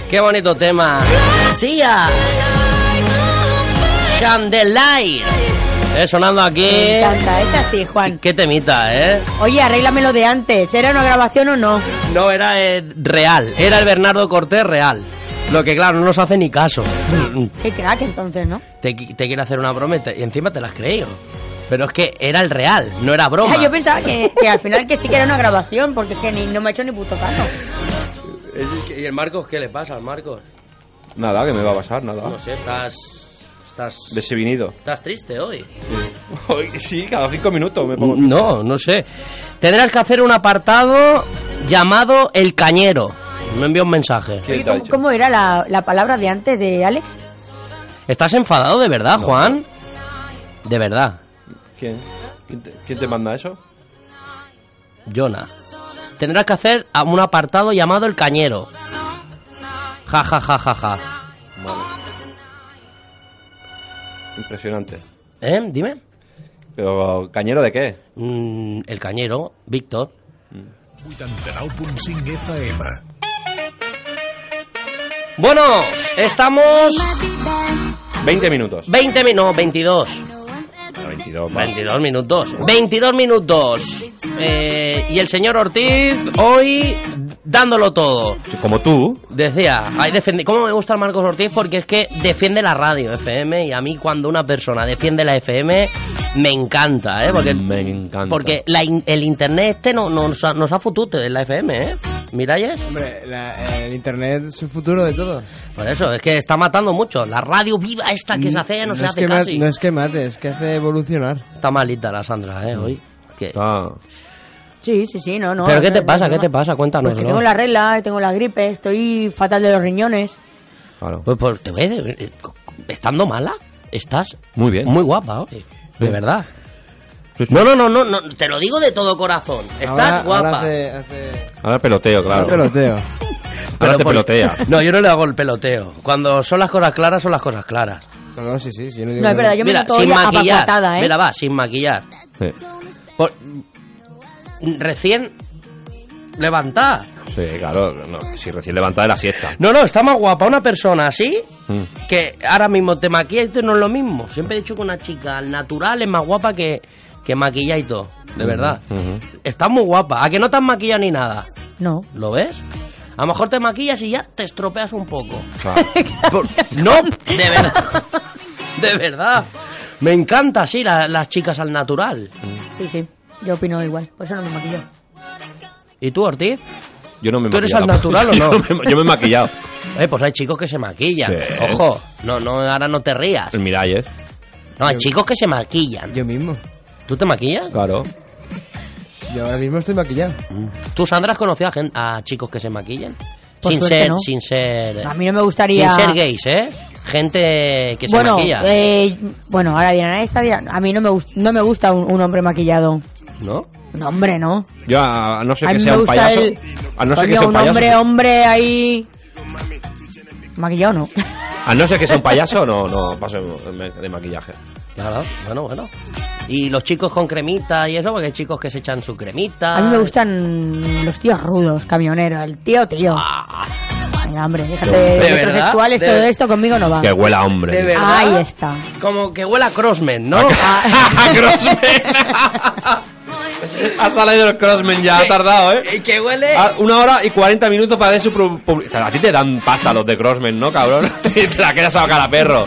Qué bonito tema. Sia. Candelight. Eh, sonando aquí. Me encanta, esta sí, Juan. Qué temita, ¿eh? Oye, arréglamelo de antes. ¿Era una grabación o no? No, era eh, real. Era el Bernardo Cortés real. Lo que, claro, no nos hace ni caso. Qué crack entonces, ¿no? Te, qui- te quiere hacer una broma y, te- y encima te la has creído. Pero es que era el real, no era broma. Ah, yo pensaba que, que al final que sí que era una grabación, porque es que ni, no me ha hecho ni puto caso. ¿Y el Marcos qué le pasa al Marcos? Nada, que me va a pasar, nada. No sé, estás. Estás. Desevinido. Estás triste hoy. Hoy Sí, cada cinco minutos me pongo. No, no sé. Tendrás que hacer un apartado llamado El Cañero. Me envía un mensaje. Oye, ¿cómo, cómo era la, la palabra de antes de Alex? ¿Estás enfadado de verdad, Juan? De verdad, ¿Quién? ¿Quién te, quién te manda eso? Jonah. Tendrás que hacer a- un apartado llamado El Cañero. Ja, ja, ja, ja, ja. Impresionante. ¿Eh? Dime. Mm, Pero, ¿cañero de qué? Mm. el cañero, Víctor. 89.5 FM. Bueno, estamos 20 minutos. 20 minutos, 22. 22, 22 minutos. 22 minutos. Eh, y el señor Ortiz hoy dándolo todo. Como tú. Decía, ahí defendi- ¿cómo me gusta el Marcos Ortiz? Porque es que defiende la radio FM y a mí cuando una persona defiende la FM me encanta, ¿eh? Porque, me encanta. Porque la in- el internet este no, no- nos, ha, nos ha fututo en la FM, ¿eh? ¿Miralles? Hombre, la- el internet es el futuro de todo. Por eso, es que está matando mucho. La radio viva esta que se hace ya no, se es hace que ma- casi. no es que mate, es que hace evolucionar. Está malita la Sandra, ¿eh? Hoy. Que- Ah. Sí, sí, sí, no, no. ¿Pero no, qué te no, pasa? no, ¿Qué no. te pasa? Cuéntanos. Pues que tengo la regla, tengo la gripe, estoy fatal de los riñones. Pues, pues, te ves, eh, eh, estando mala, estás Muy bien. muy guapa, oye, de Sí. verdad. No, no, no, no, no, te lo digo de todo corazón. Estás Ahora- guapa. ahora hace- hace- Ahora peloteo, claro. Ahora peloteo. Pero Ahora te por- pelotea. No, yo no le hago el peloteo. Cuando son las cosas claras, son las cosas claras. No, no, sí, sí, sí, yo no digo No, es que verdad, yo me Mira, siento sin hoy maquillar. apacuatada, ¿eh? Mira, va, sin maquillar. Por- Recién levantada. Sí, claro. no, si recién levantada de la siesta. No, no, está más guapa una persona así Mm. que ahora mismo te maquilla y tú no es lo mismo. Siempre he dicho que una chica al natural es más guapa que, que maquilla y todo, de verdad. Ujú. Estás muy guapa. ¿A que no te has maquillado ni nada? No. ¿Lo ves? A lo mejor te maquillas y ya te estropeas un poco. Claro. Por- no, de verdad. De verdad. Me encanta así la- las chicas al natural. Mm. Sí, sí, yo opino igual, por eso no me maquillo. ¿Y tú, Ortiz? Yo no me he ¿Tú eres al maquillado. natural o no? Yo me, yo me he maquillado. Eh, pues hay chicos que se maquillan. Sí. Ojo, no, no, ahora no te rías. El Miralles. No, hay chicos que se maquillan. Yo mismo. ¿Tú te maquillas? Mm. Claro. Yo ahora mismo estoy maquillado. ¿Tú, Sandra, has conocido a, gen- a chicos que se maquillan? Por sin suerte, ser, no. sin ser. A mí no me gustaría- Sin ser gays, ¿eh? Gente que se bueno, maquilla. eh, bueno, ahora dirán, "Ah, esta dirán". a mí no me, gust- no me gusta un, un hombre maquillado. ¿No? No, hombre, no. Yo, a, a no ser a que mí sea me un gusta payaso. el... A no ser que Coño, sea un un payaso. hombre, hombre ahí... Maquillado no. A no ser que sea un payaso, no, no paso de ma- de maquillaje. Claro, bueno, bueno. Y los chicos con cremita y eso, porque hay chicos que se echan su Ah. cremita. A mí me gustan los tíos rudos, camioneros, el tío, tío. Ah. Venga, hombre, déjate de, ¿De verdad? heterosexuales, ¿De- todo esto conmigo no va. Que huela a hombre. De verdad. Ahí está. Como que huela a Crossman, ¿no? Ah, Ha salido el Crossman ya, ha tardado, ¿eh? que huele. Ah, Una hora y 40 minutos para dar su pub- pub- A ti te dan pasta los de Crossman, ¿no, cabrón? Y te la quedas a cara perro.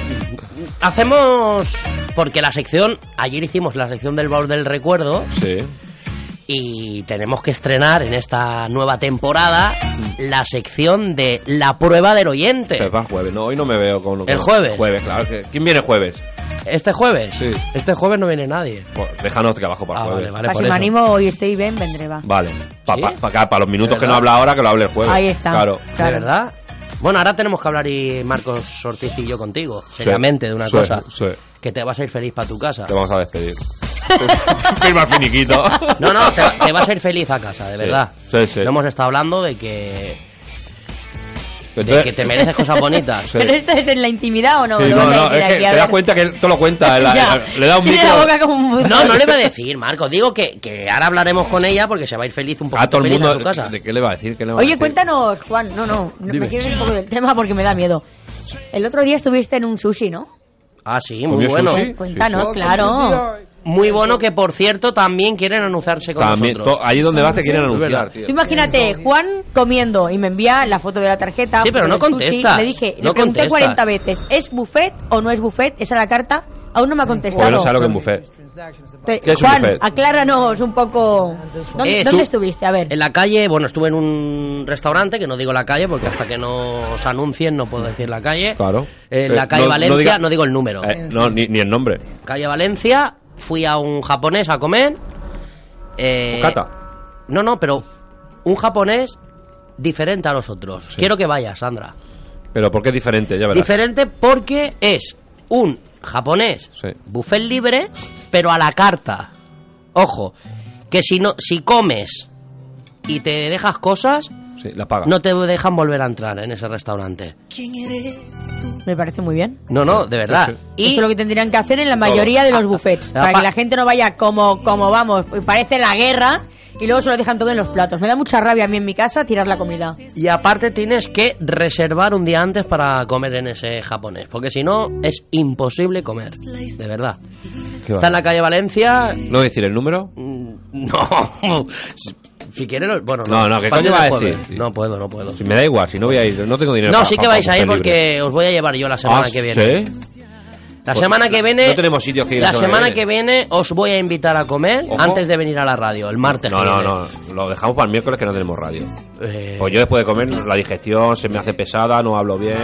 Hacemos. Porque la sección. Ayer hicimos la sección del baúl del recuerdo. Sí. Y tenemos que estrenar en esta nueva temporada la sección de la prueba del oyente. Mm. Pero va jueves, no, hoy no me veo con. ¿El con- jueves? Jueves, claro. que- ¿Quién viene jueves? Pues, ¿Este jueves? Este jueves no viene nadie. Bueno, déjanos trabajo para Ah, jueves. vale, Para si me animo hoy estoy bien, vendré, va. Vale, para ¿Sí? los minutos ¿De que no verdad? habla ahora, que lo hable el jueves. Ahí está, Claro. claro. ¿De verdad? Bueno, ahora tenemos que hablar y Marcos Ortiz y yo contigo, seriamente, de una sí, cosa. sí. Que te vas a ir feliz para tu casa. Te vamos a despedir. Firma el finiquito. No, no, te, te vas a ir feliz a casa, de Sí, verdad. sí, sí. Lo hemos estado hablando de que De que te mereces cosas bonitas. Sí. Pero esto es en la intimidad o no? Sí, Lo no, vas a no, decir es que aquí, te a das ver. cuenta que él todo lo cuenta. la- Ya. la- le da un Tiene micro. la boca como un buzo. No, no le va a decir, Marco. Digo que, que ahora hablaremos con ella porque se va a ir feliz un poco A Ah, todo el a mundo. su casa. ¿De qué le va a decir? ¿Qué le va a Oye, decir? cuéntanos, Juan. No, no, no, Dime. me quiero ir un poco del tema porque me da miedo. El otro día estuviste en un sushi, ¿no? Ah, sí, muy ¿Comió bueno. sushi? Sí, Cuéntanos, claro. Muy bueno que, por cierto, también quieren anunciarse con También, nosotros. to- ahí donde vas te quieren Es anunciar. verdad, tío. Tú imagínate, Juan comiendo y me envía la foto de la tarjeta. Sí, pero foto no del sushi. contestas, Le dije, no le pregunté contestas. 40 veces, ¿es buffet o no es buffet? Esa la carta. Aún no me ha contestado. Porque no sabe lo que es buffet. Te- ¿Qué es un Juan, buffet? acláranos un poco. ¿Dónde, Eh, dónde su- estuviste? A ver. En la calle, bueno, estuve en un restaurante, que no digo la calle porque hasta que no os anuncien no puedo decir la calle. Claro. En Eh, la calle no- no Valencia, no, diga- digo el número. Eh, no, ni, ni el nombre. Calle Valencia, fui a un japonés a comer. eh, Ocata. No, no, pero un japonés diferente a los otros. Quiero que vayas, Sandra. Pero porque es diferente, ya verás. Diferente porque es un japonés buffet libre, pero a la carta. Ojo, que si no, si comes y te dejas cosas, Sí, la paga. no te dejan volver a entrar en ese restaurante. Me parece muy bien. No, no, de verdad. Y Esto es lo que tendrían que hacer en la mayoría de los buffets. Ah, Para pa- que la gente no vaya como, como vamos, parece la guerra y luego se lo dejan todo en los platos. Me da mucha rabia a mí en mi casa tirar la comida. Y aparte tienes que reservar un día antes para comer en ese japonés, porque si no es imposible comer, de verdad. Qué Está en la calle Valencia, ¿No decir el número? Mm, no. Si quieres, lo- bueno, No, no, que España coño va a no puede. decir. No puedo, no puedo. Si me da igual, si no voy a ir, no tengo dinero. No, para- sí que para vais a ir buffet libre. porque os voy a llevar yo la semana Ah, que viene. ¿sí? La Pues semana que viene. no tenemos sitios que ir eh. La la semana, semana que, viene. os voy a invitar a comer Ojo. antes de venir a la radio, el martes. No, que no, viene. no. Lo dejamos para el miércoles que no tenemos radio. Eh. Pues yo después de comer, la digestión se me hace pesada, no hablo bien.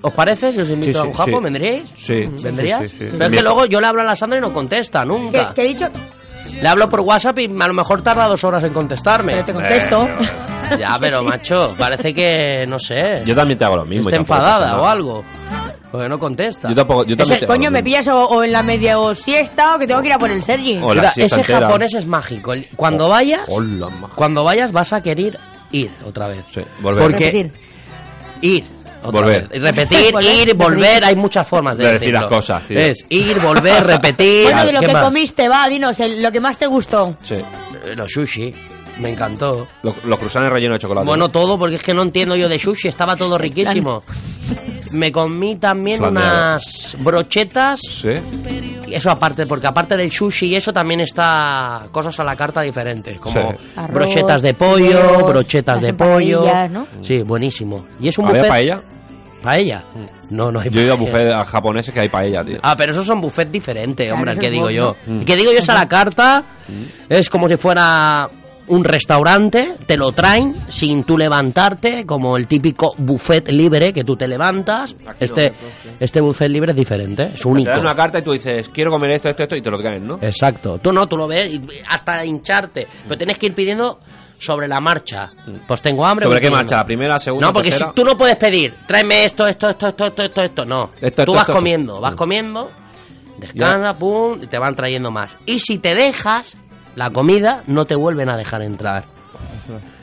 ¿Os parece si os invito Sí, a sí, un japo? sí. ¿Vendríais? Sí, sí, ¿Vendrías? sí, sí, sí. Pero es que Bien. luego yo le hablo a la Sandra y no contesta ¿Qué, nunca. qué he dicho? Le hablo por WhatsApp y a lo mejor tarda dos horas en contestarme. Pero te contesto. Eh, ya, pero macho, parece que, no sé, Yo también te hago lo mismo. está y tampoco pasa enfadada nada. o algo. Porque no contesta. Yo tampoco, yo también te hago Coño, lo me mismo. pillas o, o en la media o siesta o que tengo que ir a por el Sergi. O la Mira, siesta ese entera. japonés es mágico. El- Cuando Oh. vayas, Hola, maja. cuando vayas vas a querer ir otra vez. volver. Porque Repetir. ir. otra Volver. vez. Repetir, Volver, ir, volver. repetir. Hay muchas formas de, De decir decirlo. las cosas, tío. Es ir, volver, repetir. Bueno, de lo ¿Qué que más? comiste, va, dinos, el- lo que más te gustó. Eh, Los sushi. Me encantó. Los, los cruzanes rellenos de chocolate. Bueno, todo, porque es que no entiendo yo de sushi. Estaba todo riquísimo. Me comí también Flameado. unas brochetas. Sí. Y Eso aparte, porque aparte del sushi y eso también está cosas a la carta diferentes, como Sí. Arroz, brochetas de pollo, fideos, brochetas las de pollo. empanadillas, ¿no? Sí, buenísimo. ¿Y es un Mm. ¿Había buffet? paella? ¿Paella? No, no hay Yo he ido a paella. buffet a japoneses que hay paella, tío. Ah, pero esos son buffets diferentes, Claro, hombre, el eso que es digo yo. bueno. El que digo yo es a la carta, es como si fuera un restaurante, te lo traen sin tú levantarte, como el típico buffet libre que tú te levantas. Este, este buffet libre es diferente, es Te único. dan una carta y tú dices, quiero comer esto, esto, esto, y te lo traen, ¿no? Exacto. Tú no, tú lo ves y- hasta hincharte. Pero tienes que ir pidiendo sobre la marcha. Pues tengo hambre. ¿Sobre voy qué pidiendo. marcha? ¿La primera, la segunda, No, porque si tercera? tú no puedes pedir, tráeme esto, esto, esto, esto, esto, esto, esto. No. Esto, tú esto, vas esto. Mm. comiendo, vas comiendo, descansa, pum, y te van trayendo más. Y si te dejas la comida, no te vuelven a dejar entrar.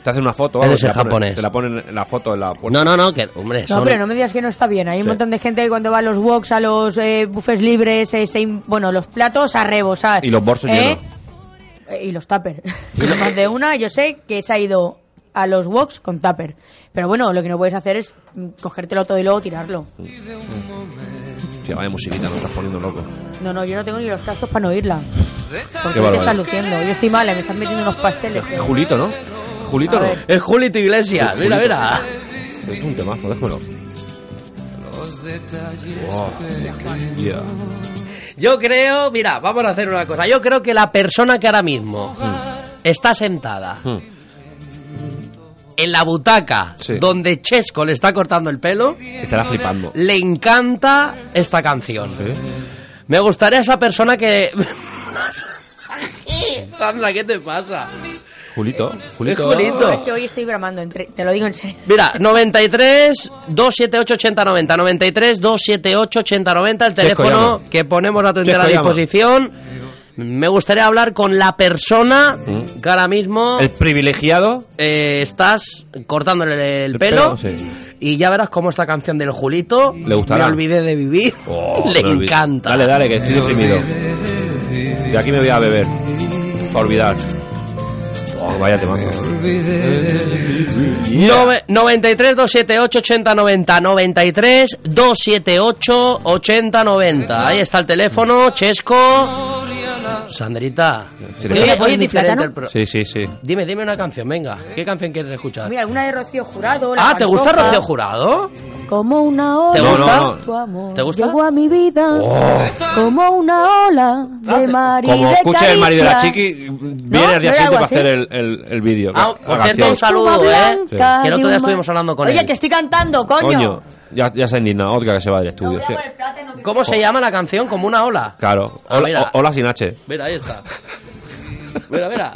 Te hacen una foto, o Eres algo, te el la ponen- japonés. Te la ponen en la foto en la puerta. No, no, no, que, hombre, No, son- pero no me digas que no está bien. Hay un Sí. montón de gente que cuando va a los woks, a los eh, buffets libres, eh, se in- bueno, los platos a rebosar. Y los bolsos ¿Eh? llenos. Eh, Y los tupper. Más de una, yo sé que se ha ido a los woks con tupper. Pero bueno, lo que no puedes hacer es mm, cogértelo todo y luego tirarlo. Sí, vaya musiquita, nos estás poniendo loco. No, no, yo no tengo ni los cascos para no oírla. Porque Qué me bárbaro. estás luciendo. Yo estoy mala, me están metiendo unos pasteles. Es Julito, ¿no? Julito, A ¿no? ver. Es Julito Iglesias, Sí, mira, Julito. mira. Es un temazo, déjamelo. Wow. Yeah. Yo creo, mira, vamos a hacer una cosa. Yo creo que la persona que ahora mismo está sentada Hmm. en la butaca Sí. donde Chesco le está cortando el pelo, Estará flipando. le encanta esta canción. Me gustaría esa persona que. Sandra, ¿qué te pasa? Julito, Julito. Es Julito. Es que hoy estoy bramando, entre- te lo digo en serio. Mira, 93 278 8090, 93 278 8090, el Chesco teléfono llama. que ponemos a tu entera Chesco llama. disposición Me gustaría hablar con la persona que ahora mismo ¿Mm? El privilegiado. eh, estás cortándole el, pelo. pelo, sí. Y ya verás cómo esta canción del Julito. Le gustará. Me olvidé de vivir. Oh, Le me olvido. encanta. Dale, dale, que estoy deprimido. De aquí me voy a beber. Para olvidar. Oh, vaya te Nove- 93 278 80 90 93 278 80 90 ahí está el teléfono Chesco Sandrita Si Hoy- le- hoy es diferente el pro- Sí, sí, sí. dime dime una canción venga qué canción quieres escuchar Mira, alguna de Rocío Jurado. la ah te gusta Pantoja. Rocío Jurado Como una ola. ¿Te gusta? No, no, no. Tu amor. ¿Te gusta? Llegó a mi vida. Oh. Como una ola de mar y Como de escuches el marido de la caricia. chiqui, viene ¿No? al día ¿No era siguiente algo para así? hacer el, el, el vídeo. Ah, la por canción. cierto un saludo eh Sí. que el otro día estuvimos hablando con Oye, él que estoy cantando, coño. Coño, ya, ya se ha indignado. Otra que se va del estudio. sí. cómo se llama la canción como una ola Claro. Ah, Hola, mira. o- hola sin H. mira ahí está mira mira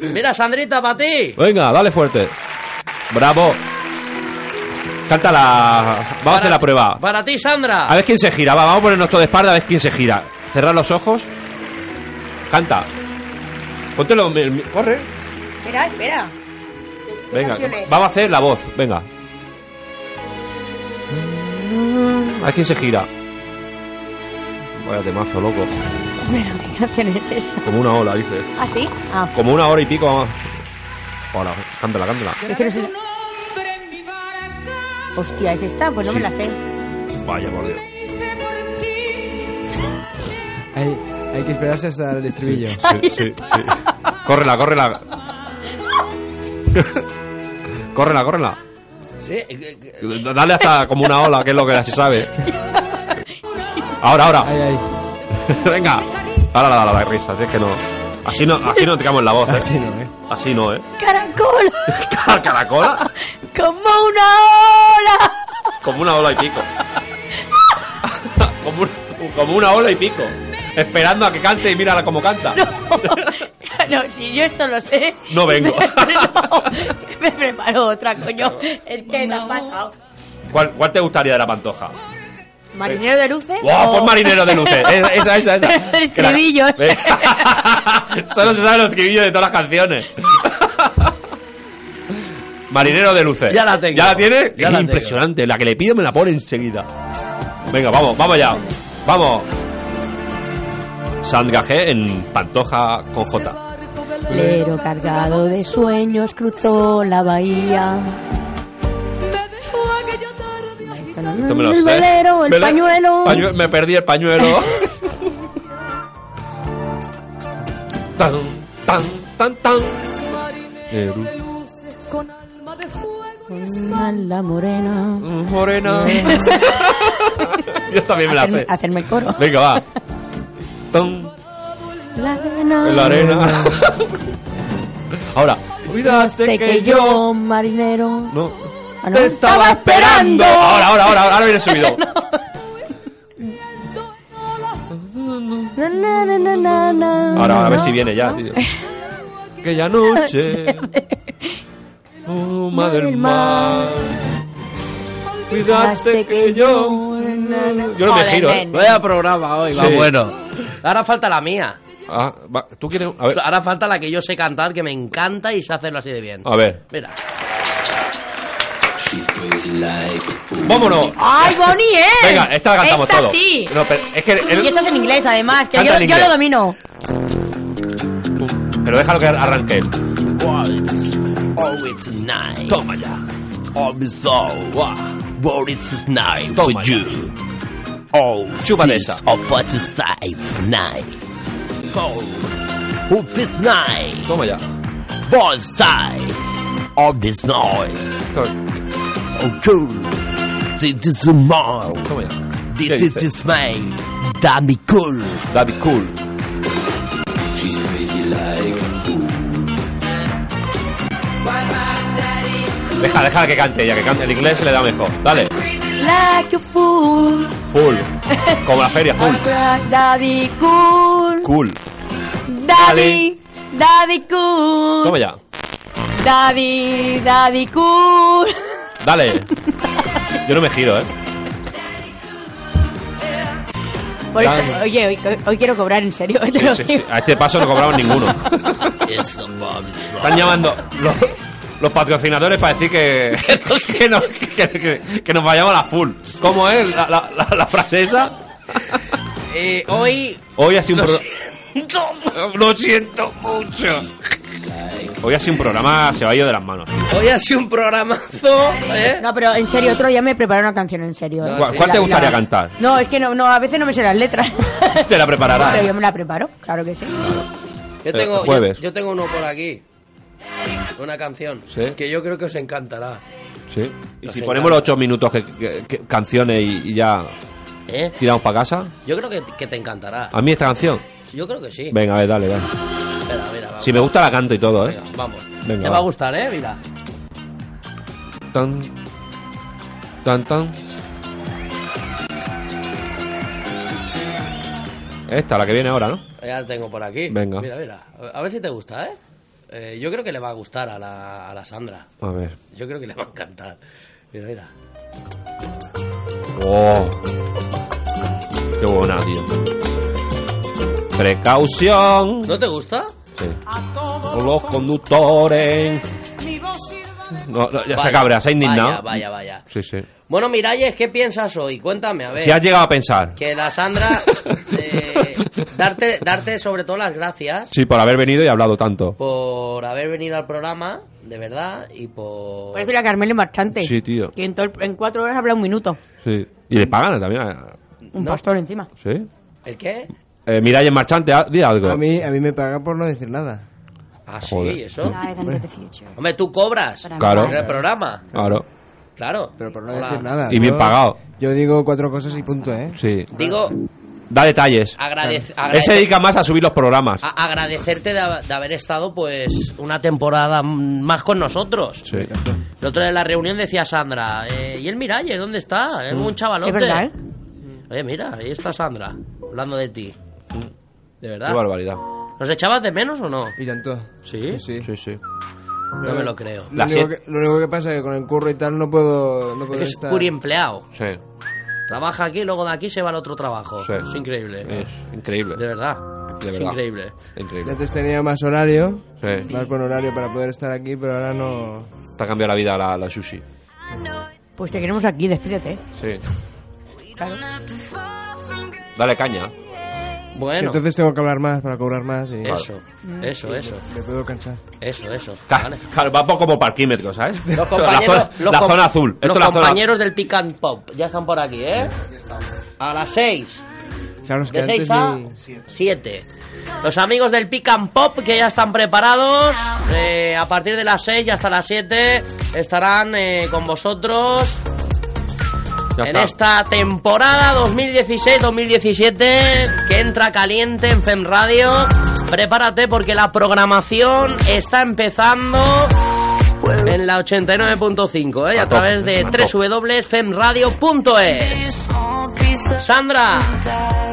mira Sandrita para ti Venga, dale fuerte. Bravo. Cántala. Vamos a hacer la prueba. para ti Sandra A ver quién se gira. Va, vamos a ponernos todo de espalda a ver quién se gira. Cerrar los ojos. Canta. Póntelo. mi- mi- Corre. Espera, espera. Venga. canción es? Vamos a hacer la voz. Venga. A ver quién se gira. Vaya temazo, loco. Espera, ¿qué canción es esta? Como una ola, dice. ¿Ah, sí? Ah. Como una hora y pico vamos. Ahora, cántala, cántala. Es que no sé- Hostia, ¿es esta? Pues no me la sé. Vaya, por Dios. Hay, hay que esperarse hasta el estribillo. Sí, sí, sí. Córrela, córrela. córrela, córrela. Sí, eh, eh, Dale hasta como una ola, que es lo que se sabe. Ahora, ahora. Venga. Ahora la, la, la risa, si es que no. Así no, así no entramos en la voz, ¿eh? Así no, ¿eh? Así no, ¿eh? ¡Caracol! ¿Caracola? ¡Como una ola! Como una ola y pico. como, un- como una ola y pico. Esperando a que cante y mírala como canta. No, si yo esto lo sé. No vengo. No, me preparo otra, coño. Es que te has pasado. ¿Cuál, ¿Cuál te gustaría de la pantoja? ¿Marinero de luces? ¡Wow! o- Pon pues marinero de luces. Esa, esa, esa. esa. El estribillo. Que la- Solo se sabe los estribillos de todas las canciones. marinero de luces. Ya la tengo. ¿Ya la tiene? Ya la impresionante. La que le pido me la pone enseguida. Venga, vamos, vamos ya. Vamos. Sandra G en Pantoja con J. Lero cargado de sueños cruzó la bahía. Esto me lo el sé. velero, el Vele- pañuelo. Pañue- me perdí el pañuelo. tan, tan, tan, tan. Con la morena. Morena. Yo también me la Hacerme- sé. hacerme el coro. Venga, va. Tum, La arena. en la arena. Ahora. Sé Cuídate que yo, marinero. No. Ah, no. Te estaba esperando. Ahora, ahora, ahora, ahora viene el subido. Na, na, na, na, na, na. Ahora, a ver si viene ya. Que ya noche. Pluma del mar. Cuídate Este que yo. Yo no me Joder, giro, nen. ¿eh? Vaya programa hoy, va Sí. bueno. Ahora falta la mía. Ah, va, ¿Tú quieres? A ver. Ahora falta la que yo sé cantar, que me encanta y sé hacerlo así de bien. A ver. Mira. ¡Vámonos! ¡Ay, Bonnie, eh! Venga, esta la cantamos esta todos. sí. No, pero es que el- Y esto es en inglés, además, que Canta yo, en yo inglés. lo domino. Pero déjalo que arranque él. Oh, it's nice. Toma ya. Oh, so, wow. Wow, it's nice Toma with ya. you. Oh, Chúpate this esa. Of what is nice. Oh, who is nice. Toma ya. Born side of this noise. Oh, true. This is more. Toma ya. ¿Qué This is dice? this man. That'd be cool. That'd be cool. She's crazy like Deja, deja que cante ya, que cante. El inglés le da mejor. Dale. Like a fool. Full. Como la feria, full. Daddy cool. Cool. Daddy. Daddy cool. Toma ya. Daddy, daddy cool. Dale. Yo no me giro, ¿eh? Por Dan. eso- oye, hoy, hoy quiero cobrar en serio. te Sí, lo sí, sí. digo. A este paso no cobramos ninguno. Están llamando los, los patrocinadores para decir que, que, nos, que- que- que nos vayamos a la full. ¿Cómo es la, la- la- la frase esa? Eh, hoy. Hoy ha sido un Lo pro- Lo siento mucho. Hoy ha sido un programa, se va a ir de las manos. Hoy ha sido un programazo. No, pero en serio, otro día me preparó una canción en serio. ¿eh? ¿Cuál, cuál te La- gustaría la- cantar? No, es que no, no, a veces no me sé las letras. Te la Pero prepararás. yo me la preparo, claro que sí. Yo tengo, Eh, jueves. Yo, yo tengo uno por aquí. Una canción. Sí. Que yo creo que os encantará. Sí. Y si Nos ponemos encanta. los ocho minutos que, que- que- canciones y, y ya ¿Eh? tiramos para casa. Yo creo que, que te encantará. ¿A mí esta canción? Yo creo que sí. Venga, a ver, dale, dale. Espera, espera, vamos. Si me gusta la canto y todo, ¿eh? Vamos. Venga, Te va. va a gustar, ¿eh? Mira. Tan, tan, tan. Esta, la que viene ahora, ¿no? Ya la tengo por aquí. Venga. Mira, mira. A ver si te gusta, ¿eh? Eh, yo creo que le va a gustar a la, a la Sandra. A ver. Yo creo que le va a encantar. Mira, mira. ¡Oh! ¡Qué buena, tío! Precaución. ¿No te gusta? Sí. Los conductores. No, no, ya se Vaya, cabrea, se ha indignado. vaya, vaya, vaya. Sí, sí. Bueno, Miralles, ¿qué piensas hoy? Cuéntame, a ver. Si has llegado a pensar. Que la Sandra. eh, darte, darte sobre todo las gracias Sí, por haber venido y hablado tanto. por haber venido al programa, de verdad, y por. Por decirle a Carmelo Marchante. Sí, tío. Que en, todo el- en cuatro horas habla un minuto. Sí. Y le pagan también. a- Un pastor encima. ¿Sí? ¿El qué? Eh, Miralles Marchante, ah, di algo. A mí, a mí me pagan por no decir nada. Ah, sí, Joder. eso. Hombre, tú cobras Claro. en el programa. Claro. Claro. Pero por No decir nada. Y bien Yo- pagado. Yo digo cuatro cosas y punto, ¿eh? Sí. Digo, Da detalles. Agradece- Él se agradece- Ah, dedica más a subir los programas. a- agradecerte de, ha- de haber estado, pues, una temporada m- más con nosotros. Sí. El otro día en la reunión decía Sandra, eh, ¿y el Miralles dónde está? Es Mm. un chavalote. Mm. Es verdad, ¿eh? Oye, mira, ahí está Sandra, hablando de ti. Mm. De verdad. Qué barbaridad. ¿Nos echabas de menos o no? Y tanto. ¿Sí? Sí, sí. No me lo creo. Lo, único que, lo único que pasa es que con el curro y tal no puedo, no puedo Eres estar... pluriempleado. Sí. Trabaja aquí, luego de aquí se va al otro trabajo. Sí. Es increíble. Es increíble. De verdad. De Es verdad. increíble. Increíble. Yo antes tenía más horario, Sí. más con horario para poder estar aquí, pero ahora no... Te ha cambiado la vida la, la sushi. Pues te queremos aquí, despídete. Sí. Claro. Dale caña. Bueno. Entonces tengo que hablar más para cobrar más y... Eso, Mm. eso, Y me- eso. Me, puedo cansar. Eso, eso. Ca- Claro, va poco como parquímetro, ¿sabes? Los la compañeros, zona, los la com- zona azul. Esto los es la zona- compañeros del Pick and Pop ya están por aquí, ¿eh? A las 6. Claro, es que De 6 antes a ni- 7. Los amigos del Pick and Pop que ya están preparados. eh, a partir de las 6 y hasta las 7 estarán eh, con vosotros Ya en está. esta temporada 2016-2017 que entra caliente en FEM Radio. Prepárate porque la programación está empezando en la 89.5 ¿eh? a través de www.femradio.es. Sandra,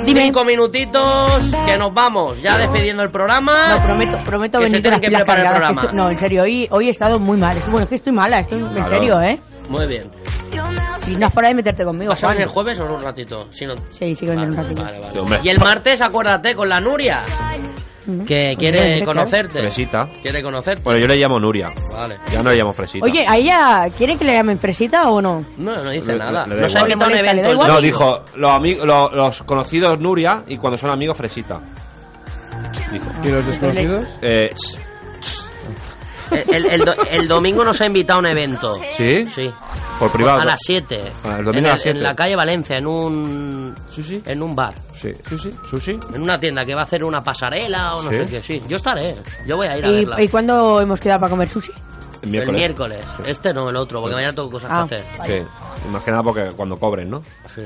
Dime. cinco minutitos que nos vamos, ya despidiendo el programa. No, prometo, prometo que se venir tienen con las que pilas preparar el cargadas, que programa. estoy- no, en serio, hoy, hoy he estado muy mal. Es- Bueno, es que estoy mala, estoy en Claro. serio, ¿eh? Muy bien. Y no has parado de meterte conmigo, ¿Vas a Juan. venir el jueves o en un ratito? Si no... Sí, sí, que vendré un ratito. Pues Vale, vale. Sí, hombre. Y el martes, acuérdate, con la Nuria, que quiere Hombre, claro. conocerte. Fresita. Quiere conocerte. Bueno, yo le llamo Nuria. Vale. Ya no le llamo Fresita. Oye, ¿a ella quiere que le llamen fresita o no? No, no dice Le- nada. le- le da no se ha igual. invitado a un evento. el No, domingo. dijo los, amigos los, conocidos Nuria y cuando son amigos Fresita. Dijo. ¿Y los desconocidos? Eh, tss, El, el- el do- el domingo nos ha invitado a un evento. ¿Sí? Sí. Por privado. A las 7. Ah, el domingo a las En, 7. la calle Valencia, en un. En un bar. Sí. ¿Sushi? ¿Sushi? En una tienda que va a hacer una pasarela o no ¿Sí? sé qué. Sí, yo estaré. Yo voy a ir a verla. ¿Y, ¿Y cuándo hemos quedado para comer sushi? El El miércoles. miércoles. Este no, el otro, porque mañana tengo cosas Ah, que hacer. Sí. Y Más que nada porque cuando cobren, ¿no? Sí.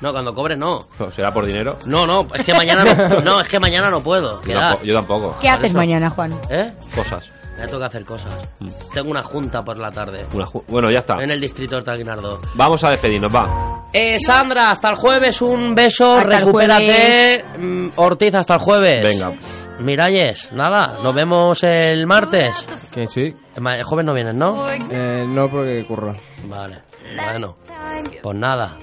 No, cuando cobre no. ¿Será por dinero? No, no, es que mañana no, no, es que mañana no puedo. Yo quedar. tampoco. yo tampoco. ¿Qué Por haces eso. mañana, Juan? ¿Eh? Cosas. Mm. Ya tengo que hacer cosas. Tengo una junta por la tarde. Una ju- bueno, ya está. En el distrito de Taguinardo. Vamos a despedirnos, va. Eh, Sandra, hasta el jueves, un beso, Hasta el recupérate. Mm, Ortiz, hasta el jueves. Venga. Miralles, nada, nos vemos el martes. Que sí. El ma- el jueves no vienes, ¿no? Eh, no, porque curro. Vale, bueno, pues nada.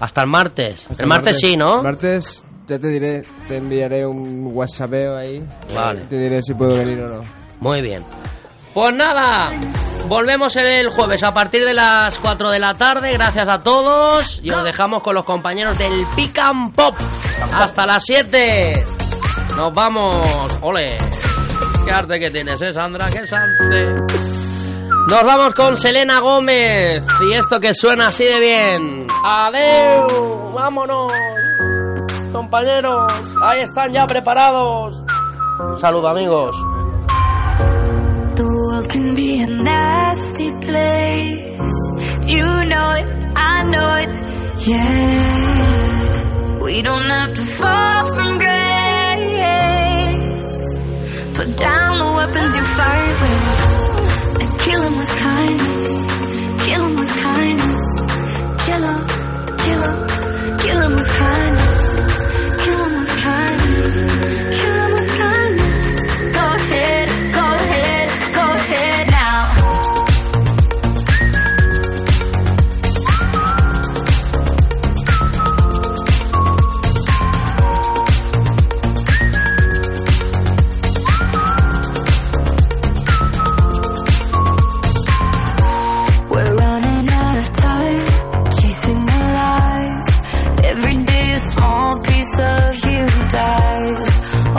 Hasta el martes. Hasta el martes, sí, ¿no? El martes ya te diré, te enviaré un whatsappeo ahí. Vale. Te diré si puedo venir o no. Muy bien. Pues nada, volvemos el jueves a partir de las 4 de la tarde. Gracias a todos y os dejamos con los compañeros del Pican Pop. Hasta las 7. Nos vamos. Ole. Qué arte que tienes, ¿eh, Sandra? Qué arte. Nos vamos con Selena Gómez y esto que suena así de bien. Adeu, vámonos. Compañeros, ahí están ya preparados. Un saludo, amigos. The world can be a nasty place. You know it, I know it. Yeah. We don't have to fall from grace. Put down the weapons you fight with. And kill 'em with kindness. Kill 'em with kindness. Kill 'em, kill 'em, kill 'em with kindness. Kill 'em with kindness. Kill 'em with kindness. Go ahead, go ahead, go ahead now. We're running out of time, chasing the lies. Every day a small piece of you dies.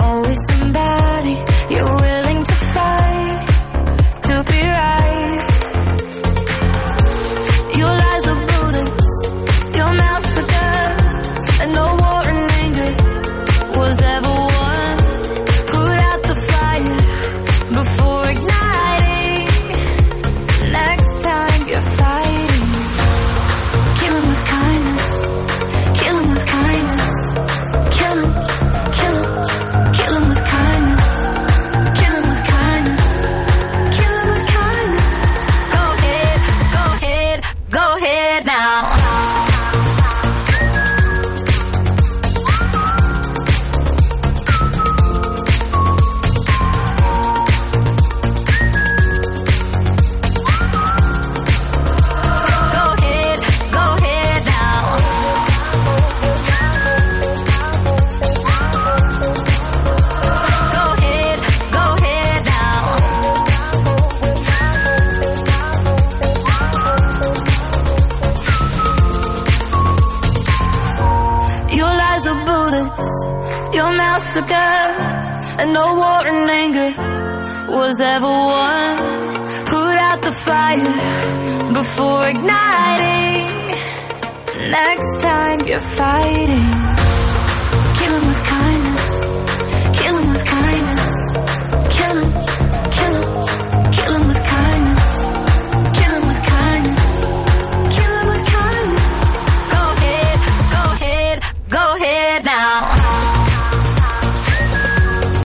Always somebody you're willing to fight to be right. Your lies are bullets, your mouth's a gun, and no war and anger was ever won. Put out the fire before igniting. Next time you're fighting, kill 'em with kindness. Kill 'em with kindness. Kill 'em, kill 'em, kill 'em with kindness. Kill 'em with kindness. Kill 'em with kindness. Go ahead, go ahead, go ahead now. Go ahead, go ahead now. Go ahead, go ahead now. Your lies are bullets, your mouth's a gun, and no war and anger was ever won. Put out the fire before igniting. Next time you're fighting,